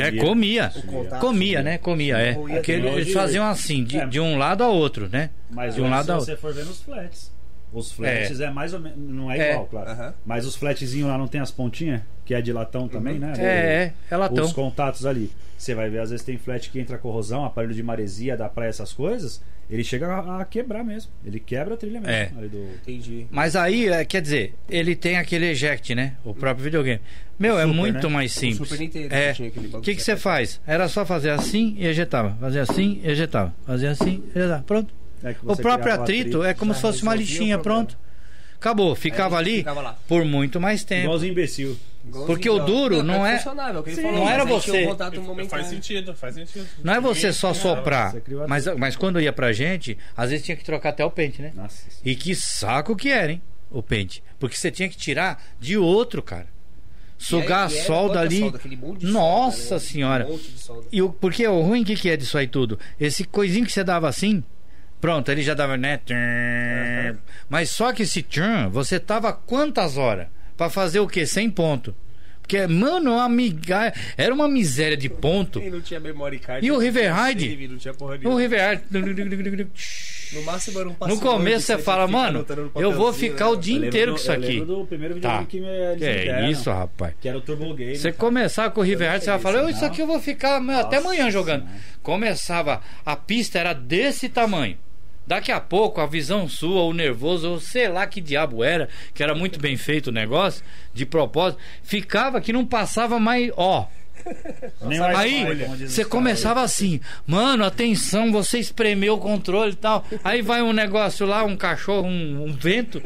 D: É,
C: Comia.
D: comia.
A: contato,
D: comia, né? Comia, é.
A: Comia
D: Porque
A: também.
D: eles faziam assim, de,
C: É.
D: de um lado ao outro, né?
C: Mas
D: de um
C: hoje,
D: lado
C: se
D: ao
C: você
D: outro.
C: for ver nos flats. Os flats é, mais ou menos. Não é
D: É.
C: igual, claro.
A: Aham.
C: Mas os flatzinhos lá não tem as pontinhas, que é de latão também, né?
D: É, é, é latão.
C: Os contatos ali. Você vai ver, às vezes tem flat que entra corrosão, aparelho de maresia da praia, essas coisas. Ele chega a, a quebrar mesmo. Ele quebra a trilha mesmo.
D: É.
C: ali do-
A: Entendi.
D: Mas aí, é, quer dizer, ele tem aquele eject, né? O próprio videogame. Meu, é
C: Super,
D: muito
C: né?
D: mais simples.
A: O Super Nintendo
D: é.
A: tinha aquele
D: O
A: bagulho.
D: que que você faz? Era só fazer assim e ejetava. Fazer assim e ejetava. Fazer assim e ejetava. Pronto.
C: é que
D: O
C: você
D: próprio
C: criava
D: atrito é como
A: já
D: se fosse uma
A: resolvia o
D: lixinha,
A: problema.
D: pronto. Acabou. Ficava
A: Aí
D: ali
A: é, ficava lá.
D: por muito mais tempo.
C: Igualzinho imbecil.
D: Porque o duro não é-
A: funcionável, que ele
D: Sim.
A: falou,
D: Não
A: mas
D: era
A: aí tinha
D: você.
A: um contato
B: Faz
A: momentâneo.
B: sentido, faz sentido.
D: Não é você só
B: Ninguém-
D: soprar.
C: Você criou a-
D: Mas, mas quando ia pra gente, às vezes tinha que trocar até o pente, né?
C: Nossa.
D: E que saco que era, hein? O pente. Porque você tinha que tirar de outro, cara. Sugar
A: E aí, e era
D: solda
A: quanta
D: ali.
A: solda, aquele monte de
D: Nossa
A: solda, né?
D: senhora.
A: Um monte de solda.
D: E o, porque o ruim que, que é disso aí tudo? Esse coisinho que você dava assim, pronto, ele já dava, né? Tchum. Mas só que esse tchum, você tava quantas horas? Pra fazer o quê? 100 ponto. Porque, mano, uma migalha. Era uma miséria de ponto.
A: E não tinha memory card.
D: E o
A: não tinha
D: Riverhide?
A: save, Não tinha porra
D: O
A: nenhuma.
D: River.
A: No máximo era um
D: No
A: password
D: começo
A: que
D: você fala,
A: tinha que
D: mano,
A: ficar anotando no
D: eu vou
A: papelzinho,
D: ficar
A: né?
D: o dia inteiro com isso aqui.
C: do primeiro
D: videogame
C: videogame
D: Tá. que
C: que
D: Que é isso, rapaz.
C: Que era o Turbo Game. né?
D: Você começava com o River Hard, você vai falar, "Eu, isso
C: não.
D: aqui eu vou ficar meu, até
C: tá Nossa
D: amanhã jogando.
C: Senhora.
D: Começava, a pista era desse tamanho. Daqui a pouco, a visão sua, o nervoso, ou sei lá que diabo era, que era muito bem feito o negócio, de propósito, ficava que não passava mais. Ó.
C: Nem mais
D: Aí
C: spoiler, como diz
D: você
C: os
D: começava assim, mano, atenção, você espremeu o controle e tal. Aí vai um negócio lá, um cachorro, um, um vento,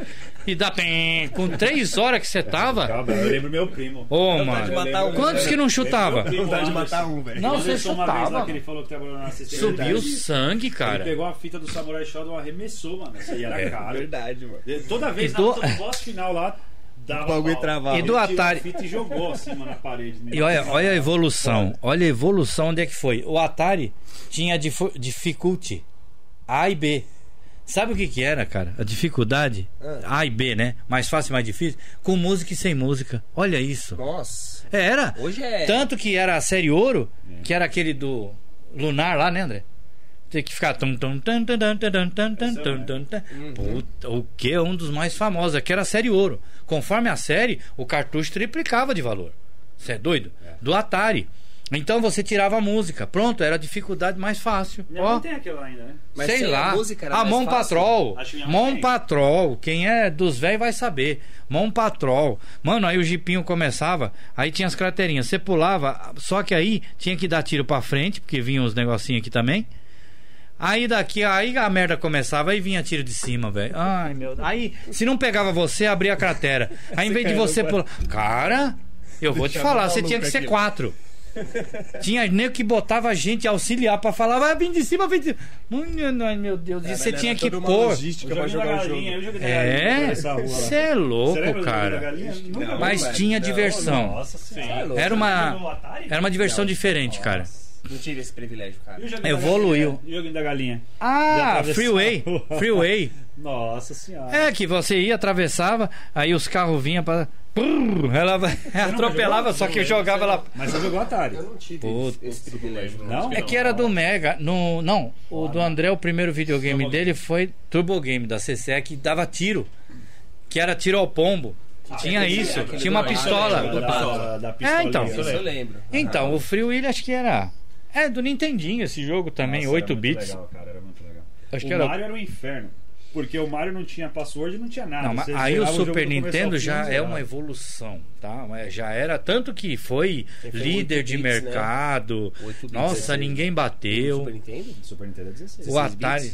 D: e dá. pem. Com três horas que você tava.
C: caras. Cabra, Eu lembro meu primo.
D: Ô, mano.
A: matar um.
D: Quantos que não chutava?
F: Vontade de matar um, velho.
D: Não, você
C: Anderson, uma vez lá
D: chutava.
C: que ele falou que trabalhou na assistência.
D: Subiu
C: Ele
D: sangue, cara. É,
C: pegou a fita do Samurai Shodown, arremessou, mano. Isso aí era
A: É
C: caro.
F: Verdade, mano.
C: Toda vez,
D: E
C: na
D: do-
C: todo boss-final lá, dava
F: O bagulho
C: pau.
F: travava.
D: E do
C: Ele tirou a
D: Atari.
C: fita e jogou acima na parede. né?
D: E olha, olha a evolução. Olha a evolução onde é que foi. O Atari tinha difu- difficulty A e B. Sabe o que que era, cara? A dificuldade A e B, né? Mais fácil e mais difícil. Com música e sem música. Olha isso.
A: Nossa.
D: É, Era.
A: Hoje é.
D: Tanto que era a série ouro, que era aquele do Lunar lá, né, André? Tem que ficar. tum, tum, tum, tum, tum, tum, tum, tum, tum, tum, tum, tum. Puta, o que é um dos mais famosos? Que era a série ouro. Conforme a série, o cartucho triplicava de valor. Você é doido? Do Atari. Então você tirava a música. Pronto, era a dificuldade mais fácil.
C: Minha mãe
D: Ó,
C: tem aquela ainda, né?
A: Mas
D: sei
A: sem a
D: lá.
A: música era
D: A
A: mais
D: Mon
A: fácil?
D: Patrol.
C: Acho que minha mãe
D: Mon
C: tem.
D: Patrol. Quem é dos velhos vai saber. Mon Patrol. Mano, aí o jipinho começava, aí tinha as craterinhas. Você pulava, só que aí tinha que dar tiro pra frente, porque vinham os negocinhos aqui também. Aí daqui, aí a merda começava e vinha tiro de cima, velho. Ai, meu Deus. Aí, se não pegava você, abria a cratera. Aí, em vez de você pular. Cara, eu vou te falar,
A: um
D: você tinha que ser quatro. Tinha nem que botava a gente auxiliar pra falar, vai vir de cima, vem de cima. Mano, ai, meu Deus. E você tinha que pôr.
F: logística
C: Eu
F: pra
C: joguei
F: jogar
C: da
F: o
C: galinha,
F: jogo.
C: eu joguei da galinha por
D: É,
C: essa rua lá.
D: você é
C: Você lembra
D: louco,
C: do jogo da
D: cara.
C: galinha? Nunca vi.
D: Mas
A: velho,
D: tinha
A: não.
D: diversão.
C: Nossa
A: Tá
C: senhora.
A: louco.
D: Era
C: Jogou o
D: uma,
C: Atari?
D: era uma diversão diferente, cara.
A: Não tive esse privilégio, cara.
C: E o joguinho da
D: Evoluiu.
C: galinha? E o joguinho da galinha.
D: Ah,
C: atravessar.
D: Freeway. Freeway.
C: Nossa senhora.
D: É que você ia, atravessava, aí os carros vinham pra. Brrr, Ela vai- atropelava, só que eu jogava lá.
C: Mas você jogou Atari.
A: Eu não tive
D: Puta.
A: esse privilégio.
C: Não?
D: É que era do Mega. No, não, o do André, o primeiro videogame dele foi Turbo Game da CCE que dava tiro. Que era tiro ao pombo. Tinha isso,
A: Ah, aquele
D: tinha
A: do
D: uma
A: Atari,
D: pistola.
A: né?
C: Da pistola, da pistola.
D: É, então.
A: Isso eu lembro.
D: Então, o Free Willy acho que era. É, do Nintendinho esse jogo também,
C: Nossa,
D: 8
C: era muito
D: bits.
C: Legal, cara, era muito legal.
D: Acho
C: o
D: que era.
C: Mario era um inferno. Porque o Mario não tinha password e não tinha nada.
D: Não, mas
C: Você
D: aí o
C: zerava jogo
D: Super
C: do começo ao
D: Nintendo
C: fim,
A: né?
D: já é
C: zerava.
D: uma evolução, tá? Mas Já era tanto que foi
A: Ele foi
D: líder
A: 8
D: de
A: bits, né?
D: mercado.
A: 8 bits,
D: Nossa,
A: é.
D: ninguém bateu.
A: Super Nintendo?
C: Super Nintendo é 16.
D: O Atari.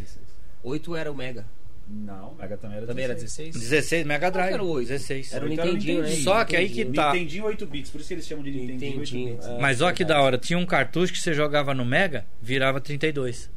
A: 8 era o Mega.
C: Não, o Mega também era 16.
A: Também era 16?
D: 16, Mega Drive.
A: era o oito?
D: 16.
A: Era o
C: Então era o
A: Nintendinho, né?
C: Nintendinho.
D: Só que aí que tá.
C: Nintendinho 8 bits, por isso que eles chamam de Nintendinho 8
A: Nintendinho.
C: bits.
A: é.
D: Mas ó que da hora, tinha um cartucho que você jogava no Mega, virava 32.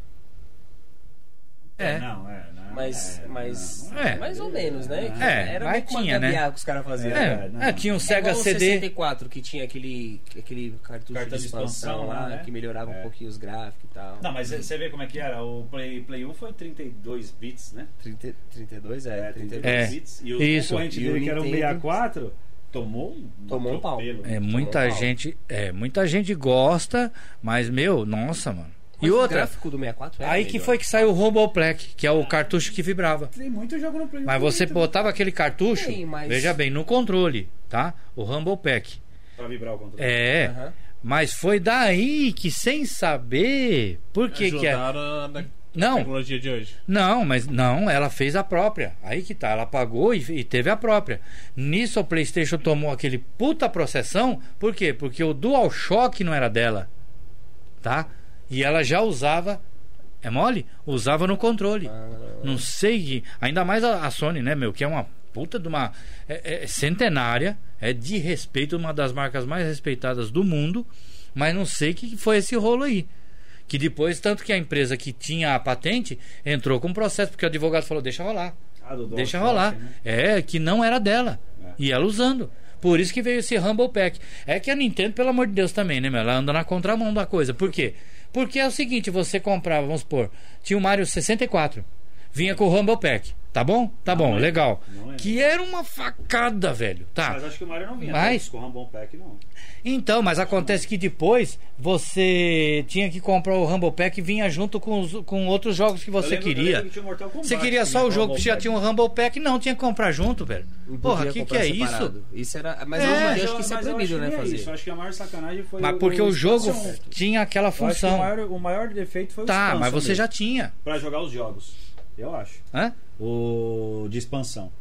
D: É.
C: Não, é, não,
A: Mas,
C: é,
A: mas
C: não,
D: É.
A: mais ou menos, né? Que
D: É,
A: era
D: mas
A: meio que uma
D: tinha, né?
A: gambiarra que os caras faziam.
C: É,
D: É,
C: não.
D: é, tinha um
A: É
D: Sega
A: igual o
D: CD.
A: 64 que tinha aquele, aquele cartucho
C: Cartão
A: de expansão lá,
C: né?
A: que melhorava
C: É.
A: um pouquinho os gráficos e tal.
C: Não, mas você vê como é que era. O Play, Play 1 foi 32 bits, né?
A: 30, 32 é, 32.
D: É.
C: bits. E o
D: Isso.
C: concorrente
A: E o
C: dele, que era um
A: Nintendo-
C: 64, tomou um
A: Tomou um pau.
C: atropelo.
D: É, muita
A: Normal.
D: gente, é, muita gente gosta, mas meu, nossa, mano.
A: Mas
D: E
A: O
D: outra,
A: gráfico do 64 era
D: aí que
A: melhor.
D: foi que saiu o Roboplec, que é o cartucho que vibrava.
C: Tem muito jogo no Play né? 1.
D: Mas você botava aquele cartucho,
A: Tem, mas-
D: veja bem, no controle, tá? O Rumble Pack.
C: Pra vibrar o controle.
D: É,
A: Aham.
D: mas foi daí que sem saber por que que é.
B: Ajudaram na
D: Não,
B: tecnologia de hoje.
D: não, mas não, ela fez a própria. Aí que tá, ela pagou e, e teve a própria. Nisso a PlayStation tomou aquele puta processão, por quê? Porque o DualShock não era dela, tá? E ela já usava, é mole? Usava no controle. Não sei, que- ainda mais a, a Sony, né, meu, que é uma puta de uma é- é centenária, é de respeito, uma das marcas mais respeitadas do mundo, mas não sei que foi esse rolo aí. Que depois, tanto que a empresa que tinha a patente entrou com processo, porque o advogado falou: deixa rolar,
C: Ah, do
D: deixa
C: DualShock,
D: rolar.
C: né? É.
D: É, que não era dela. E ela usando. Por isso que veio esse Humble Pack. É que a Nintendo, pelo amor de Deus, também, né, meu? Ela anda na contramão da coisa. Por quê? Porque é o seguinte: você comprava, vamos supor, tinha o Mario 64, vinha com o Humble Pack. Tá bom? Tá bom, legal.
C: não é.
D: Que era uma facada, velho. Tá.
C: Mas acho que o Mario não vinha.
D: Mas-
C: todos Com o Rumble Pack, não.
D: Então, mas acontece que depois você tinha que comprar o Rumble Pack e vinha junto com, os- com outros jogos que
C: Eu
D: você
C: lembro- eu
D: queria.
C: lembro que tinha o Mortal Kombat,
D: Você queria
C: né,
D: só
C: com
D: o jogo, porque já
C: Rumble
D: tinha um Rumble Pack. Não, tinha que comprar junto, velho.
A: Não
D: Porra,
A: podia
D: que que
A: comprar
D: é isso?
A: Um separado. isso? era, mas
D: É,
A: hoje em
C: Pack.
A: dia acho que isso é
C: Mas eu
A: proibido,
C: acho
A: né,
C: que não é
A: fazer.
C: isso. Eu Acho que a maior sacanagem foi um.
D: Mas porque o jogo
C: expansão.
D: tinha aquela
C: Eu acho que o
D: função.
C: maior, o maior defeito foi o
D: Tá,
C: expansão
D: mas você
C: mesmo,
D: já tinha.
C: Pra jogar os jogos. eu acho.
D: Hã?
C: O de expansão.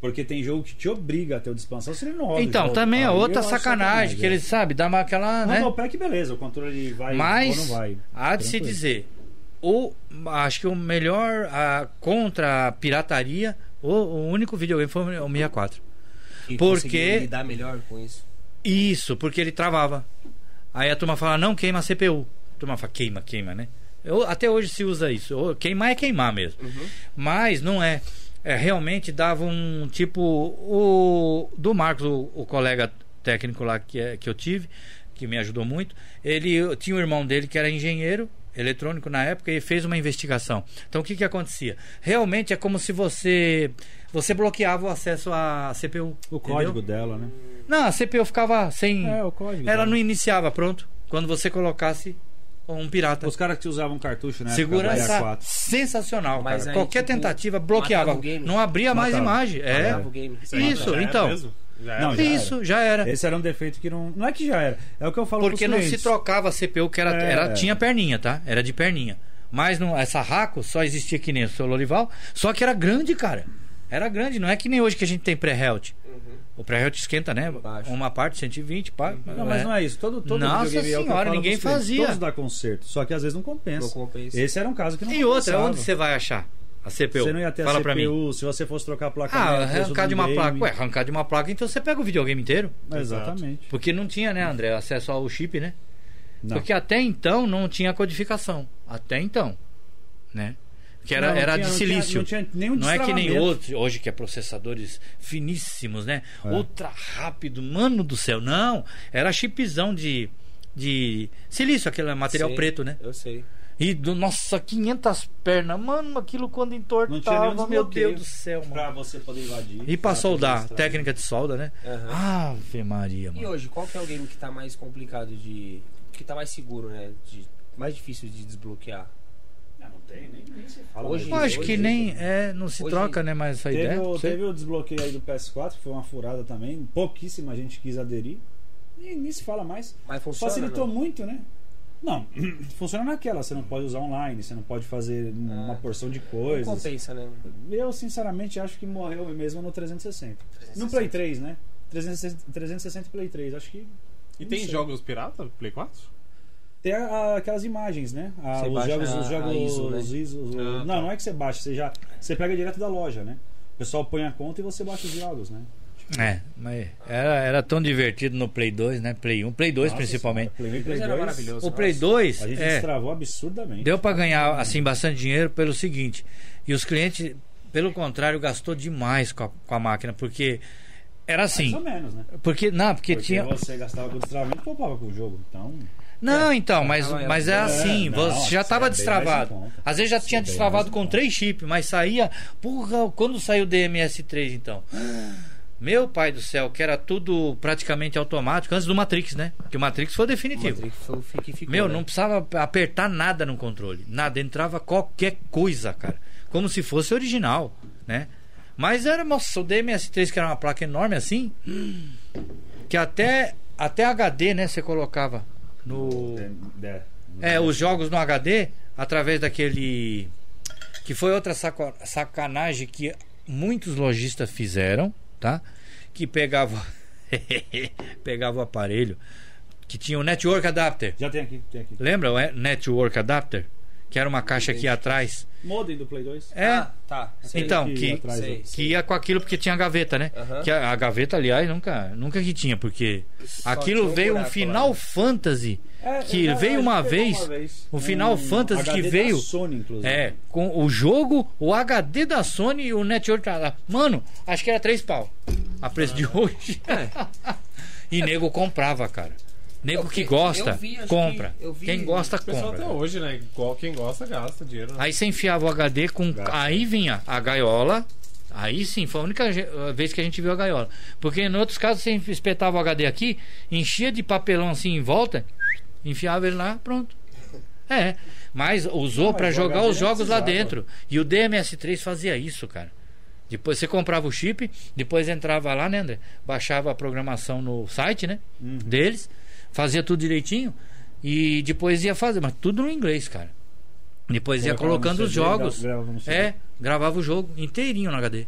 C: Porque tem jogo que te obriga a ter o de expansão, se ele não roda.
D: Então, também é outra sacanagem, que
C: eles
D: eles, sabe, dá uma aquela, né?
C: é. Não, no pack, é. beleza, o controle vai
D: Mas,
C: ou não vai.
D: Há de se
C: Tranquilo.
D: dizer, ou acho que o melhor a, contra a pirataria, o, o único videogame foi o 64.
A: E
D: Por
A: conseguiu
D: quê?
A: lidar melhor com isso.
D: Isso, porque ele travava. Aí a turma fala, não queima a CPU. A turma fala, queima, queima, né? Eu- até hoje se usa isso. Ou Queimar é queimar mesmo.
C: Uhum.
D: Mas não é. É, realmente dava um tipo. O, do Marcos, o, o colega técnico lá que, é- que eu tive, que me ajudou muito, ele tinha um irmão dele que era engenheiro eletrônico na época e fez uma investigação. Então o que, que acontecia? Realmente é como se você. Você bloqueava o acesso à CPU.
C: O
D: entendeu?
C: código dela, né?
D: Não, a CPU ficava sem.
C: É, o código.
D: Ela
C: dela.
D: não iniciava, pronto. Quando você colocasse um pirata.
C: Os caras que usavam cartucho, né?
D: Segurança sensacional,
A: Mas
D: cara.
A: aí,
D: Qualquer
A: tipo,
D: tentativa bloqueava.
A: matava o game.
D: Não abria mais
C: Matava.
D: imagem. É.
A: Jogava o game.
D: Isso,
B: Já era
D: então.
B: mesmo? Já é? era.
C: Não, já era.
D: Isso, já era.
C: Esse era um defeito que não. Não é que já era. É o que eu falo
D: Porque
C: pros
D: não se
C: clientes.
D: trocava a CPU, que era,
C: É.
D: era- tinha perninha, tá? Era de perninha. Mas não, essa Raco só existia aqui nem o seu Lorival, só que era grande, cara. Era grande, não é que nem hoje que a gente tem pré-held. O pré-held esquenta, né?
A: Baixo.
D: Uma parte, 120, pá.
C: Não, mas não é isso. Todo, todo
D: Nossa
C: videogame é o que eu
D: senhora,
C: falo pros
D: ninguém
C: clientes.
D: fazia.
C: Todos dá conserto. Só que às vezes não compensa.
A: Não compensa.
C: Esse era um caso que não
D: E outra,
C: compensava.
D: onde você vai achar a CPU?
C: Você não ia ter
D: Fala
C: a
D: pra mim.
C: CPU, se você fosse trocar a placa.
D: Ah,
C: mãe, o preço
D: arrancar
C: do
D: de uma
C: game.
D: placa. Ué, arrancar de uma placa, então você pega o videogame inteiro.
C: Exatamente.
D: Porque não tinha, né, André, acesso ao chip, né?
C: Não.
D: Porque até então não tinha codificação. Até então. Né? Que era,
C: Não, não
D: era
C: tinha-
D: de
C: não tinha-
D: silício.
C: Não, tinha, nenhum
D: Não é que nem
C: destravamento.
D: outro, hoje que é processadores finíssimos, né?
C: É.
D: Ultra rápido, mano do céu. Não, era chipzão de, de silício, aquele material
A: Sei,
D: preto, né?
A: Eu sei.
D: E, do, nossa, 500 pernas. Mano, aquilo quando
C: Não tinha nenhum
D: entortava, meu
C: desbloqueio
D: Deus do céu, mano.
C: Pra você poder invadir.
D: E pra
C: pra
D: soldar,
C: administrar. É.
D: técnica de solda, né?
A: Aham.
D: Ave Maria,
A: E
D: mano.
A: hoje, qual que é o game que tá mais complicado de. que tá mais seguro, né? De- mais difícil de desbloquear?
C: Ah, Não tem, nem, nem se fala.
A: Hoje-
D: Eu acho que
A: hoje-
D: nem é, não se
A: hoje-
D: troca, né, mais essa
C: Teve,
D: ideia.
C: o,
D: não sei.
C: teve o desbloqueio aí do PS4, que foi uma furada também. Pouquíssima gente quis aderir. E nem se fala mais.
A: Mas funciona.
C: Facilitou
A: não?
C: muito, né? Não, funciona naquela. Você não pode usar online, você não pode fazer um, uma
D: É.
A: Ah.
C: porção de
A: Não
C: coisas.
A: compensa, né?
C: Eu, sinceramente, acho que morreu mesmo no 360. No Play 3, né? 360, 360 e Play 3. Acho que.
B: E
C: não
B: tem
C: sei.
B: jogos pirata? Play 4?
C: Tem a- a- aquelas imagens, né? Ah,
A: Você
C: os
A: baixa
C: jogos. Os
A: a-
C: jogos
A: a ISO, né?
C: os ISO, os-
B: Ah,
C: não,
B: tá.
C: não é que você baixa, você já. Você pega direto da loja, né? O pessoal põe a conta e você baixa os jogos, né?
D: É, mas era, era tão divertido no Play 2, né? Play 1, Play 2
C: Nossa
D: principalmente.
C: senhora, Play 1 e Play
A: Mas
C: 2
A: era maravilhoso.
D: O Play
A: nossa.
D: 2
C: A gente
D: é,
C: destravou absurdamente.
D: deu pra ganhar assim bastante dinheiro pelo seguinte. E os clientes, pelo contrário, gastou demais com a, com a máquina, porque era
C: Mais ou
D: assim.
C: menos, né?
D: Porque não, porque,
C: Porque
D: tinha
C: você gastava com destravamento e poupava com o jogo. Então.
D: Não, então, mas,
A: Tava-
D: mas é
C: É,
D: assim,
C: não,
D: você
C: isso
D: já estava
C: é bem
D: destravado.
C: mais em conta.
D: Às vezes já tinha
C: bem
D: destravado
C: mais em
D: com
C: conta.
D: três chips, mas saía. Porra, quando saiu o DMS3 então? Meu pai do céu, que era tudo praticamente automático, antes do Matrix, né? Que o Matrix foi definitivo.
A: Matrix foi o fi- que ficou,
D: Meu,
A: né?
D: não precisava apertar nada no controle. Nada, entrava qualquer coisa, cara. Como se fosse original, né? Mas era, nossa, o DMS3, que era uma placa enorme assim, que até, até HD, né, você colocava no...
C: É,
D: É, os jogos no HD, através daquele... Que foi outra saco- sacanagem que muitos lojistas fizeram, tá? Que pegava... pegava o aparelho, que tinha o Network Adapter.
C: Já tem aqui, tem aqui.
D: Lembra o Network Adapter? Que era uma caixa aqui atrás.
C: Modem do Play 2.
D: É,
A: Ah, tá. Sei,
D: então,
C: aqui
D: que,
C: atrás,
A: sei,
D: que
A: sei.
D: ia com aquilo porque tinha gaveta, né?
A: Aham.
D: Que a, a gaveta, aliás, nunca, nunca que tinha, porque aquilo
A: tinha um
D: veio um
A: buraco
D: Final
A: lá, né?
D: Fantasy.
C: É,
D: que
C: é,
D: veio
C: acho
D: uma
C: que
D: vez, o Final Fantasy que
C: HD Um da
D: veio-
C: Sony, inclusive.
D: É, com o jogo, o HD da Sony e o Network Adapter. Mano, acho que era três pau. A preço de hoje. e nego comprava, cara. Nego
A: Eu-
D: que
A: eu-
D: gosta,
A: eu vi, acho
D: compra.
A: que eu vi-
D: Quem gosta,
B: O pessoal
D: compra.
B: até hoje, né? Igual Quem gosta, gasta dinheiro. Né?
D: Aí você enfiava o HD com. Aí vinha a gaiola. Aí sim, foi a única ge- eh, vez que a gente viu a gaiola. Porque em outros casos você espetava o HD aqui, enchia de papelão assim em volta, enfiava ele lá, pronto. É. Mas usou
C: mas
D: pra
C: o é
D: jogar
C: HD
D: os jogos lá
C: precisava.
D: dentro. E o DMS3 fazia isso, cara. Depois você comprava o chip, depois entrava lá, né, André? Baixava a programação no site, né?
C: Uhum.
D: Deles, fazia tudo direitinho e depois ia fazer, mas tudo no inglês, cara. Depois ia
C: Colocava no
D: colocando os
C: CD, gra-
D: jogos.
C: gravava no CD.
D: É, gravava o jogo inteirinho no HD.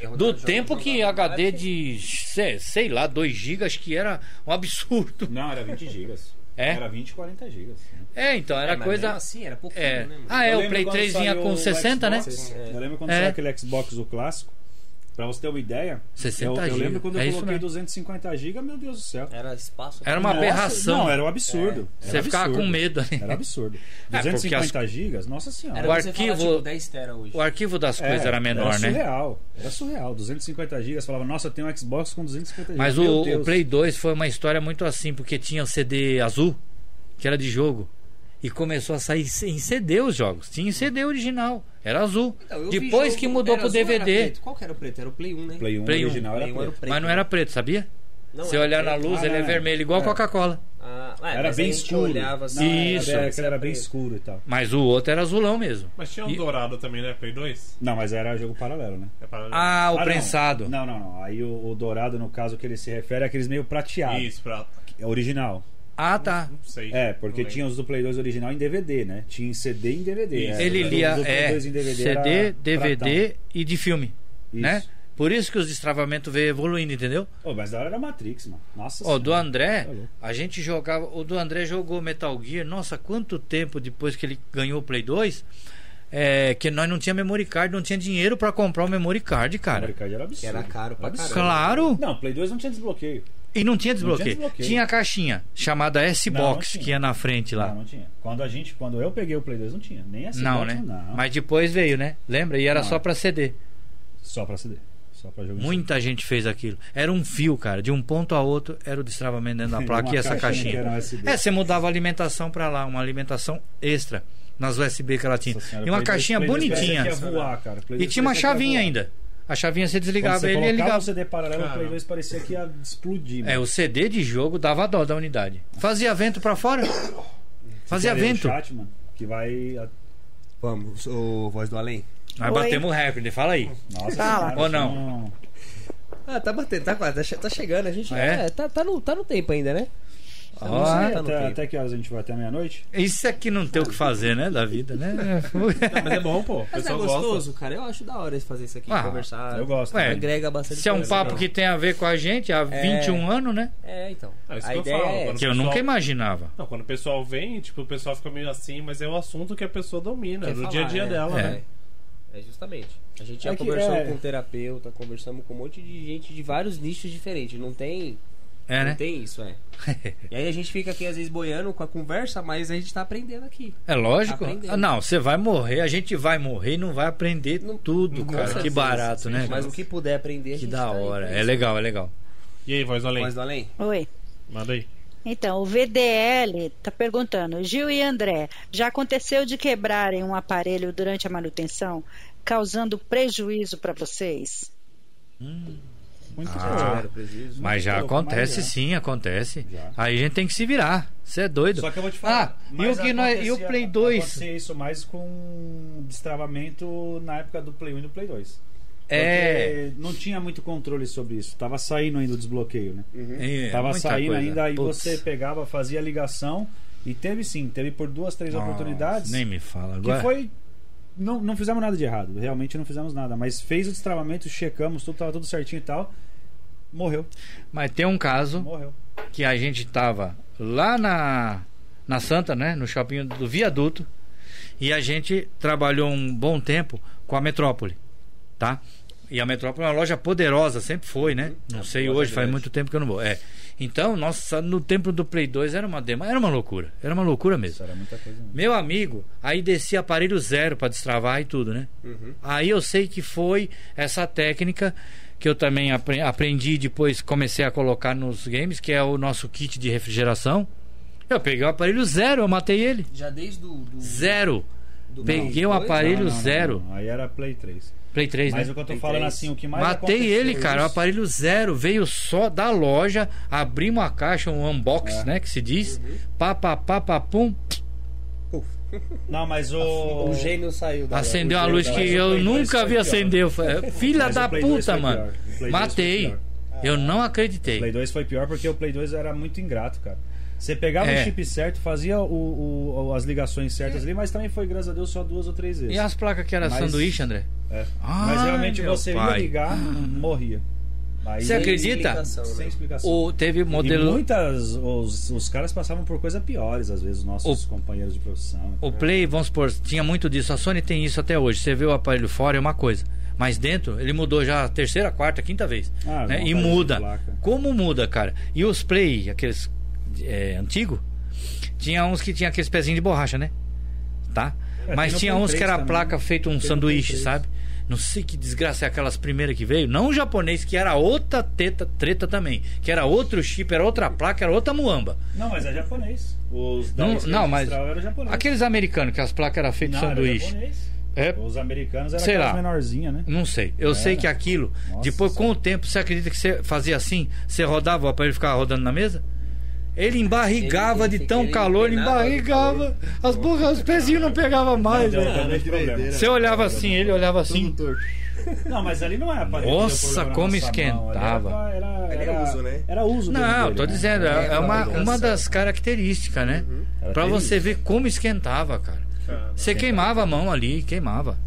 A: É,
D: Do tempo que HD de, se- sei lá, 2 GB, acho que era um absurdo.
C: Não, era 20 gigas.
D: É?
C: Era 20, 40 gigas.
D: É, então, era coisa.
A: Assim, era pouquinho,
D: É.
A: né? mano?
D: Ah, é,
C: Eu
D: o
C: lembro
D: Play
C: quando
D: 3 vinha
C: saiu
D: com
C: o
D: 60, né?
C: Xbox, Eu lembro quando
D: É.
C: saiu aquele Xbox, o clássico. Pra você ter uma ideia,
D: 60
C: eu, eu
D: giga.
C: lembro quando
D: É
C: eu
D: isso
C: coloquei
D: mesmo.
C: 250 GB, meu Deus do céu.
A: Era espaço.
D: é. Era uma
C: Nossa,
D: aberração. É.
C: Não, era um absurdo. Era
D: Você ficava
C: absurdo.
D: com medo ali.
C: Era absurdo.
D: É, porque
C: 250 gigas? Nossa senhora.
A: Era
D: O
A: você falar,
D: arquivo-
A: tipo, 10 tera hoje.
D: O arquivo das
C: É,
D: coisas era menor,
C: era
D: né?
C: surreal, Era surreal. 250 GB. Falava, nossa, eu tenho um Xbox com 250 GB.
D: Mas o, o Play 2 foi uma história muito assim, porque tinha o CD azul, que era de jogo. E começou a sair em CD os jogos. Tinha em CD original. Era azul.
A: Então, eu vi
D: Depois
A: jogo-
D: que mudou
A: era
D: pro
A: azul ou era
D: DVD.
A: preto? Qual que era o preto? Era o Play 1, né?
C: Play 1
D: Play um.
C: original
A: Play
C: era
A: 1
C: preto.
A: preto.
D: Mas não era preto, sabia?
A: Não,
D: Você
A: era
D: olhar na
A: preto.
D: luz,
C: Ah,
D: ele é
C: não.
D: vermelho, igual
C: É.
D: Coca-Cola.
A: Ah, é,
C: Era
A: mas
C: bem
A: a gente
C: escuro.
A: olhava assim,
D: Isso.
A: era-
C: Era, aquele era bem
A: preto.
C: escuro e tal.
D: Mas o outro era azulão mesmo.
B: Mas tinha um
D: E-
B: dourado também, né? Play 2?
C: Não, mas era jogo paralelo, né?
B: É para...
D: Ah,
C: Ah,
D: o
C: não.
D: prensado.
C: Não, não, não. Aí o, o dourado, no caso que ele se refere, é aqueles meio prateado.
B: Isso, pra...
C: É original.
D: Ah, tá.
B: Não sei.
C: É, porque
B: Não lembro.
C: tinha os do Play 2 original em DVD, né? Tinha em CD e em DVD.
B: Isso.
C: é.
D: Ele
C: Os
D: lia
C: do Play
D: é,
C: 2 em DVD era
D: CD, DVD e de filme,
C: Isso.
D: né? Por isso que os destravamentos veio evoluindo, entendeu?
C: pratão. Ô, mas da hora era Matrix, mano. Nossa
D: Ó, do
C: senhora.
D: André,
C: Tá louco.
D: a gente jogava. O do André jogou Metal Gear, nossa, quanto tempo depois que ele ganhou o Play 2, é, que nós não tinha memory card, não tinha dinheiro pra comprar o memory card,
C: O
D: cara.
C: mercado era
A: Que
C: absurdo.
A: era caro pra caramba.
D: Claro!
C: Não, Play 2 não tinha desbloqueio.
D: E não tinha desbloqueio. tinha,
C: desbloqueio.
D: a caixinha chamada
C: Não, não
D: S-Box,
C: tinha.
D: que ia na frente lá.
C: Não, não tinha. Quando a gente, quando eu peguei o Play 2, não tinha. Nem assim.
D: Não, né?
C: Não.
D: Mas depois veio, né? Lembra? E era
C: Não,
D: só
C: é.
D: pra CD.
C: Só pra CD. Só pra jogo em
D: Muita gente fez aquilo. Era um fio, cara. De um ponto a outro era o destravamento dentro da
C: Uma
D: placa e essa
C: caixinha que
D: caixinha.
C: era um USB.
D: É, você mudava a alimentação pra lá, uma alimentação extra nas USB que ela tinha.
C: Nossa senhora,
D: e uma
C: Play dois-
D: caixinha
C: Play dois parecia
D: bonitinha.
C: que ia voar, cara. Play
D: E
C: dois
D: tinha uma
C: parecia que ia
D: chavinha
C: voar.
D: ainda. A chavinha você
C: é Quando
D: desligava
C: você
D: ele e
C: colocava o
D: ligava.
C: CD paralelo, o Play
B: Cara.
C: 2 parecia que ia explodir.
D: É,
C: mano.
D: o CD de jogo dava dó da unidade. Fazia vento pra fora. Fazia
C: Cadê o
D: vento.
C: chat, mano, que vai... a-
A: Vamos, o Voz do Além.
D: Nós
E: Oi.
D: batemos o recorde, fala aí.
C: Nossa assim,
E: Fala.
C: senhora,
D: Tá Ou não?
C: são-
A: Ah, tá batendo, tá quase, tá che- tá chegando. A gente
D: É?
A: é, tá, tá, no, tá no tempo ainda, né? Tá no-
D: Ó,
A: tá no
C: Até,
A: tempo.
C: até que horas a gente vai? Até meia-noite?
D: Isso aqui não tem o que fazer, né? Da vida, né?
B: Mas é bom, pô. O
A: Mas é
B: pessoal gosta.
A: gostoso, cara. Eu acho da hora fazer isso aqui,
D: Ah,
A: conversar.
C: eu gosto.
D: Ué,
A: Agrega bastante
D: Se é um
A: coisa,
D: papo
A: né?
D: que tem a ver com a gente
C: É.
D: há 21 anos, né?
A: É, então.
B: É isso
A: a
B: que eu
A: ideia
B: falo,
A: é
B: quando-
A: essa.
D: Que eu
B: Pessoal-
D: nunca imaginava.
B: Não, quando o pessoal vem, tipo, o pessoal fica meio assim, mas é o assunto que a pessoa domina,
A: Quer
B: no
A: falar,
B: dia a dia
A: né?
B: dela,
D: É.
B: né?
A: É justamente. A gente já
C: É que,
A: conversou
C: é.
A: com um terapeuta, conversamos com um monte de gente de vários nichos diferentes. Não tem,
D: É,
A: não
D: né?
A: tem isso, é. e aí a gente fica aqui às vezes boiando com a conversa, mas a gente tá aprendendo aqui.
D: É lógico.
A: Aprendendo.
D: Ah, Não, você vai morrer, a gente vai morrer e não vai aprender
A: Não-
D: tudo,
A: Com
D: cara. Que
A: certeza.
D: barato, né?
A: Mas o que puder aprender, a
D: Que
A: gente
D: da
A: tá aí
D: hora.
A: pra
D: É
A: isso.
D: legal, é legal.
B: E aí, voz do além?
A: Voz do além?
E: Oi.
B: Manda aí.
E: Então, o VDL está tá perguntando, Gil e André, já aconteceu de quebrarem um aparelho durante a manutenção, causando prejuízo para vocês?
C: Muito
D: Ah,
C: bom.
D: Mas já
C: pouco,
D: acontece,
C: mas é. já.
D: sim, acontece.
C: Já.
D: Aí a gente tem que se virar. Você é doido.
C: Só que eu vou te falar.
D: Ah, e
C: mas
D: o, que nós, e o
C: acontecia-
D: Play 2?
C: Acontecia isso mais com destravamento na época do Play 1 e do Play 2.
D: É.
C: Porque Não tinha muito controle sobre isso. Tava saindo ainda o desbloqueio, né?
D: é,
C: Tava
D: muita
C: saindo
D: coisa.
C: ainda, aí
D: Putz,
C: você pegava, fazia ligação. E teve sim, teve por duas, três
D: nossa,
C: oportunidades.
D: Nem me fala
C: Que
D: agora.
C: foi. Não, não fizemos nada de errado, realmente não fizemos nada, mas fez o destravamento, checamos, tudo tava tudo certinho e tal. Morreu,
D: Mas tem um caso
C: morreu.
D: que a gente tava lá na, na Santa, né? No shopping do viaduto. E a gente trabalhou um bom tempo com a Metrópole, tá? E a Metrópole é uma loja poderosa, sempre foi, né? Não sei hoje, faz muito tempo que eu não vou. É. Então, nossa, no tempo do Play 2 era uma dema, era uma loucura, era uma loucura mesmo.
C: Isso era muita coisa. né? mesmo.
D: Meu amigo, aí descia aparelho zero pra destravar e tudo, né?
C: Uhum.
D: Aí eu sei que foi essa técnica que eu também apre- aprendi e depois comecei a colocar nos games, que é o nosso kit de refrigeração. Eu peguei o aparelho zero, eu matei ele.
A: Já desde o. Do,
D: Zero.
A: do
D: Peguei o
A: Play dois,
D: aparelho
C: Não, não, não,
D: zero.
C: não, Aí era Play 3.
D: Play 3,
C: Mas
D: né?
C: o que eu tô
A: Play
C: falando
A: 3.
C: assim, o que mais
D: Matei
C: aconteceu
D: ele, cara. O
C: isso-
D: aparelho zero veio só da loja. Abrimos a caixa, um unbox,
C: É.
D: né? Que se diz.
C: Uhum.
D: Pá, pá, pá, pá, pum.
C: Não, mas o
A: O gênio saiu da.
D: Acendeu uma
A: o tá
D: luz
A: gênio
D: que
A: da-
D: eu
C: Play dois
D: nunca
C: foi
D: vi
C: pior.
D: acender. Eu falei, Filha
C: Mas
D: da
C: o Play dois
D: puta,
C: foi
D: mano.
C: pior. O Play dois foi
D: Matei.
C: pior.
D: Eu não
C: Play
D: acreditei.
C: 2 foi pior porque o Play 2 era muito ingrato, cara. Você pegava
D: É.
C: o chip certo, fazia o- o- as ligações certas ali, mas também foi, graças a Deus, só duas ou três vezes.
D: E as placas que era
C: Mas-
D: sanduíche, André?
C: É.
D: Ah,
C: mas realmente
D: meu
C: você ia
D: pai.
C: ligar, morria. Aí,
D: Você
C: sem
D: acredita?
C: sem explicação.
D: O, teve
C: E
D: modelo.
C: muitas. Os, os caras passavam por coisas piores, às vezes, os nossos
D: O-
C: companheiros de profissão.
D: O Play, vamos supor, tinha muito disso. A Sony tem isso até hoje. Você vê o aparelho fora, é uma coisa. Mas dentro, ele mudou já a terceira, quarta, quinta vez.
C: Ah,
D: né?
C: vontade
D: E
C: de
D: muda.
C: placa.
D: Como muda, cara? E os Play, aqueles é, antigos, tinha uns que tinha aqueles pezinhos de borracha, né? Tá?
C: É, tem
D: Mas
C: no
D: tinha
C: Play
D: uns que
C: 3
D: era a
C: também. né?
D: placa feito um
C: Tem no
D: sanduíche,
C: Play 3.
D: sabe? Não sei que desgraça é aquelas primeiras que veio. Não o japonês, que era outra teta, treta também. Que era outro chip, era outra placa, era outra muamba.
C: Não, mas é japonês. Os da
D: Não,
C: Estrela
D: não, mas.
C: Central era japonês.
D: Aqueles americanos que as placas eram
C: Não,
D: feitas de
C: era
D: sanduíche.
C: japonês.
D: É,
C: Os americanos eram
D: Sei
C: aquelas
D: lá.
C: menorzinha, né?
D: não sei. Eu sei que aquilo,
C: Nossa
D: depois com o tempo, você acredita que você fazia assim? Você rodava o aparelho e ficava rodando na mesa? Ele embarrigava
A: Ele- ele-
D: de tão
A: ele
D: calor, ele
A: empenava
D: embarrigava. As borras, os pezinhos não pegavam mais.
H: é,
C: Deu
D: né?
C: muito problema.
D: Você olhava assim, ele olhava assim.
H: Tudo torto.
C: Não, mas ali não é aparelho.
D: Nossa,
C: que deu problema
D: como
C: na nossa mão, ali
D: esquentava.
C: Era, era,
H: Ali é
C: era-
H: uso, né?
C: Era uso.
D: Não,
C: dele,
D: tô
C: né?
D: dizendo, é, é uma,
H: engraçado.
D: uma das características, né?
C: Uhum. Era
D: Pra
C: terrível.
D: você ver como esquentava, cara. Você queimava a mão ali, queimava.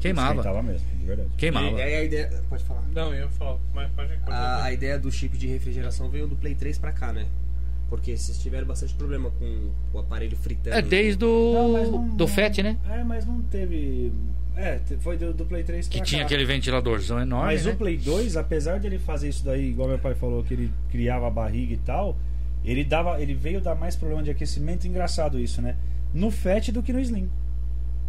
D: Queimava,
C: Esquentava mesmo, de verdade.
D: queimava.
A: E aí a ideia. Pode falar.
B: Não, eu ia falar, mas pode, pode
A: A, a ideia do chip de refrigeração veio do Play 3 pra cá, né? Porque vocês tiveram bastante problema com o aparelho fritando.
D: É desde
C: Não, mas não-
D: o do
C: não-
D: FET, né?
C: É, mas não teve. É, te- foi do, do Play 3 pra
D: Que tinha
C: cá.
D: aquele ventiladorzão enorme.
C: Mas
D: né?
C: o Play 2, apesar de ele fazer isso daí, igual meu pai falou, que ele criava a barriga e tal, ele dava, ele veio dar mais problema de aquecimento, engraçado isso, né? No fat do que no slim.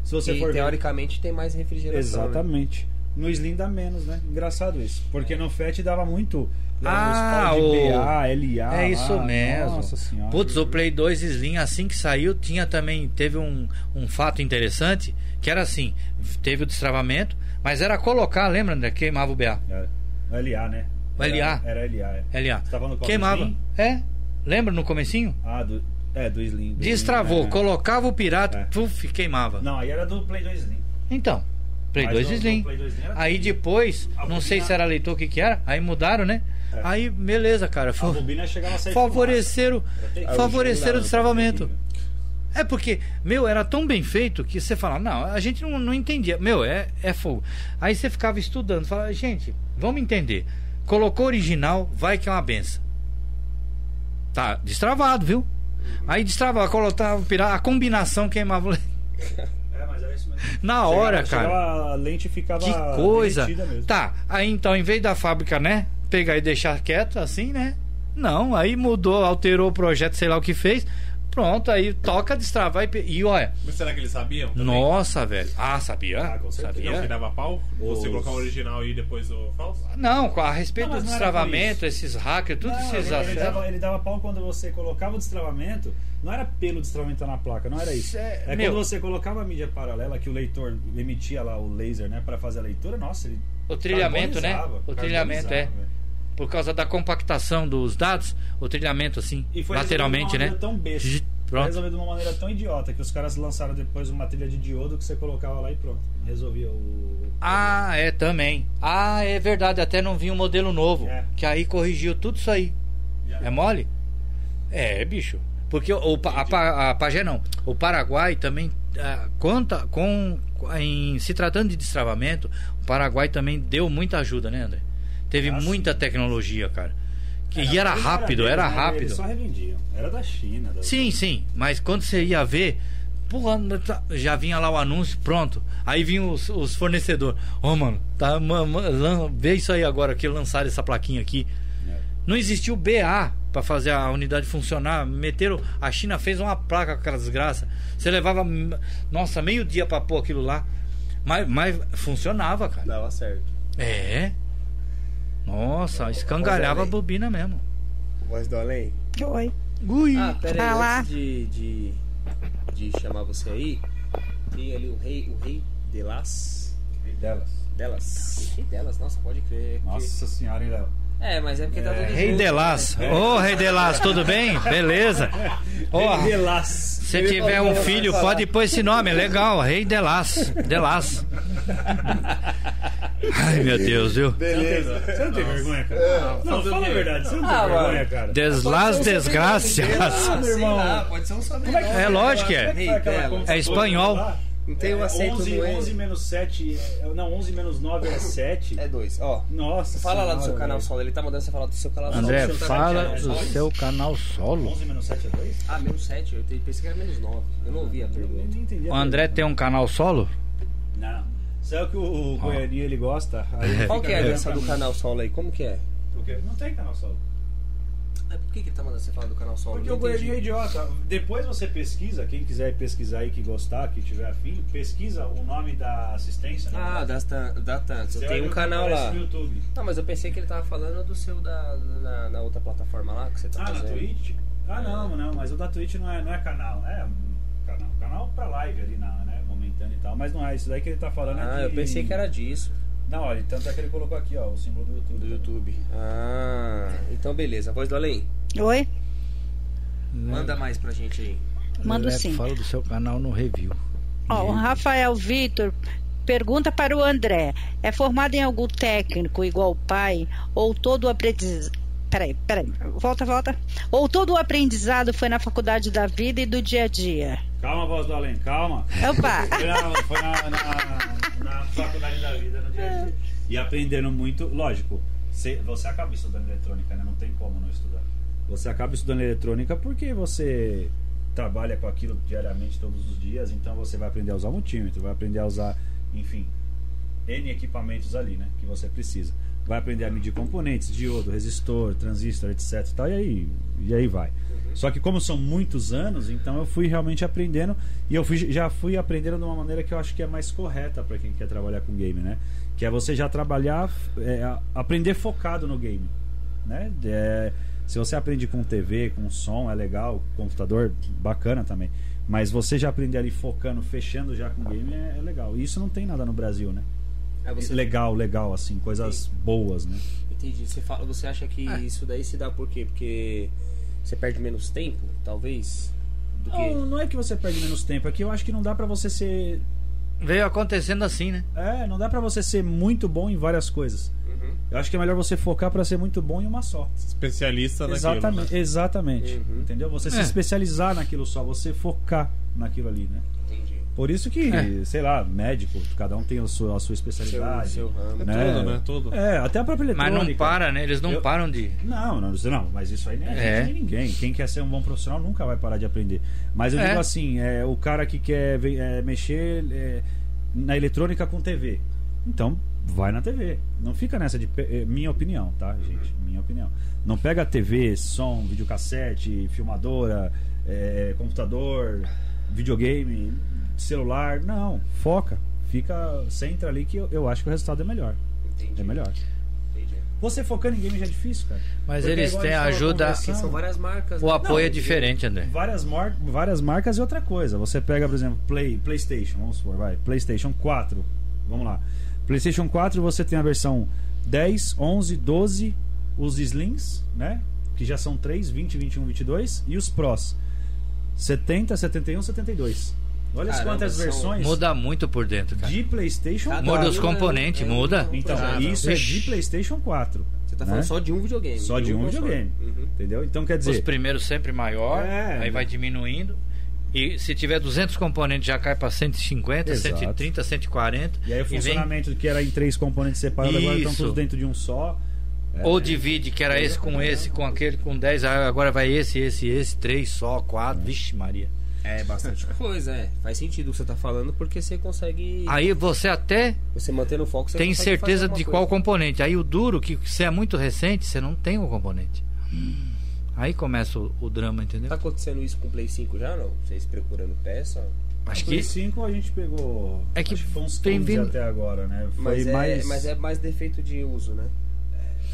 C: Se você
A: E
C: for ver.
A: teoricamente tem mais refrigeração. né?
C: Exatamente. No slim dá menos, né? Engraçado isso, porque no fat dava muito
D: Ah,
C: dava os pau de
D: o-
C: BA, LA.
D: É isso
C: lá,
D: mesmo.
C: Ah, Nossa senhora.
D: Putz, o Play 2 Slim, assim que saiu, tinha também. Teve um, um fato interessante, que era assim: teve o destravamento, mas era colocar, lembra, André? Queimava o BA.
C: Era. LA, É, né?
D: O LA.
C: Era, era LA, é.
D: LA.
C: Você tava no copo
D: Queimava.
C: Slim?
D: É? Lembra no comecinho?
C: Ah, do, é, do slim. do
D: Destravou,
C: slim, né?
D: colocava o pirata,
C: É.
D: puf, queimava.
C: Não, aí era do Play 2 slim.
D: Então, Play
C: Mas
D: 2
C: no- no
D: Slim.
C: Play 2 Slim era
D: Aí depois,
C: A
D: não sei
C: bobina-
D: se era leitor o que que era, aí mudaram, né?
C: É.
D: Aí, beleza, cara.
C: A
D: Foi...
C: bobina chegava a sair
D: favoreceram,
C: terrível.
D: favoreceram o destravamento.
C: terrível.
D: É porque, meu, era tão bem feito que você fala, não, a gente não, não entendia. Meu, é, é fogo. Aí você ficava estudando, falava, gente, vamos entender. Colocou original, vai que é uma benção. Tá destravado,
C: Uhum.
D: viu? Aí destravava, colocava, o pirata, a combinação queimava. o le-
C: É, mas era isso mesmo.
D: Na hora,
C: Chegava-
D: cara.
C: chegava, a lente ficava
D: Que coisa!
C: derretida mesmo.
D: Tá, aí então, em vez da fábrica, né? Pegar e deixar quieto, assim, né? Não, aí mudou, alterou o projeto, sei lá o que fez. Pronto, aí toca destravar e. pe- E olha,
B: Mas será que eles sabiam? também?
D: nossa, velho. Ah, sabia?
C: Ah, com certeza.
B: Não, que
D: sabia?
B: dava pau? Você
C: Os-
B: colocar o original e depois o falso?
D: Não, com- a respeito
C: Não,
D: do
C: mas não era por
D: destravamento,
C: isso.
D: esses hackers, tudo
C: Não,
D: esses
C: ele, ele,
D: acessos.
C: dava, ele dava pau quando você colocava o destravamento. Não era pelo destravamento na placa, não era isso.
D: Cê-
C: é
D: meu.
C: quando você colocava a mídia paralela, que o leitor emitia lá o laser, né, pra fazer a leitura. Nossa, ele.
D: O trilhamento, né?
C: carbonizava,
D: O trilhamento, é.
C: carbonizava, velho.
D: Por causa da compactação dos dados, o trilhamento, assim,
C: E foi
D: lateralmente, né?
C: resolvido de uma maneira Tão
D: Zzz,
C: besta,
D: pronto.
C: Resolvido de uma maneira tão idiota que os caras lançaram depois uma trilha de diodo que você colocava lá e pronto. Resolvia o.
D: Ah, é também. Ah, é verdade, até não vi um modelo novo.
C: É.
D: Que aí corrigiu tudo isso aí. É mole? É, bicho. Porque o, o pa- a, pa- a Pajé não. O Paraguai também ah, conta com. Em se tratando de destravamento, o Paraguai também deu muita ajuda, né, André? Teve
C: Ah,
D: muita
C: sim.
D: tecnologia, cara. Que, e era
C: Eles
D: rápido,
C: deles,
D: era
C: né? Eles
D: rápido.
C: só revendiam. Era da China. Da...
D: Sim, sim, mas quando você ia ver, porra, né, tá, já vinha lá o anúncio, pronto. Aí vinham os, os fornecedores. Ô, mano, tá, ma- ma- lan- vê isso aí agora que lançaram essa plaquinha aqui.
C: né,
D: Não existiu BA pra fazer a unidade funcionar. Meteram. A China fez uma placa com aquela desgraça. Você levava, hum, nossa, meio dia pra pôr aquilo lá. Mas, mas funcionava, cara.
F: Dava certo.
D: É. Nossa, escangalhava a
F: olha aí.
D: bobina mesmo.
F: Voz do além?
E: Oi.
D: Ui.
A: Ah, pera aí,
E: Vai lá.
A: antes de, de, de chamar você aí, tem ali o rei, o rei de las,
C: Delas.
A: Delas. Rei delas, nossa, pode crer. que-
C: Nossa senhora, hein, Léo?
A: É, mas é porque tá tudo
D: Rei
A: junto,
D: Delas. Ô,
A: né?
D: Rei Delas, tudo bem? Beleza. Ó, se tiver um filho, pode pôr esse nome, é legal. Rei Delas. Delas. Ai, meu Deus, viu?
H: Beleza.
C: Você não tem vergonha, cara? Não, fala a verdade, você não tem
A: Ah,
C: vergonha,
A: mano.
C: cara.
D: Deslas desgracias.
A: Ah, sei
C: irmão.
A: lá, pode ser um sobrenome.
D: É lógico que é.
A: Rei
C: Sabe aquela
A: delas.
C: conta
D: É espanhol.
C: lá?
A: Não tem um
C: É,
A: acento
C: 11,
A: no E.
C: 11 menos 7. é- Não, 11 menos 9 é 7.
A: É dois, ó.
C: Nossa.
A: Fala lá do seu
C: senhora,
A: canal
C: velho.
A: solo, ele tá mandando você falar do seu canal solo. O
D: André,
A: seu tá
D: fala
A: chateado,
D: do
A: só isso?
D: seu canal solo.
C: 11 menos 7 é 2?
A: Ah, menos 7, eu te- pensei que era menos 9. Eu não ouvi a
C: Eu
A: pergunta.
C: nem entendi. a
D: O André
C: pergunta.
D: tem um canal solo?
C: Não. Sabe o que o Goianinha ele gosta? Aí ele
A: Qual
C: fica assim.
A: que é a
C: olhando
A: dança
C: pra
A: do
C: mim.
A: canal solo aí? Como que é?
C: Porque Não tem canal solo.
A: Mas por que que ele tá mandando você falar do canal solo?
C: Porque
A: Não
C: o Goianinha é
A: entendi.
C: idiota. Depois você pesquisa, quem quiser pesquisar aí, que gostar, que tiver afim, pesquisa o nome da assistência. né?
A: Ah, das tan- da Tantos.
C: Você
A: Eu
C: vai
A: tenho
C: ver
A: um
C: o que
A: canal
C: aparece
A: lá.
C: no YouTube.
A: Não, mas eu pensei que ele tava falando do seu da, na, na outra plataforma lá que você tá
C: Ah, na
A: fazendo.
C: Twitch? Ah, não, não, mas o da Twitch não é, não é canal, é um canal, canal pra live ali, na, né, momentâneo e tal, mas não é, isso daí que ele tá falando é
A: Ah,
C: de-
A: eu pensei que era disso,
C: Não, olha, tanto é que ele colocou aqui, ó, o símbolo do YouTube.
A: do YouTube. Ah, então beleza. Voz do Além,
E: Oi?
C: Né?
A: manda mais pra gente aí.
E: Mando
D: André,
E: sim.
D: Fala do seu canal no review.
E: Ó, o Rafael Vitor pergunta para o André: é formado em algum técnico igual o pai ou todo o aprendizado? Peraí, peraí, volta, volta. Ou todo o aprendizado foi na faculdade da vida e do dia a dia?
C: Calma, voz do além, calma.
E: Opa!
C: Foi na, foi na- na- na faculdade da vida, no dia a dia. E aprendendo muito, lógico, você, você acaba estudando eletrônica, né, não tem como não estudar. Você acaba estudando eletrônica porque você trabalha com aquilo diariamente, todos os dias, então você vai aprender a usar multímetro, vai aprender a usar, enfim, N equipamentos ali, né? Que você precisa. Vai aprender a medir componentes, diodo, resistor, transistor, etc. e Tal, e, aí, e aí vai. Só que como são muitos anos, então eu fui realmente aprendendo e eu fui, já fui aprendendo de uma maneira que eu acho que é mais correta para quem quer trabalhar com game, né? Que é você já trabalhar, é, a- aprender focado no game, né? É, se você aprende com TV, com som, é legal, computador, bacana também. Mas você já aprender ali focando, fechando já com game é, é legal. E isso não tem nada no Brasil, né?
A: Ah, você
C: legal, legal, assim, coisas boas, né?
A: Entendi. Você, fala, você acha que
C: É.
A: isso daí se dá por quê? Porque você perde menos tempo, talvez? Do que.
C: Não, não é que você perde menos tempo, é que eu acho que não dá pra você ser.
D: Veio acontecendo assim, né?
C: É, não dá pra você ser muito bom em várias coisas.
A: Uhum.
C: Eu acho que é melhor você focar pra ser muito bom em uma só.
B: Especialista naquilo. né?
C: Exatamente, exatamente.
A: Tá Uhum.
C: Entendeu? Você se
D: É.
C: especializar naquilo só, você focar naquilo ali, né?
A: Entendi.
C: Por isso que,
D: É.
C: sei lá, médico, cada um tem a sua, a
A: Seu,
C: sua especialidade.
A: seu ramo.
C: Né?
B: Tudo, né? Tudo.
C: É, até a própria
D: Mas
C: eletrônica.
D: não para, né? Eles não
C: Eu-
D: param de.
C: Não, não, isso não, mas isso aí nem a gente,
D: É.
C: nem ninguém. Quem quer ser um bom profissional nunca vai parar de aprender. Mas eu
D: É.
C: digo assim, é, o cara que quer ve- é, mexer é, na eletrônica com TV. Então, vai na TV. Não fica nessa de. pe- é, minha opinião, tá, gente? Minha opinião. Não pega TV, som, videocassete, filmadora, é, computador, videogame, celular. Não, foca. Fica. Centra ali que eu, eu acho que o resultado é melhor.
A: Entendi.
C: É melhor.
A: Entendi.
C: Você focando em game já é difícil, cara.
D: Mas
C: Porque
D: eles
C: igual
D: têm
C: a gente tava
D: ajuda.
C: conversando,
A: São várias marcas.
D: O
A: né?
D: apoio é
A: Não,
D: diferente, André.
C: várias, mar várias marcas e outra coisa. Você pega, por exemplo, Play, PlayStation, vamos supor, vai, PlayStation 4. Vamos lá. PlayStation 4 você tem a versão 10, 11, 12, os Slims, né? Que já são 3, 20, 21, 22 e os Pros. 70, 71, 72. Olha as
A: Caramba,
C: quantas
A: são-
C: versões
D: Muda muito por dentro, cara.
C: de PlayStation
A: cada
C: 4.
D: Muda os
A: um é-
D: componentes,
A: é um
D: muda.
A: projeto.
C: Então,
A: Ah, não.
C: isso é de
D: um. Vixe.
C: PlayStation 4.
A: Você tá falando
C: né?
A: só de um videogame.
C: Só de um
A: console.
C: videogame.
A: Uhum.
C: Entendeu? Então quer
D: Os
C: dizer,
D: primeiros sempre maior,
C: É,
D: aí
C: né?
D: vai diminuindo. E se tiver 200 componentes, já cai para 150,
C: Exato.
D: 130, 140.
C: E aí o
D: vem-
C: funcionamento que era em três componentes separados, agora estão
D: Isso.
C: todos dentro de um só. É.
D: Ou divide, que era esse com esse, com aquele, com 10, aí agora vai esse, esse, esse, três só, quatro. Vixe, Maria.
A: É bastante coisa, é. Faz sentido o que você tá falando, porque você consegue.
D: Aí você até
A: Você mantendo o foco, você
D: tem
A: consegue
D: Ah, certeza
A: fazer
D: de
A: alguma
D: qual
A: coisa.
D: componente. Aí o duro, que se é muito recente, você não tem o componente.
C: Hum.
D: Aí começa o, o drama, entendeu?
A: Tá acontecendo isso com o Play 5 já não? Vocês procurando peça?
D: Acho
C: O
D: que
C: Play 5 a gente pegou.
D: É que
C: acho foi uns
D: tem
C: 15
D: vindo-
C: até agora, né? Foi
A: Mas, é,
C: mais.
A: mas é mais defeito de uso, né?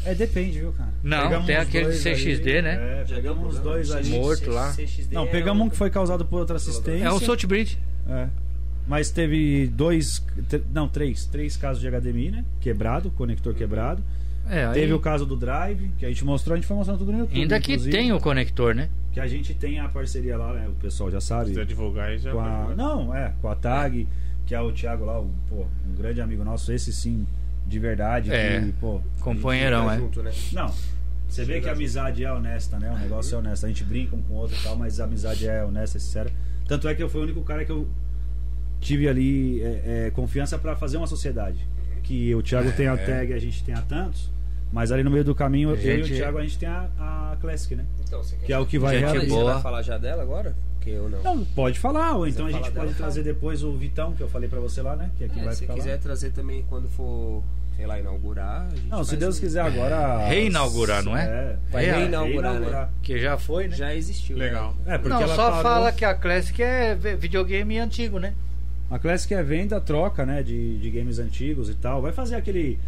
C: É, depende, viu, cara?
D: Não, tem
C: uns
D: aquele de
C: dois ali,
D: CXD, né?
C: É, pegamos uns dois ali.
D: Morto lá.
A: CXD
C: Não,
A: é
C: pegamos
A: um-
C: um que foi causado por outra assistência.
D: é o Salt Bridge.
C: É. Mas teve dois, tr- não, três, três casos de HDMI, né? Quebrado, conector quebrado.
D: É, aí-
C: Teve o caso do Drive, que a gente mostrou, a gente foi mostrando tudo no YouTube.
D: Ainda que
C: inclusive,
D: tem o conector, né?
C: Que a gente tem a parceria lá, né? O pessoal já
B: Se
C: sabe.
B: quiser divulgar aí já.
C: com a-
B: pode-
C: não, é, com a TAG, que é o Thiago lá, um, pô, um grande amigo nosso, esse sim, de verdade.
D: É.
C: que, pô,
D: Companheirão,
A: Tá
D: é.
A: junto, né?
C: não, você vê que a amizade é honesta, né? O negócio é honesto. A gente brinca um com o outro e tal, mas a amizade é honesta, é sincera. Tanto é que eu fui o único cara que eu tive ali é, é, confiança pra fazer uma sociedade. Que o Thiago tem a tag, a gente tem a tantos. Mas ali no meio do caminho, eu e
D: Gente-
C: o Thiago, É. a gente tem a, a Classic, né?
A: Então, você quer...
C: Que é o que vai
D: Gente
A: Fala aí,
C: reabrir.
A: Você
D: boa.
A: vai falar já dela agora? Que eu não.
C: Não, pode falar, ou então a
A: Quiser
C: gente
A: falar
C: pode
A: dela,
C: trazer depois o Vitão, que eu falei pra você lá, né? Que aqui
A: É,
C: vai
A: se
C: ficar lá.
A: quiser trazer também quando for, sei lá, inaugurar. a gente
C: Não, se
A: faz
C: Deus
A: um-
C: quiser agora.
D: Reinaugurar, não é?
A: Vai
D: É,
A: reinaugurar, né?
D: Que já foi, né?
A: Já existiu.
B: Legal.
A: né?
C: É, porque
D: não,
C: ela
D: só
C: parou-
D: fala que a Classic é vi- videogame antigo, né?
C: A Classic é venda, troca, né? De, de games antigos e tal. Vai fazer aquele.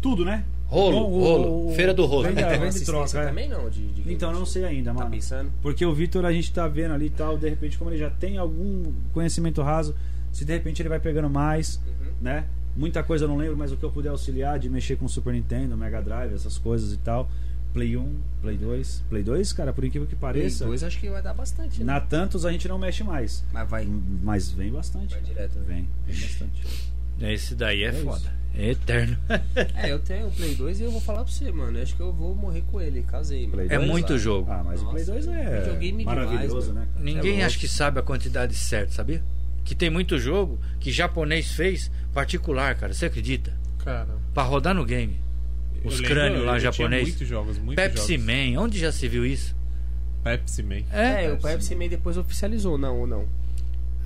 C: Tudo, né?
D: Rolo,
C: Então,
D: rolo. Feira do rolo.
C: Venda,
D: Então,
A: Tem uma
C: venda e troca.
A: assistência
C: é.
A: também não, de, de-
C: Então, não sei ainda,
A: Tá
C: mano.
A: pensando?
C: Porque o Vitor, a gente tá vendo ali e tal. De repente, como ele já tem algum conhecimento raso, se de repente ele vai pegando mais,
A: Uhum.
C: né? Muita coisa eu não lembro, mas o que eu puder auxiliar de mexer com Super Nintendo, Mega Drive, essas coisas e tal. Play 1, Play 2. Play 2, cara, por incrível que pareça.
A: Depois acho que vai dar bastante, né?
C: Na tantos a gente não mexe mais.
A: Mas vai.
C: Mas vem bastante.
A: Vai direto, né?
C: Vem, vem bastante.
D: Esse daí é,
C: isso.
D: foda. É eterno.
A: É, eu tenho o Play 2 e eu vou falar pra você, mano. eu Acho que eu vou morrer com ele, casei. mano.
C: Play
D: É
C: dois,
D: muito
A: sabe?
D: jogo.
C: Ah, mas o
A: Nossa,
C: Play 2 é
A: videogame
C: maravilhoso,
A: demais,
C: né? cara?
D: Ninguém
A: É
D: acho que sabe a quantidade certa, sabia? Que tem muito jogo que japonês fez particular, cara. Você acredita?
B: Cara.
D: Pra rodar no game.
B: eu
D: Os
B: lembro,
D: crânios lá
B: eu tinha
D: japonês.
B: Muitos jogos, muitos
D: Pepsi
B: jogos.
D: Man, onde já se viu isso?
B: Pepsi Man.
A: É, o Pepsi Man depois oficializou, não, ou não.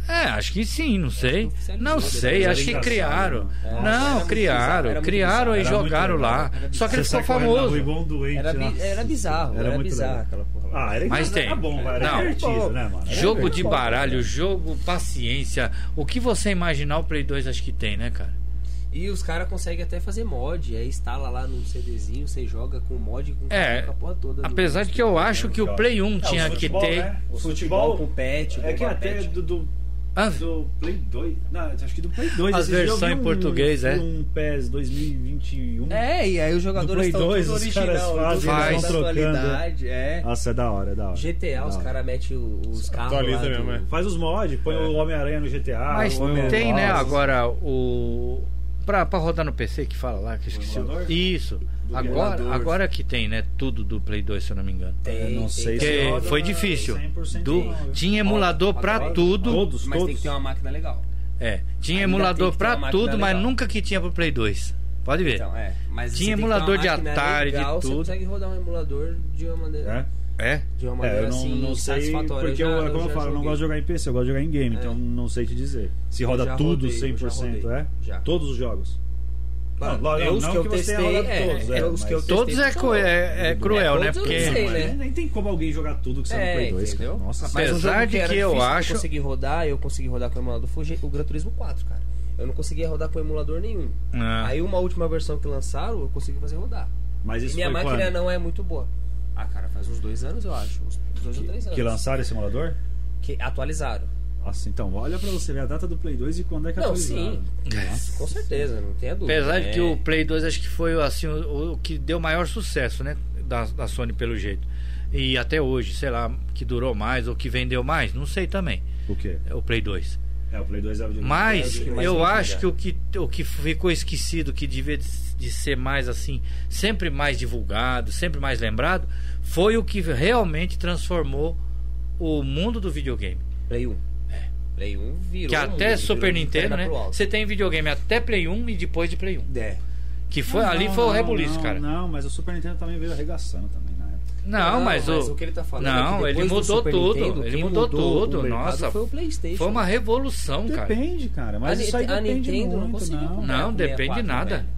D: É, acho que sim, não sei.
A: oficializou,
D: Não
A: né?
D: sei,
A: Mas
C: era
D: acho que
C: engraçado,
D: criaram.
C: né?
A: É, era
D: Não,
A: muito bizarro,
D: criaram.
A: era muito
D: Criaram e
A: bizarro,
C: era muito
D: jogaram lá.
C: legal, era
D: Só que ele
C: Você sai
D: ficou
C: correndo na rua
D: famoso.
C: igual um doente,
A: Era, bi-
C: né?
A: era bizarro,
C: Era
A: era,
C: muito
A: bizarro
C: legal.
A: aquela porra lá.
C: Ah, era
D: Mas
C: engraçado,
D: tem.
C: Era bom, velho. Era
D: Não.
C: divertido, né, mano? Era
D: Jogo de
C: divertido.
A: né?
D: baralho, jogo, paciência. O que você imaginar o Play 2 acho que tem, né, cara?
A: E os caras conseguem até fazer mod, aí instala lá num CDzinho, você joga com mod com
D: É,
A: com a porra toda. do-
D: Apesar de que eu acho que o Play 1
C: É, o
D: tinha que
C: futebol,
D: ter.
C: né? O
A: O
C: futebol
A: futebol com pet,
C: É
A: com
C: que até
A: papete.
C: do, do,
D: Ah,
C: do Play 2. Não, acho que do Play 2.
D: As
C: esses dias eu vi
D: versões em português,
C: um,
D: é.
C: Um PES 2021.
A: É, e aí os jogadores
C: Play
A: estão tudo
C: 2 os
A: original,
C: caras
A: tudo
C: fazem,
D: eles
A: faz.
C: vão trocando.
A: atualidade, é.
C: Nossa, é da hora, é da hora.
A: GTA,
C: Da
A: os
C: hora.
A: caras metem os carros lá
B: Atualiza
A: do-
B: mesmo, é.
C: Faz os mods, põe o Homem-Aranha no GTA.
D: mas
C: o Homem
D: tem, né, agora o. Pra, pra rodar no PC que fala lá, que eu esqueci. o-
C: emulador?
D: Isso. Agora,
A: emulador.
D: agora que tem, né? Tudo do Play 2, se eu não me engano.
A: Tem,
C: Eu É, não
A: tem,
C: sei
A: tem.
C: se é.
D: Porque
C: roda
D: foi
C: na-
D: difícil.
C: 100%
D: Do,
C: não, viu?
D: tinha emulador
A: Roda,
D: pra
A: roda,
D: tudo.
C: Todos,
A: Mas tem
C: todos.
A: que ter uma máquina legal.
D: É, tinha
A: Ainda
D: emulador
A: tem que ter
D: pra
A: uma máquina
D: tudo, mas
A: legal.
D: nunca que tinha pro Play 2. Pode ver.
A: Então, é. Mas você tem que
D: Tinha
A: ter
D: emulador
A: uma
D: de
A: máquina
D: Atari, de
A: legal,
D: tudo.
A: Você consegue rodar um emulador de uma maneira,
C: É?
D: É.
A: de uma
C: É,
A: maneira
C: eu não,
A: assim,
C: não sei,
A: satisfatória.
C: porque
A: já,
C: eu, é como eu
A: já
C: falo, eu não
A: joguei.
C: gosto de jogar em PC, eu gosto de jogar em game,
A: É.
C: então não sei te dizer. Se roda
A: já
C: tudo
A: rodei, eu já
C: 100%,
A: rodei.
C: é?
A: Já.
C: Todos os jogos.
A: Mano,
C: Não,
A: eu, é os
C: não
A: que eu
C: que você tenha
A: testei,
C: rodado
A: é,
C: todos,
A: é,
C: é,
A: os que eu
C: mas-
A: testei.
D: Todos é, co- é- é cruel, né?
A: todos eu não
D: Porque.
A: sei,
C: Mas
A: né?
C: nem- Nem tem como alguém jogar tudo que você
A: É,
C: no Play 2,
A: entendeu?
C: cara. Nossa,
D: Mas-
A: Mas um jogo
D: Apesar de
A: que, era
D: que eu
A: difícil de
D: acho-
A: conseguir rodar, eu consegui rodar com o emulador, foi o Gran Turismo 4, cara. Eu não conseguia rodar com emulador nenhum.
D: Ah.
A: Aí uma última versão que lançaram, eu consegui fazer rodar.
C: mas
A: E
C: isso
A: minha
C: foi
A: máquina
C: quando?
A: não é muito boa. Ah, cara, faz uns dois anos, eu acho. Uns dois ou três anos.
C: Que lançaram esse emulador?
A: Que atualizaram.
C: Nossa, então, olha pra você ver a data do Play 2 e quando é que
A: Não,
C: atualizaram. Nossa.
A: Com certeza, não tenha dúvida.
D: Apesar de
A: É.
D: que o Play 2 acho que foi assim, o, o que deu maior sucesso, né? Da, da Sony, pelo jeito. E até hoje, sei lá, que durou mais ou que vendeu mais, não sei também.
C: O quê?
D: É o Play 2.
C: É, o Play 2 é o de-
D: Mas
A: que mais
D: eu
A: vende,
D: acho
A: né?
D: que o, que o que ficou esquecido, que devia de, de ser mais assim, sempre mais divulgado, sempre mais lembrado, foi o que realmente transformou o mundo do videogame.
A: Play 1. Play 1 virou.
D: É. que até
A: um-
D: Super
A: virou de
D: Nintendo,
A: perna
D: né?
A: pro alto.
D: Você tem videogame até Play 1 e depois de Play 1.
A: É.
D: Que foi,
C: Não,
D: ali
C: não,
D: foi o
C: não,
D: rebuliço,
C: não,
D: cara.
C: Não, mas o Super Nintendo também veio arregaçando também na época.
D: Não, mas, o...
A: que ele tá falando. é que
D: Não, ele
A: depois do
D: mudou
A: Super
D: tudo.
A: Nintendo,
D: ele
A: quem
D: mudou,
A: o
D: tudo.
A: mercado
D: Nossa,
A: foi o
D: foi,
A: PlayStation.
D: uma revolução, cara.
C: Depende, cara. Mas
A: A
C: isso aí
A: Nite- a
C: depende
A: Nintendo não
C: muito,
A: conseguiu
C: não.
A: comprar.
D: Não,
A: com
D: depende
A: 64,
D: nada.
A: velho.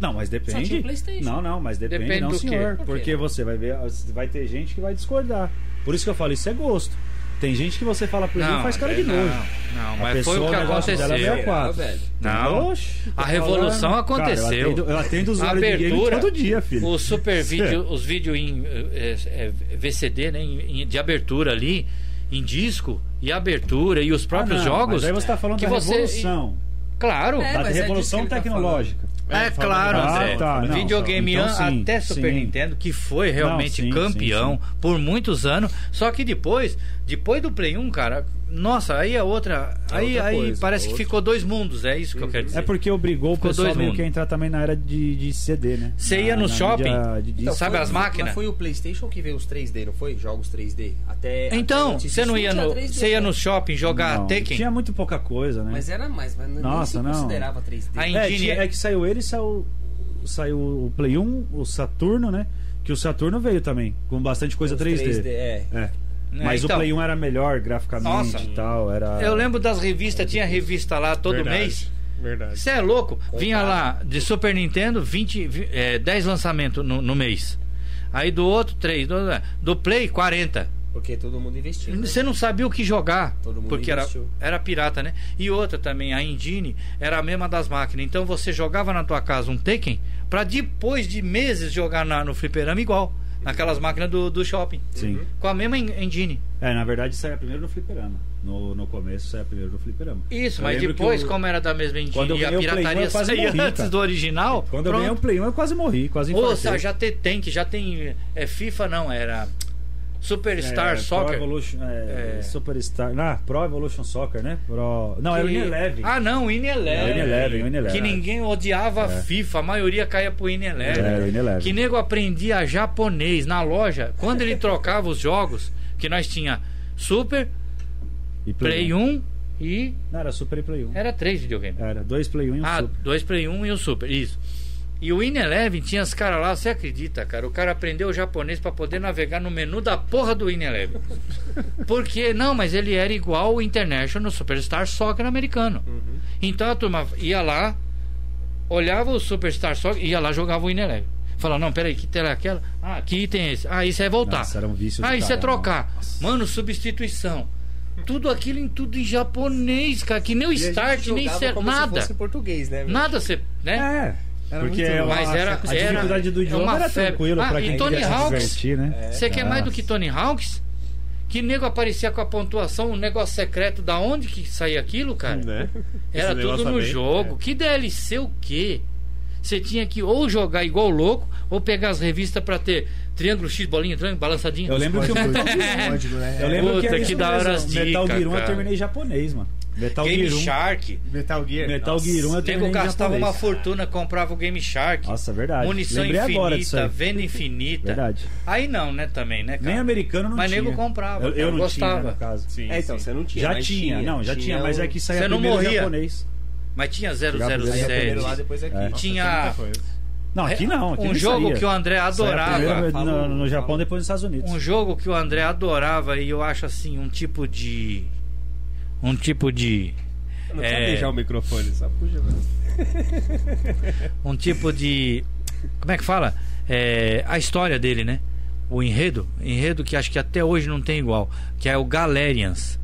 C: Não, mas depende.
A: tinha o PlayStation.
C: Não, não, mas depende,
D: Depende
C: não,
D: do quê?
C: senhor.
A: Por quê?
C: Porque você vai ver, vai ter gente que vai discordar. Por isso que eu falo, isso é gosto. Tem gente que você fala por exemplo faz cara de
D: não,
C: nojo.
D: Não,
C: A
D: mas foi
C: pessoa,
D: o que
C: negócio dela é
D: aconteceu.
C: meia quatro.
A: Velho.
D: Não.
C: Oxe,
D: A
C: tô
D: revolução
C: falando.
D: aconteceu.
C: Cara, eu atendo, eu atendo
D: A
C: usuário de game
D: abertura,
C: todo dia, filho. Ah,
D: o super vídeo, os vídeos em eh, eh, eh, VCD, né, em- em- de abertura ali, em disco e abertura e os próprios
C: Ah, não,
D: jogos.
C: Mas aí você tá falando
D: que
C: da
D: você-
C: revolução.
D: Claro.
H: É,
D: É,
C: da
H: mas é disso
C: revolução
H: que ele tá
C: tecnológica.
D: claro,
C: Ah,
D: André.
C: tá, não,
D: Videogame
C: então
D: an-
C: sim,
D: até Super
C: sim.
D: Nintendo, que foi realmente
C: sim,
D: campeão por muitos anos. Só que depois, depois do Play 1, cara, nossa, aí a
C: É
D: outra. aí
A: outra
D: aí
A: coisa,
D: parece
A: é
D: que
A: outra.
D: ficou dois mundos, é isso que eu quero dizer.
C: É porque obrigou o
D: Ficou
C: pessoal
D: dois
C: meio
D: mundo.
C: que a entrar também na era de, de CD, né?
D: Você
C: Na-
D: ia no
C: na
D: shopping? Então,
C: mídia de disco.
A: Então,
D: Sabe
A: Foi
D: as
A: o-
D: máquinas?
A: Mas foi o PlayStation que veio os 3D, não foi? Jogos 3D. Até. até
D: Então,
A: antes
D: você não
A: disso,
D: ia
A: tinha
D: no,
A: 3D,
D: você ia
A: né?
D: no shopping jogar
C: Não,
D: Tekken?
C: Tinha muito pouca coisa, né?
A: Mas era mais, mas
C: Nossa,
A: nem
C: não.
A: se considerava 3D.
D: Aí-
C: É,
D: Engine-
C: tinha- é que saiu ele, saiu, saiu o Play 1, o Saturno, né? Que o Saturno veio também, com bastante coisa
A: Os
C: 3D.
A: é.
C: É.
D: Né,
C: Mas
D: então.
C: o Play 1 era melhor graficamente
D: Nossa.
C: e tal. Era...
D: Eu lembro das revistas, tinha revista lá todo
B: Verdade,
D: mês.
B: Verdade.
D: Você é louco? Vinha lá de Super Nintendo, 20, vi- é, 10 lançamentos no, no mês. Aí do outro, 3. Do, do Play, 40.
A: Porque é todo mundo investiu. né?
D: Você não sabia o que jogar,
A: Todo mundo
D: porque era,
A: investiu.
D: era pirata, né? E outra também, a Indine, era a mesma das máquinas. Então você jogava na tua casa um Tekken, pra depois de meses jogar na- no fliperama igual, naquelas máquinas do, do shopping.
C: Sim.
D: Com a mesma en- Engine.
C: É, na verdade saía primeiro no fliperama. No, no começo saía primeiro no fliperama.
D: Isso,
C: Eu
D: mas
C: lembro que
D: depois,
C: o-
D: como era da mesma
C: Quando eu
D: Engine e
C: ganhei o Play
D: a
C: um, eu
D: pirataria
C: quase
D: saía
C: morri,
D: antes
C: cara.
D: do original.
C: Quando eu
D: pronto.
C: ganhei o Play 1, eu quase morri, quase
D: Ô,
C: infartei.
D: Sá, já tem tank, já tem. É FIFA não, era. Superstar
C: É, Pro
D: Soccer.
C: Evolution, é,
D: É.
C: Superstar. Ah, Pro Evolution Soccer, né? Pro... Não, era o
D: Que-
C: Ineleven.
D: Ah, não, o Ineleven.
C: Era o Ineleven, o Ineleven.
D: Que ninguém odiava a FIFA, a maioria caía pro Ineleven.
C: Era É, o Ineleven.
D: Que nego aprendia japonês na loja, quando ele trocava os jogos, que nós tinha Super,
C: E um.
D: Play 1 e.
C: Não, era Super e Play 1.
D: Era três videogames.
C: Era dois Play 1 e um
D: Ah,
C: Super.
D: dois Play 1 e o Super, isso. E o Ineleven tinha os caras lá, você acredita, cara? O cara aprendeu japonês pra poder navegar no menu da porra do Ineleven. Porque, não, mas ele era igual o International Superstar Soccer americano.
C: Uhum.
D: Então a turma ia lá, olhava o Superstar Soccer, ia lá jogava o Ineleven. Falava, não, peraí, que tela é aquela? Ah, que item é esse? Ah, isso é voltar.
C: Nossa, era um vício do
D: Ah, isso é
C: caramba.
D: trocar. Mano, substituição. Tudo aquilo em tudo em japonês, cara, que nem o
A: E a gente
D: start, nem
A: jogava
D: ser
A: como Se
D: nada.
A: fosse em português, né? velho?
D: Nada você. né?
C: É.
A: muito
C: porque eu
D: Mas
C: acho
D: era-
C: que a
D: era-
C: dificuldade do
D: é
C: idioma
D: uma
C: era
D: febre.
C: tranquila
D: Ah,
C: pra
D: e
C: quem
D: Tony
C: queria
D: Hawks?
C: se divertir, né?
D: Você quer mais do
C: Nossa.
D: que Tony Hawks? Que nego aparecia com a pontuação, um negócio secreto da onde que saía aquilo, cara?
C: É,
B: Né? Esse
D: Era tudo
B: negócio
D: no
B: também,
D: jogo. Que DLC o quê? Você tinha que ou jogar igual louco, ou pegar as revistas pra ter triângulo X, bolinha, triângulo, balançadinha.
C: Eu lembro que eu,
F: Código, né?
C: eu lembro que
D: Puta,
C: era
D: que
C: isso
D: da hora
C: mesmo.
D: as
C: Metal
D: dicas,
C: Gear 1 eu
D: cara.
C: terminei em japonês, mano. Metal
D: Game
C: Gear 1.
D: Shark.
F: Metal Gear.
C: Metal Gear 1 eu
D: O nego
C: terminei em
D: gastava uma
C: japonês.
D: fortuna, comprava o Game Shark.
C: Nossa, é verdade.
D: Munição
C: Lembrei
D: infinita,
C: agora disso aí.
D: venda infinita.
C: Verdade.
D: Aí não, né, também, né, cara?
C: Nem americano não
D: Mas
C: tinha.
D: nego comprava,
C: Eu, eu
D: cara,
C: não
D: gostava.
C: tinha, né, no caso.
B: Sim,
A: É, então,
B: sim.
A: você não tinha.
C: Já
A: mas
C: tinha, não, já tinha, mas
A: um-
C: é que saía
D: Você não
C: primeiro em
D: morria.
C: japonês.
D: Mas tinha
C: primeiro
A: Saía primeiro lá,
D: 007.
A: depois aqui.
C: É.
A: Nossa,
D: Tinha
B: Muita coisa.
C: Não, aqui não. Aqui
D: um
C: não
D: jogo
C: saía.
D: que o André
C: Saía
D: adorava.
C: primeiro
A: Falou,
C: no, no Japão,
A: falou.
C: depois nos Estados Unidos.
D: Um jogo que o André adorava e eu acho assim, um tipo de. Um tipo de.
A: eu Não
D: É.
A: quero beijar o microfone, só puxa. mano.
D: Um tipo de. Como é que fala? É, a história dele, né? O enredo. Enredo que acho que até hoje não tem igual. Que é o Galerians.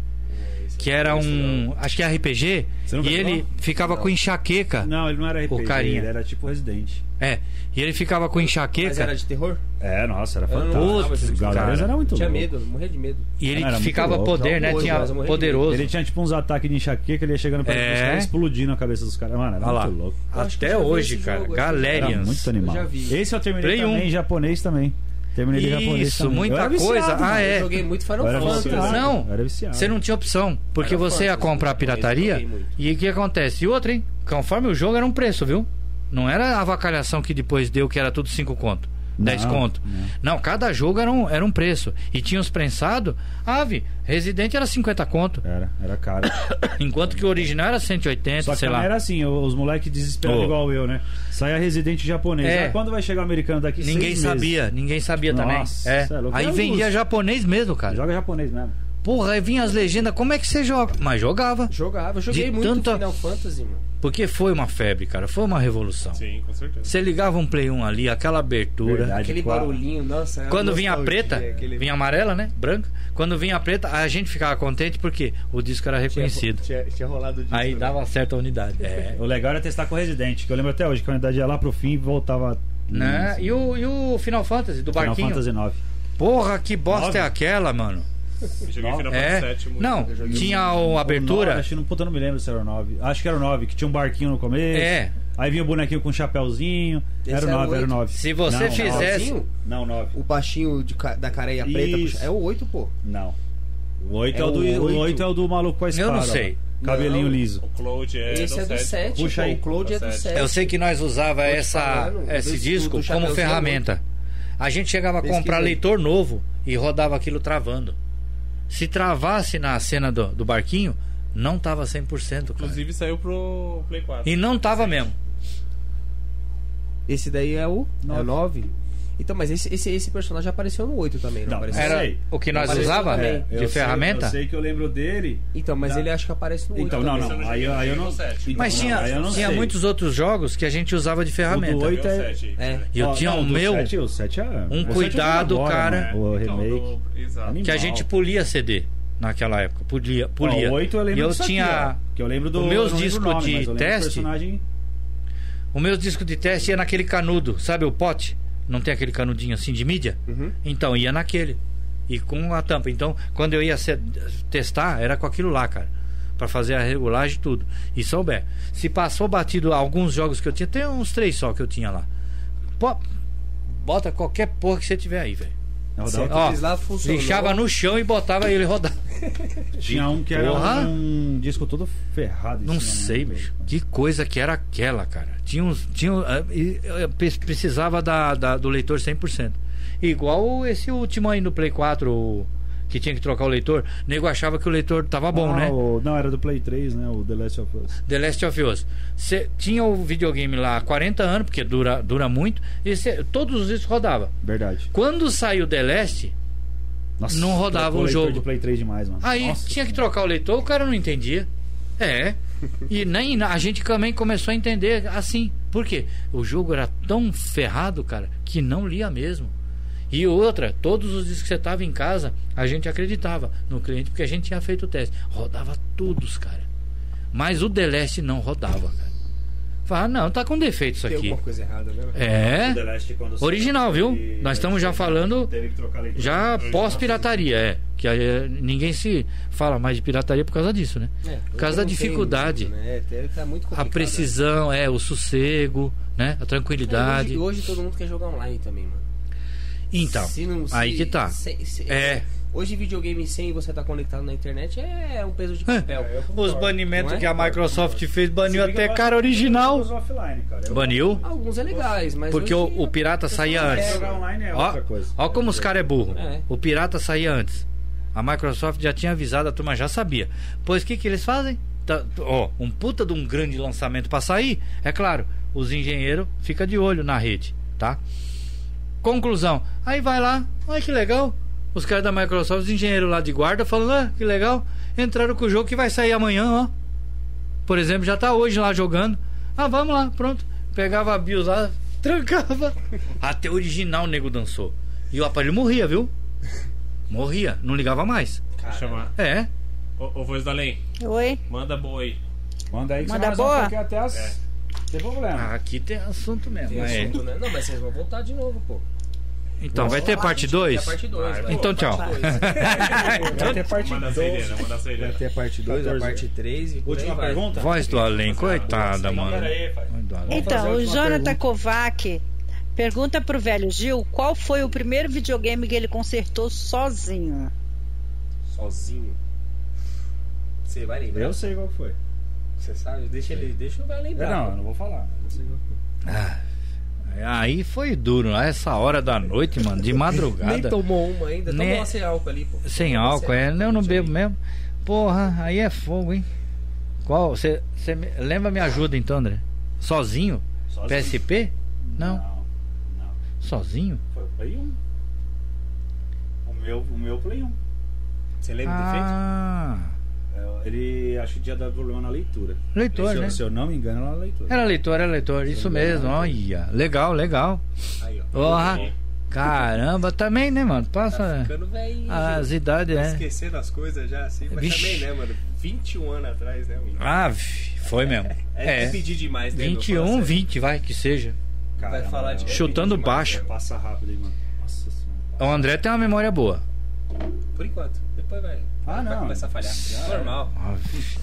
D: Que era um. Acho que é RPG.
C: Você nunca
D: E ele
C: jogou?
D: ficava com enxaqueca.
C: Não, ele não era RPG,
D: O carinha.
C: ele era tipo Resident.
D: É. E ele ficava com
A: Mas
D: enxaqueca.
A: era de terror?
C: É, nossa, era
D: Um
A: Eu não
C: fantástico.
A: gostava desse
C: Os
A: cara.
C: galeras era muito
A: Tinha
C: louco.
A: medo, morria de medo.
D: E ele
C: Era muito
D: ficava
C: louco.
D: poder, né?
A: Horroroso,
D: Tinha
A: um mas eu morri de medo.
D: poderoso.
C: Ele tinha tipo uns ataques de enxaqueca, ele ia chegando perto
D: É.
C: dos caras explodindo a cabeça dos caras. Mano, era
D: Olha lá.
C: muito louco.
A: Eu acho que eu
D: Até
A: já vi
D: hoje,
A: esse
D: cara.
A: jogo, acho que
C: Era
D: Galerians.
C: muito animal.
A: Eu já vi.
C: Esse eu terminei
D: Play
C: também
D: um.
C: em japonês também. Terminei de japonês
D: Isso,
C: também. Eu
D: muita
C: era viciado,
D: coisa.
C: mano.
D: ah,
A: Eu
D: é.
A: joguei muito Final
C: Eu era
A: Fantasy.
C: viciado.
D: Não,
C: Era viciado. assim,
D: você não tinha opção. Porque
A: Era
D: você ia
A: Fantasy,
D: comprar a
A: também,
D: pirataria.
A: joguei muito.
D: E o que acontece? E outra, hein? Conforme o jogo era um preço, viu? Não era a avacalhação que depois deu, que era tudo 5 conto. 10
C: Não,
D: conto. Não. cada jogo era um, era um preço. E tinha os prensados. Ave, Resident era 50 conto.
C: Era, era caro.
D: Enquanto que o original era 180,
C: É. Só que
D: sei lá.
C: também era assim, os moleques desesperados
D: Ô.
C: igual eu, né? Saia residente japonês.
D: É.
C: Ah, quando vai chegar o americano daqui?
D: Ninguém
C: Seis meses.
D: sabia, ninguém sabia
C: Nossa,
D: também. É.
C: cê é louco.
D: Aí
C: Era
D: vendia
C: luz.
D: japonês mesmo, cara.
C: Joga japonês mesmo.
D: Porra, aí vinha as legendas, como é que você joga? Mas jogava.
A: Jogava, eu joguei
D: De
A: muito
D: tanta-
A: Final Fantasy, mano.
D: Porque foi uma febre, cara. Foi uma revolução.
B: Sim, com certeza.
D: Você ligava um Play 1 ali, aquela abertura.
C: Verdade,
A: Aquele
C: claro.
A: barulhinho, nossa. era
D: Quando vinha a
A: nostalgia,
D: preta,
A: aquele-
D: vinha amarela, né? Branca. Quando vinha a preta, a gente ficava contente porque o disco era reconhecido.
F: Tinha, tinha rolado disso.
D: Aí
F: né?
D: dava certa unidade. É.
C: O legal era testar com o Resident, que eu lembro até hoje, que a unidade ia lá pro fim e voltava.
D: Né? E, o, e o Final Fantasy do
C: Final
D: barquinho?
C: Fantasy IX.
D: Porra, que bosta
C: Nove.
D: é aquela, mano?
B: Eu joguei
C: Não,
B: Final Fantasy
D: É.
B: VII muito.
D: Não, tinha Ah, o
C: O um nove,
D: abertura.
C: acho que não, puta, eu não me lembro se era o 9. Acho que era o 9, que tinha um barquinho no começo.
D: É.
C: Aí vinha o bonequinho com um chapéuzinho.
F: Esse
C: era o
F: é o
C: 9, era o
F: oito.
C: 9.
D: Se você
C: Não,
D: fizesse.
F: Igualzinho?
C: Não, 9.
F: O baixinho de ca- da careia preta.
C: Isso.
F: puxa- É o 8, pô.
C: Não. O 8 é,
F: É
C: o do,
F: o
C: o
F: oito.
C: oito é o do maluco com a espada.
D: não
C: ó.
D: sei.
C: Cabelinho
F: Não.
C: liso.
B: O Cloud é
A: Esse é do 7.
B: pô.
C: Puxa
A: pô,
C: aí.
A: O Cloud é do
B: Tá certo.
A: 7.
D: Eu sei que nós usava
F: te
D: essa,
F: falando,
D: esse
F: do- do-
D: disco
F: do
D: como
C: é
F: chapéuzinho
D: ferramenta. A gente chegava a
F: Pesquisa
D: comprar
F: aí.
D: leitor novo e rodava aquilo travando. Se travasse na cena do, do barquinho, não tava 100%, cara.
B: Inclusive saiu pro Play 4.
D: E não tava mesmo.
A: Esse daí é o 9. É o 9. Então, mas esse, esse, esse personagem apareceu no 8 também, não,
C: Não,
A: apareceu?
C: é-
D: Era
C: sei. É,
D: o que nós
A: Apareceu
D: usava
A: também.
C: eu
D: de
C: sei-
D: ferramenta.
C: eu sei que eu lembro dele.
A: Então, mas
C: Não.
A: ele acho que aparece no 8
C: Então, não,
A: também.
C: não.
B: não
C: Aí,
B: joguei,
C: aí eu
B: joguei
C: não.
B: o sete.
C: então,
D: Mas
C: não,
D: tinha,
C: aí eu não
D: tinha
C: sei.
D: muitos outros jogos que a gente usava de
C: O do
D: ferramenta.
C: oito-
B: Joguei o 7.
A: É.
D: E eu
C: Ó,
D: tinha
C: não,
D: o
C: do
D: meu
C: sete, o sete é- o sete é de
D: cuidado, cara.
C: mano, O remake.
B: Então, Exato.
D: que a
C: Animal.
D: gente polia CD naquela época. Polia,
C: Ó,
D: polia.
C: o 8 eu lembro
D: e eu
C: disso aqui,
D: tinha
C: ó, que eu lembro do
D: os meus
C: eu não lembro
D: discos
C: o nome,
D: de
C: mas eu lembro do
D: teste.
C: personagem
D: O meu disco de teste ia naquele canudo, sabe o pote? Não tem aquele canudinho assim de mídia? Então ia naquele. E com a tampa. Então, quando eu ia se- testar, era com aquilo lá, cara. Pra fazer a regulagem e tudo. E souber. Se passou batido alguns jogos que eu tinha, tem uns três só que eu tinha lá. Pô, bota qualquer porra que você tiver aí, velho.
C: rodava-
D: Ó,
A: Fiz lá, funcionou.
D: Lixava no chão e botava e ele rodava.
C: Tinha um que era
D: Porra.
C: um disco todo ferrado. em
D: Não
C: cima, né?
D: sei, bicho. Que coisa que era aquela, cara. Tinha uns. Tinha, ah, e, eh, pre- precisava da, da- do leitor 100%. Igual esse último aí no Play 4, o- que tinha que trocar o leitor. O nego achava que o leitor tava bom,
C: Ah,
D: né?
C: o- não, era do Play 3, né? O The Last of Us.
D: The Last of Us. Cê tinha o videogame lá há 40 anos, porque dura, dura muito, e cê- todos os discos rodava.
C: Verdade.
D: Quando saiu The Last,
C: Nossa,
D: Não rodava
C: trocou
D: o
C: leitor
D: jogo.
C: de Play 3 demais, mano.
D: Aí
C: Nossa,
D: tinha que
C: senhora.
D: trocar o leitor, o cara não entendia. É. E nem a gente também começou a entender assim. Por quê? O jogo era tão ferrado, cara, que não lia mesmo. E outra, todos os dias que você estava em casa, a gente acreditava no cliente, porque a gente tinha feito o teste. Rodava todos, cara. Mas o The Last não rodava, cara. Fala, não, tá com defeito isso
A: Tem
D: aqui.
A: alguma coisa errada, né?
D: É.
C: The Last quando
D: Original, viu?
C: E-
D: Nós estamos já falando
C: Teve que trocar leitor.
D: já pós-pirataria, é. Que aí, ninguém se fala mais de pirataria por causa disso, né?
A: É,
D: Por causa da
A: não tem
D: dificuldade.
A: muito, né? Ele tá muito
D: A
A: complicado, né?
D: precisão, é, o sossego, né? A
A: É,
D: tranquilidade.
A: Hoje, hoje todo mundo quer jogar online também, mano.
D: Então,
A: Se não- se-
D: aí que tá.
A: se- se-
D: É.
A: Hoje videogame sem você tá conectado na internet é um peso de papel.
D: Os banimentos
A: Não é?
D: que a Microsoft fez baniu
C: Se liga,
D: até
C: mas-
D: cara original.
C: Usa offline, cara. Eu-
D: Baniu,
A: Alguns é legais, mas
D: porque o,
A: hoje-
D: o pirata saía
A: não
D: antes.
A: quer jogar
C: online é
D: Ó,
C: outra coisa.
D: ó como os caras é burro.
A: É.
D: O pirata saía antes. A Microsoft já tinha avisado, a turma já sabia. Pois o que, que eles fazem? Tá- ó, um puta de um grande lançamento pra sair, é claro, os engenheiros fica de olho na rede, tá? Conclusão. Aí vai lá, olha que legal. Os caras da Microsoft, os engenheiros lá de guarda, falando, ah, que legal. Entraram com o jogo que vai sair amanhã, ó. Por exemplo, já tá hoje lá jogando. Ah, vamos lá, pronto. Pegava a BIOS lá, trancava. Até o original o nego dançou. E o aparelho morria, viu? Morria, não ligava mais.
B: Vou chamar.
D: É.
B: Ô, ô, Voz da Além,
E: Oi?
B: manda boi.
C: Manda aí que
E: Manda
C: você
E: boa?
C: Porque até as... Tem problema.
D: Ah, aqui tem assunto mesmo.
A: Tem
D: é.
A: assunto, né? Não, mas vocês vão voltar de novo, pô.
D: Então, vai ter parte
A: É a
D: 2?
A: parte 2,
D: Então, tchau. é
C: Vai ter parte
B: Manda a
C: 12.
B: saideira, manda a
F: Vai
B: saideira.
F: ter a parte 2, a
C: 14.
F: parte 3 e por aí
C: né? Última
F: vai.
C: pergunta?
D: Voz do além, coitada, mano. Voz do além.
C: fazer a
E: Então, o
C: última
E: Jonathan
C: pergunta.
E: Kovac pergunta pro velho Gil qual foi o primeiro videogame que ele consertou sozinho.
A: Sozinho. Você vai lembrar?
C: Eu sei qual foi.
A: Você sabe? Deixa ele, deixa o velho
C: É,
A: lembrar.
C: não, eu não vou falar. Eu sei qual foi.
D: Aí foi duro, a essa hora da noite, mano, de
A: Nem
D: madrugada.
A: tomou uma ainda. Tomou
D: Né?
A: uma sem álcool ali, pô.
D: Sem
A: Tomou uma
D: álcool, é. Eu não
A: deixa
D: bebo
A: ali.
D: mesmo. Porra, aí é fogo, hein? Qual? Você me... lembra me ajuda então, André? Sozinho?
C: Sozinho.
D: PSP? Não.
C: Não.
D: Sozinho?
C: Foi o Play 1. O meu, o meu Play 1.
A: Você lembra do defeito?
D: Ah,
C: É, Ele acho que já dá problema na leitura.
D: leitor,
C: se, eu-
D: né?
C: se eu não me engano, era na leitura.
D: Era leitor, era leitor, isso mesmo, olha. Legal, legal.
A: Aí, ó.
D: Porra, caramba, também, né, mano? Passa
F: Tá
A: Ficando velhinho.
D: as idades, né?
F: Esquecendo as coisas já, assim. Mas
D: Vixe.
F: também, né, mano? 21 anos atrás, né, mano?
D: Ah, vi- foi mesmo.
F: É,
D: É,
F: pedir demais, né? meu? Fala
D: 21,
F: sério.
D: 20, vai, que seja.
C: Caramba,
F: Vai falar de...
D: Chutando
F: é pedir demais,
D: baixo.
F: né?
C: Passa rápido, hein, mano. Nossa senhora.
D: O André tem uma memória boa.
A: né? Por enquanto. Depois vai. vai
C: Ah, não.
A: começar a falhar. Normal.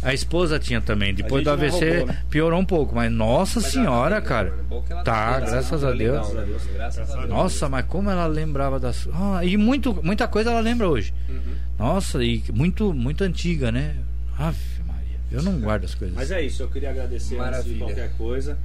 D: A esposa tinha também. Depois do
C: gente não
D: AVC
C: roubou, né?
D: piorou um pouco, mas nossa
A: Mas
D: senhora,
A: ela tá bem,
D: cara.
A: mano.
F: né?
A: Bom que ela
D: Tá,
A: bem,
D: graças a
A: tá legal,
D: Deus.
A: né? Graças a Deus.
D: Nossa, mas como ela lembrava das. Ah, e muito, muita coisa ela lembra hoje.
C: Uhum.
D: Nossa, e muito, muito antiga, né? Ave Maria. Eu não guardo as coisas.
C: Mas é isso, eu queria agradecer antes de
A: Maravilha.
C: qualquer coisa.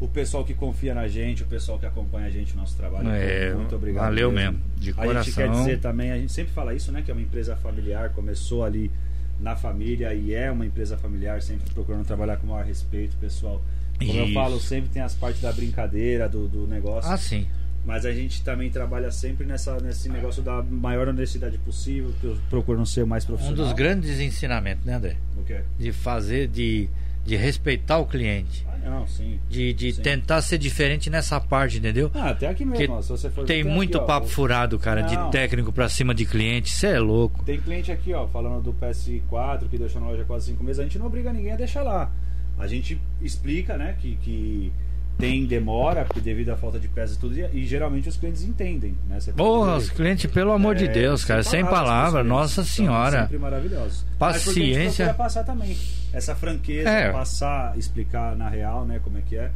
C: O pessoal que confia na gente, o pessoal que acompanha a gente, o nosso trabalho.
D: É,
C: muito obrigado.
D: valeu mesmo, de
C: a gente quer
D: coração.
C: dizer também, a gente sempre fala isso, né? Que é uma empresa familiar, começou ali na família e é uma empresa familiar, sempre procurando trabalhar com o maior respeito, pessoal. Como eu
D: Isso.
C: falo, sempre tem as partes da brincadeira, do, do negócio.
D: Ah, sim.
C: Mas a gente também trabalha sempre nessa, nesse negócio da maior honestidade possível, pro- procurando ser o mais
D: Um
C: profissional.
D: dos grandes ensinamentos, né, André?
C: O quê?
D: De fazer, de, de respeitar o cliente.
C: Ah, não, sim.
D: De, de
C: Sim.
D: tentar ser diferente nessa parte, entendeu?
C: Ah, até aqui
D: Porque
C: mesmo, ó, se você for ver,
D: Tem
C: até
D: muito
C: então aqui, ó,
D: papo furado, cara,
C: Não.
D: de técnico pra cima de cliente. Você é louco.
C: Tem cliente aqui, ó, falando do PS4 que deixou na loja quase cinco meses. A gente não obriga ninguém a deixar lá. A gente explica, né, que, que tem demora porque devido à falta de peças e tudo, e, e geralmente os clientes entendem, né? Você pode
D: Porra,
C: ver.
D: os clientes, pelo amor de
C: É,
D: Deus, cara, sem palavra,
C: os clientes Então,
D: nossa
C: são
D: senhora.
C: Sempre maravilhosos. Mas porque a gente
D: Paciência.
C: procura passar também. Essa franqueza,
D: É.
C: passar, explicar na real, né, como é que é.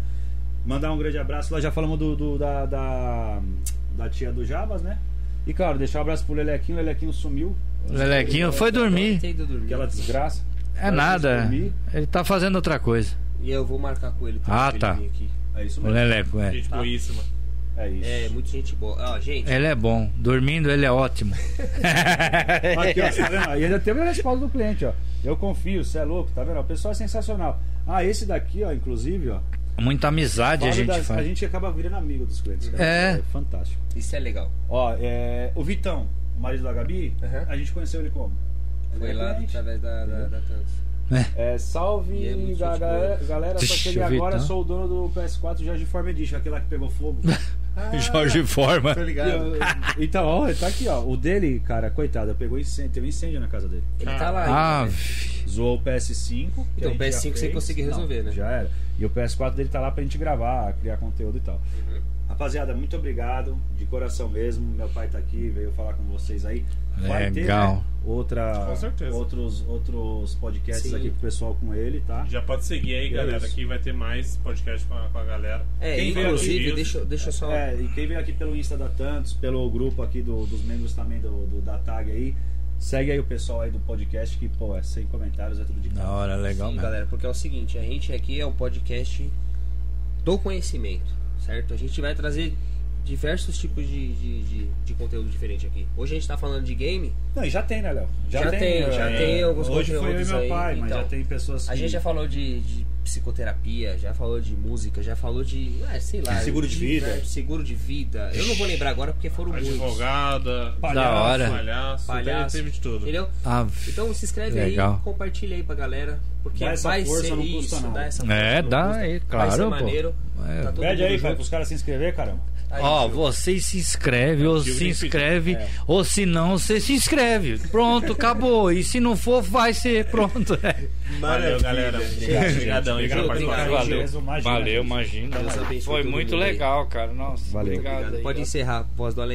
C: Mandar um grande abraço. Nós já falamos do, do- da, da, da tia do Jabas, né? E claro, deixar um abraço pro Lelequinho. O Lelequinho sumiu. É,
D: Lelequinho foi dormir.
A: Tem ido dormir.
C: Aquela desgraça.
D: É
C: Nós
D: nada.
C: vamos dormir.
D: Ele tá fazendo outra coisa.
A: E eu vou marcar com ele
D: Ah,
A: pra ele
D: tá.
A: vir aqui.
C: É isso
D: O
C: mesmo.
D: Leleco, é.
B: Gente boíssima.
C: É isso.
A: É, muito gente boa. Ó, gente,
D: Ele é bom. Dormindo, ele é ótimo.
C: Aqui, ó, tá vendo? E ainda teve a resposta do cliente, ó. Eu confio, você é louco, tá vendo? O pessoal é sensacional. Ah, esse daqui, ó, inclusive, ó.
D: Muita amizade a
C: fala
D: gente
C: das- a
D: faz.
C: gente acaba virando amigo dos clientes. cara.
D: É.
C: fantástico.
A: isso é legal.
C: Ó, é, o Vitão, o marido da Gabi,
A: Aham.
C: a gente conheceu ele como? Ele
A: Foi
C: é
A: lá
C: cliente.
A: através da, da, da Tantos.
C: É, salve,
A: E é muito
C: ga-
A: gente
C: galera,
A: boa.
C: galera, só
D: Vixe,
C: cheguei
D: o
C: agora,
D: Vitão.
C: sou o dono do PS4 Jorge Form Edition, aquele lá que pegou fogo.
D: Jorge Forma.
C: E, ó, então, ó, ele tá aqui, ó. O dele, cara, coitado, pegou incêndio, teve incêndio na casa dele.
A: Ele tá lá
D: Ah,
A: ainda, né?
C: Zoou o PS5. que
A: Então,
C: a gente
A: o PS5
C: já
A: sem
C: fez.
A: conseguir resolver, né?
C: Já era. E o PS4 dele tá lá pra gente gravar, criar conteúdo e tal.
A: Uhum.
C: Rapaziada, muito obrigado. De coração mesmo. Meu pai tá aqui, veio falar com vocês aí. Vai ter,
D: Legal.
C: né, outra,
B: Com certeza.
C: Outros, outros podcasts
A: Sim.
C: aqui pro pessoal com ele, tá?
B: Já pode seguir aí,
C: É
B: galera.
C: isso.
B: Aqui vai ter mais podcast com a, com a galera.
A: É,
B: Quem veio aqui,
A: inclusive, deixa, deixa eu só.
C: É, e quem veio aqui pelo Insta da Tantos, pelo grupo aqui do- dos membros também do, do- da tag aí, segue aí o pessoal aí do podcast que, pô, é sem comentários, é tudo de
D: Da
C: cara.
D: hora, legal
A: Sim,
D: mesmo.
A: galera, porque é o seguinte, a gente aqui é o podcast do conhecimento, certo? A gente vai trazer diversos tipos de, de, de, de conteúdo diferente aqui. Hoje a gente tá falando de game,
C: Não, e já tem, né, Léo?
A: Já tem,
C: né?
A: já tem alguns
C: Hoje foi eu e
A: conteúdos
C: meu
A: aí,
C: pai, mas
A: então.
C: já tem pessoas
A: a
C: que-
A: gente já falou de, de psicoterapia, já falou de música, já falou de. É, sei lá.
C: Seguro de vida.
A: né, Seguro de vida. Eu não vou lembrar agora porque foram muitos.
B: Advogada,
D: Da hora.
B: palhaço, palhaço.
A: Palhaço.
B: Teve, de tudo.
A: Entendeu?
D: Ah,
A: Então se inscreve
D: Legal.
A: aí, compartilha aí pra galera. Porque
C: Dá essa
A: vai
C: força,
A: ser
C: não custa
A: isso,
C: nada.
A: dá essa força,
D: é,
A: não
D: dá
A: custa.
D: aí,
A: Vai ser
D: claro, pô.
A: maneiro.
D: É.
A: Tá todo
C: Pede aí,
A: mundo
C: pai,
A: junto.
C: pros caras se inscrever, caramba.
A: Aí,
D: Ó,
A: viu?
D: vocês se inscreve, ou se
B: tem que-
D: inscreve,
C: É.
D: ou se não, você se inscreve. Pronto, acabou. E se não for, vai ser. Pronto.
B: Valeu, galera. Obrigadão aí pela
A: Obrigado,
B: participação.
A: obrigado.
C: imagina.
D: imagina.
A: Deus abençoe todo mundo aí.
D: cara. Nossa,
C: Valeu.
A: Pode encerrar, voz do além.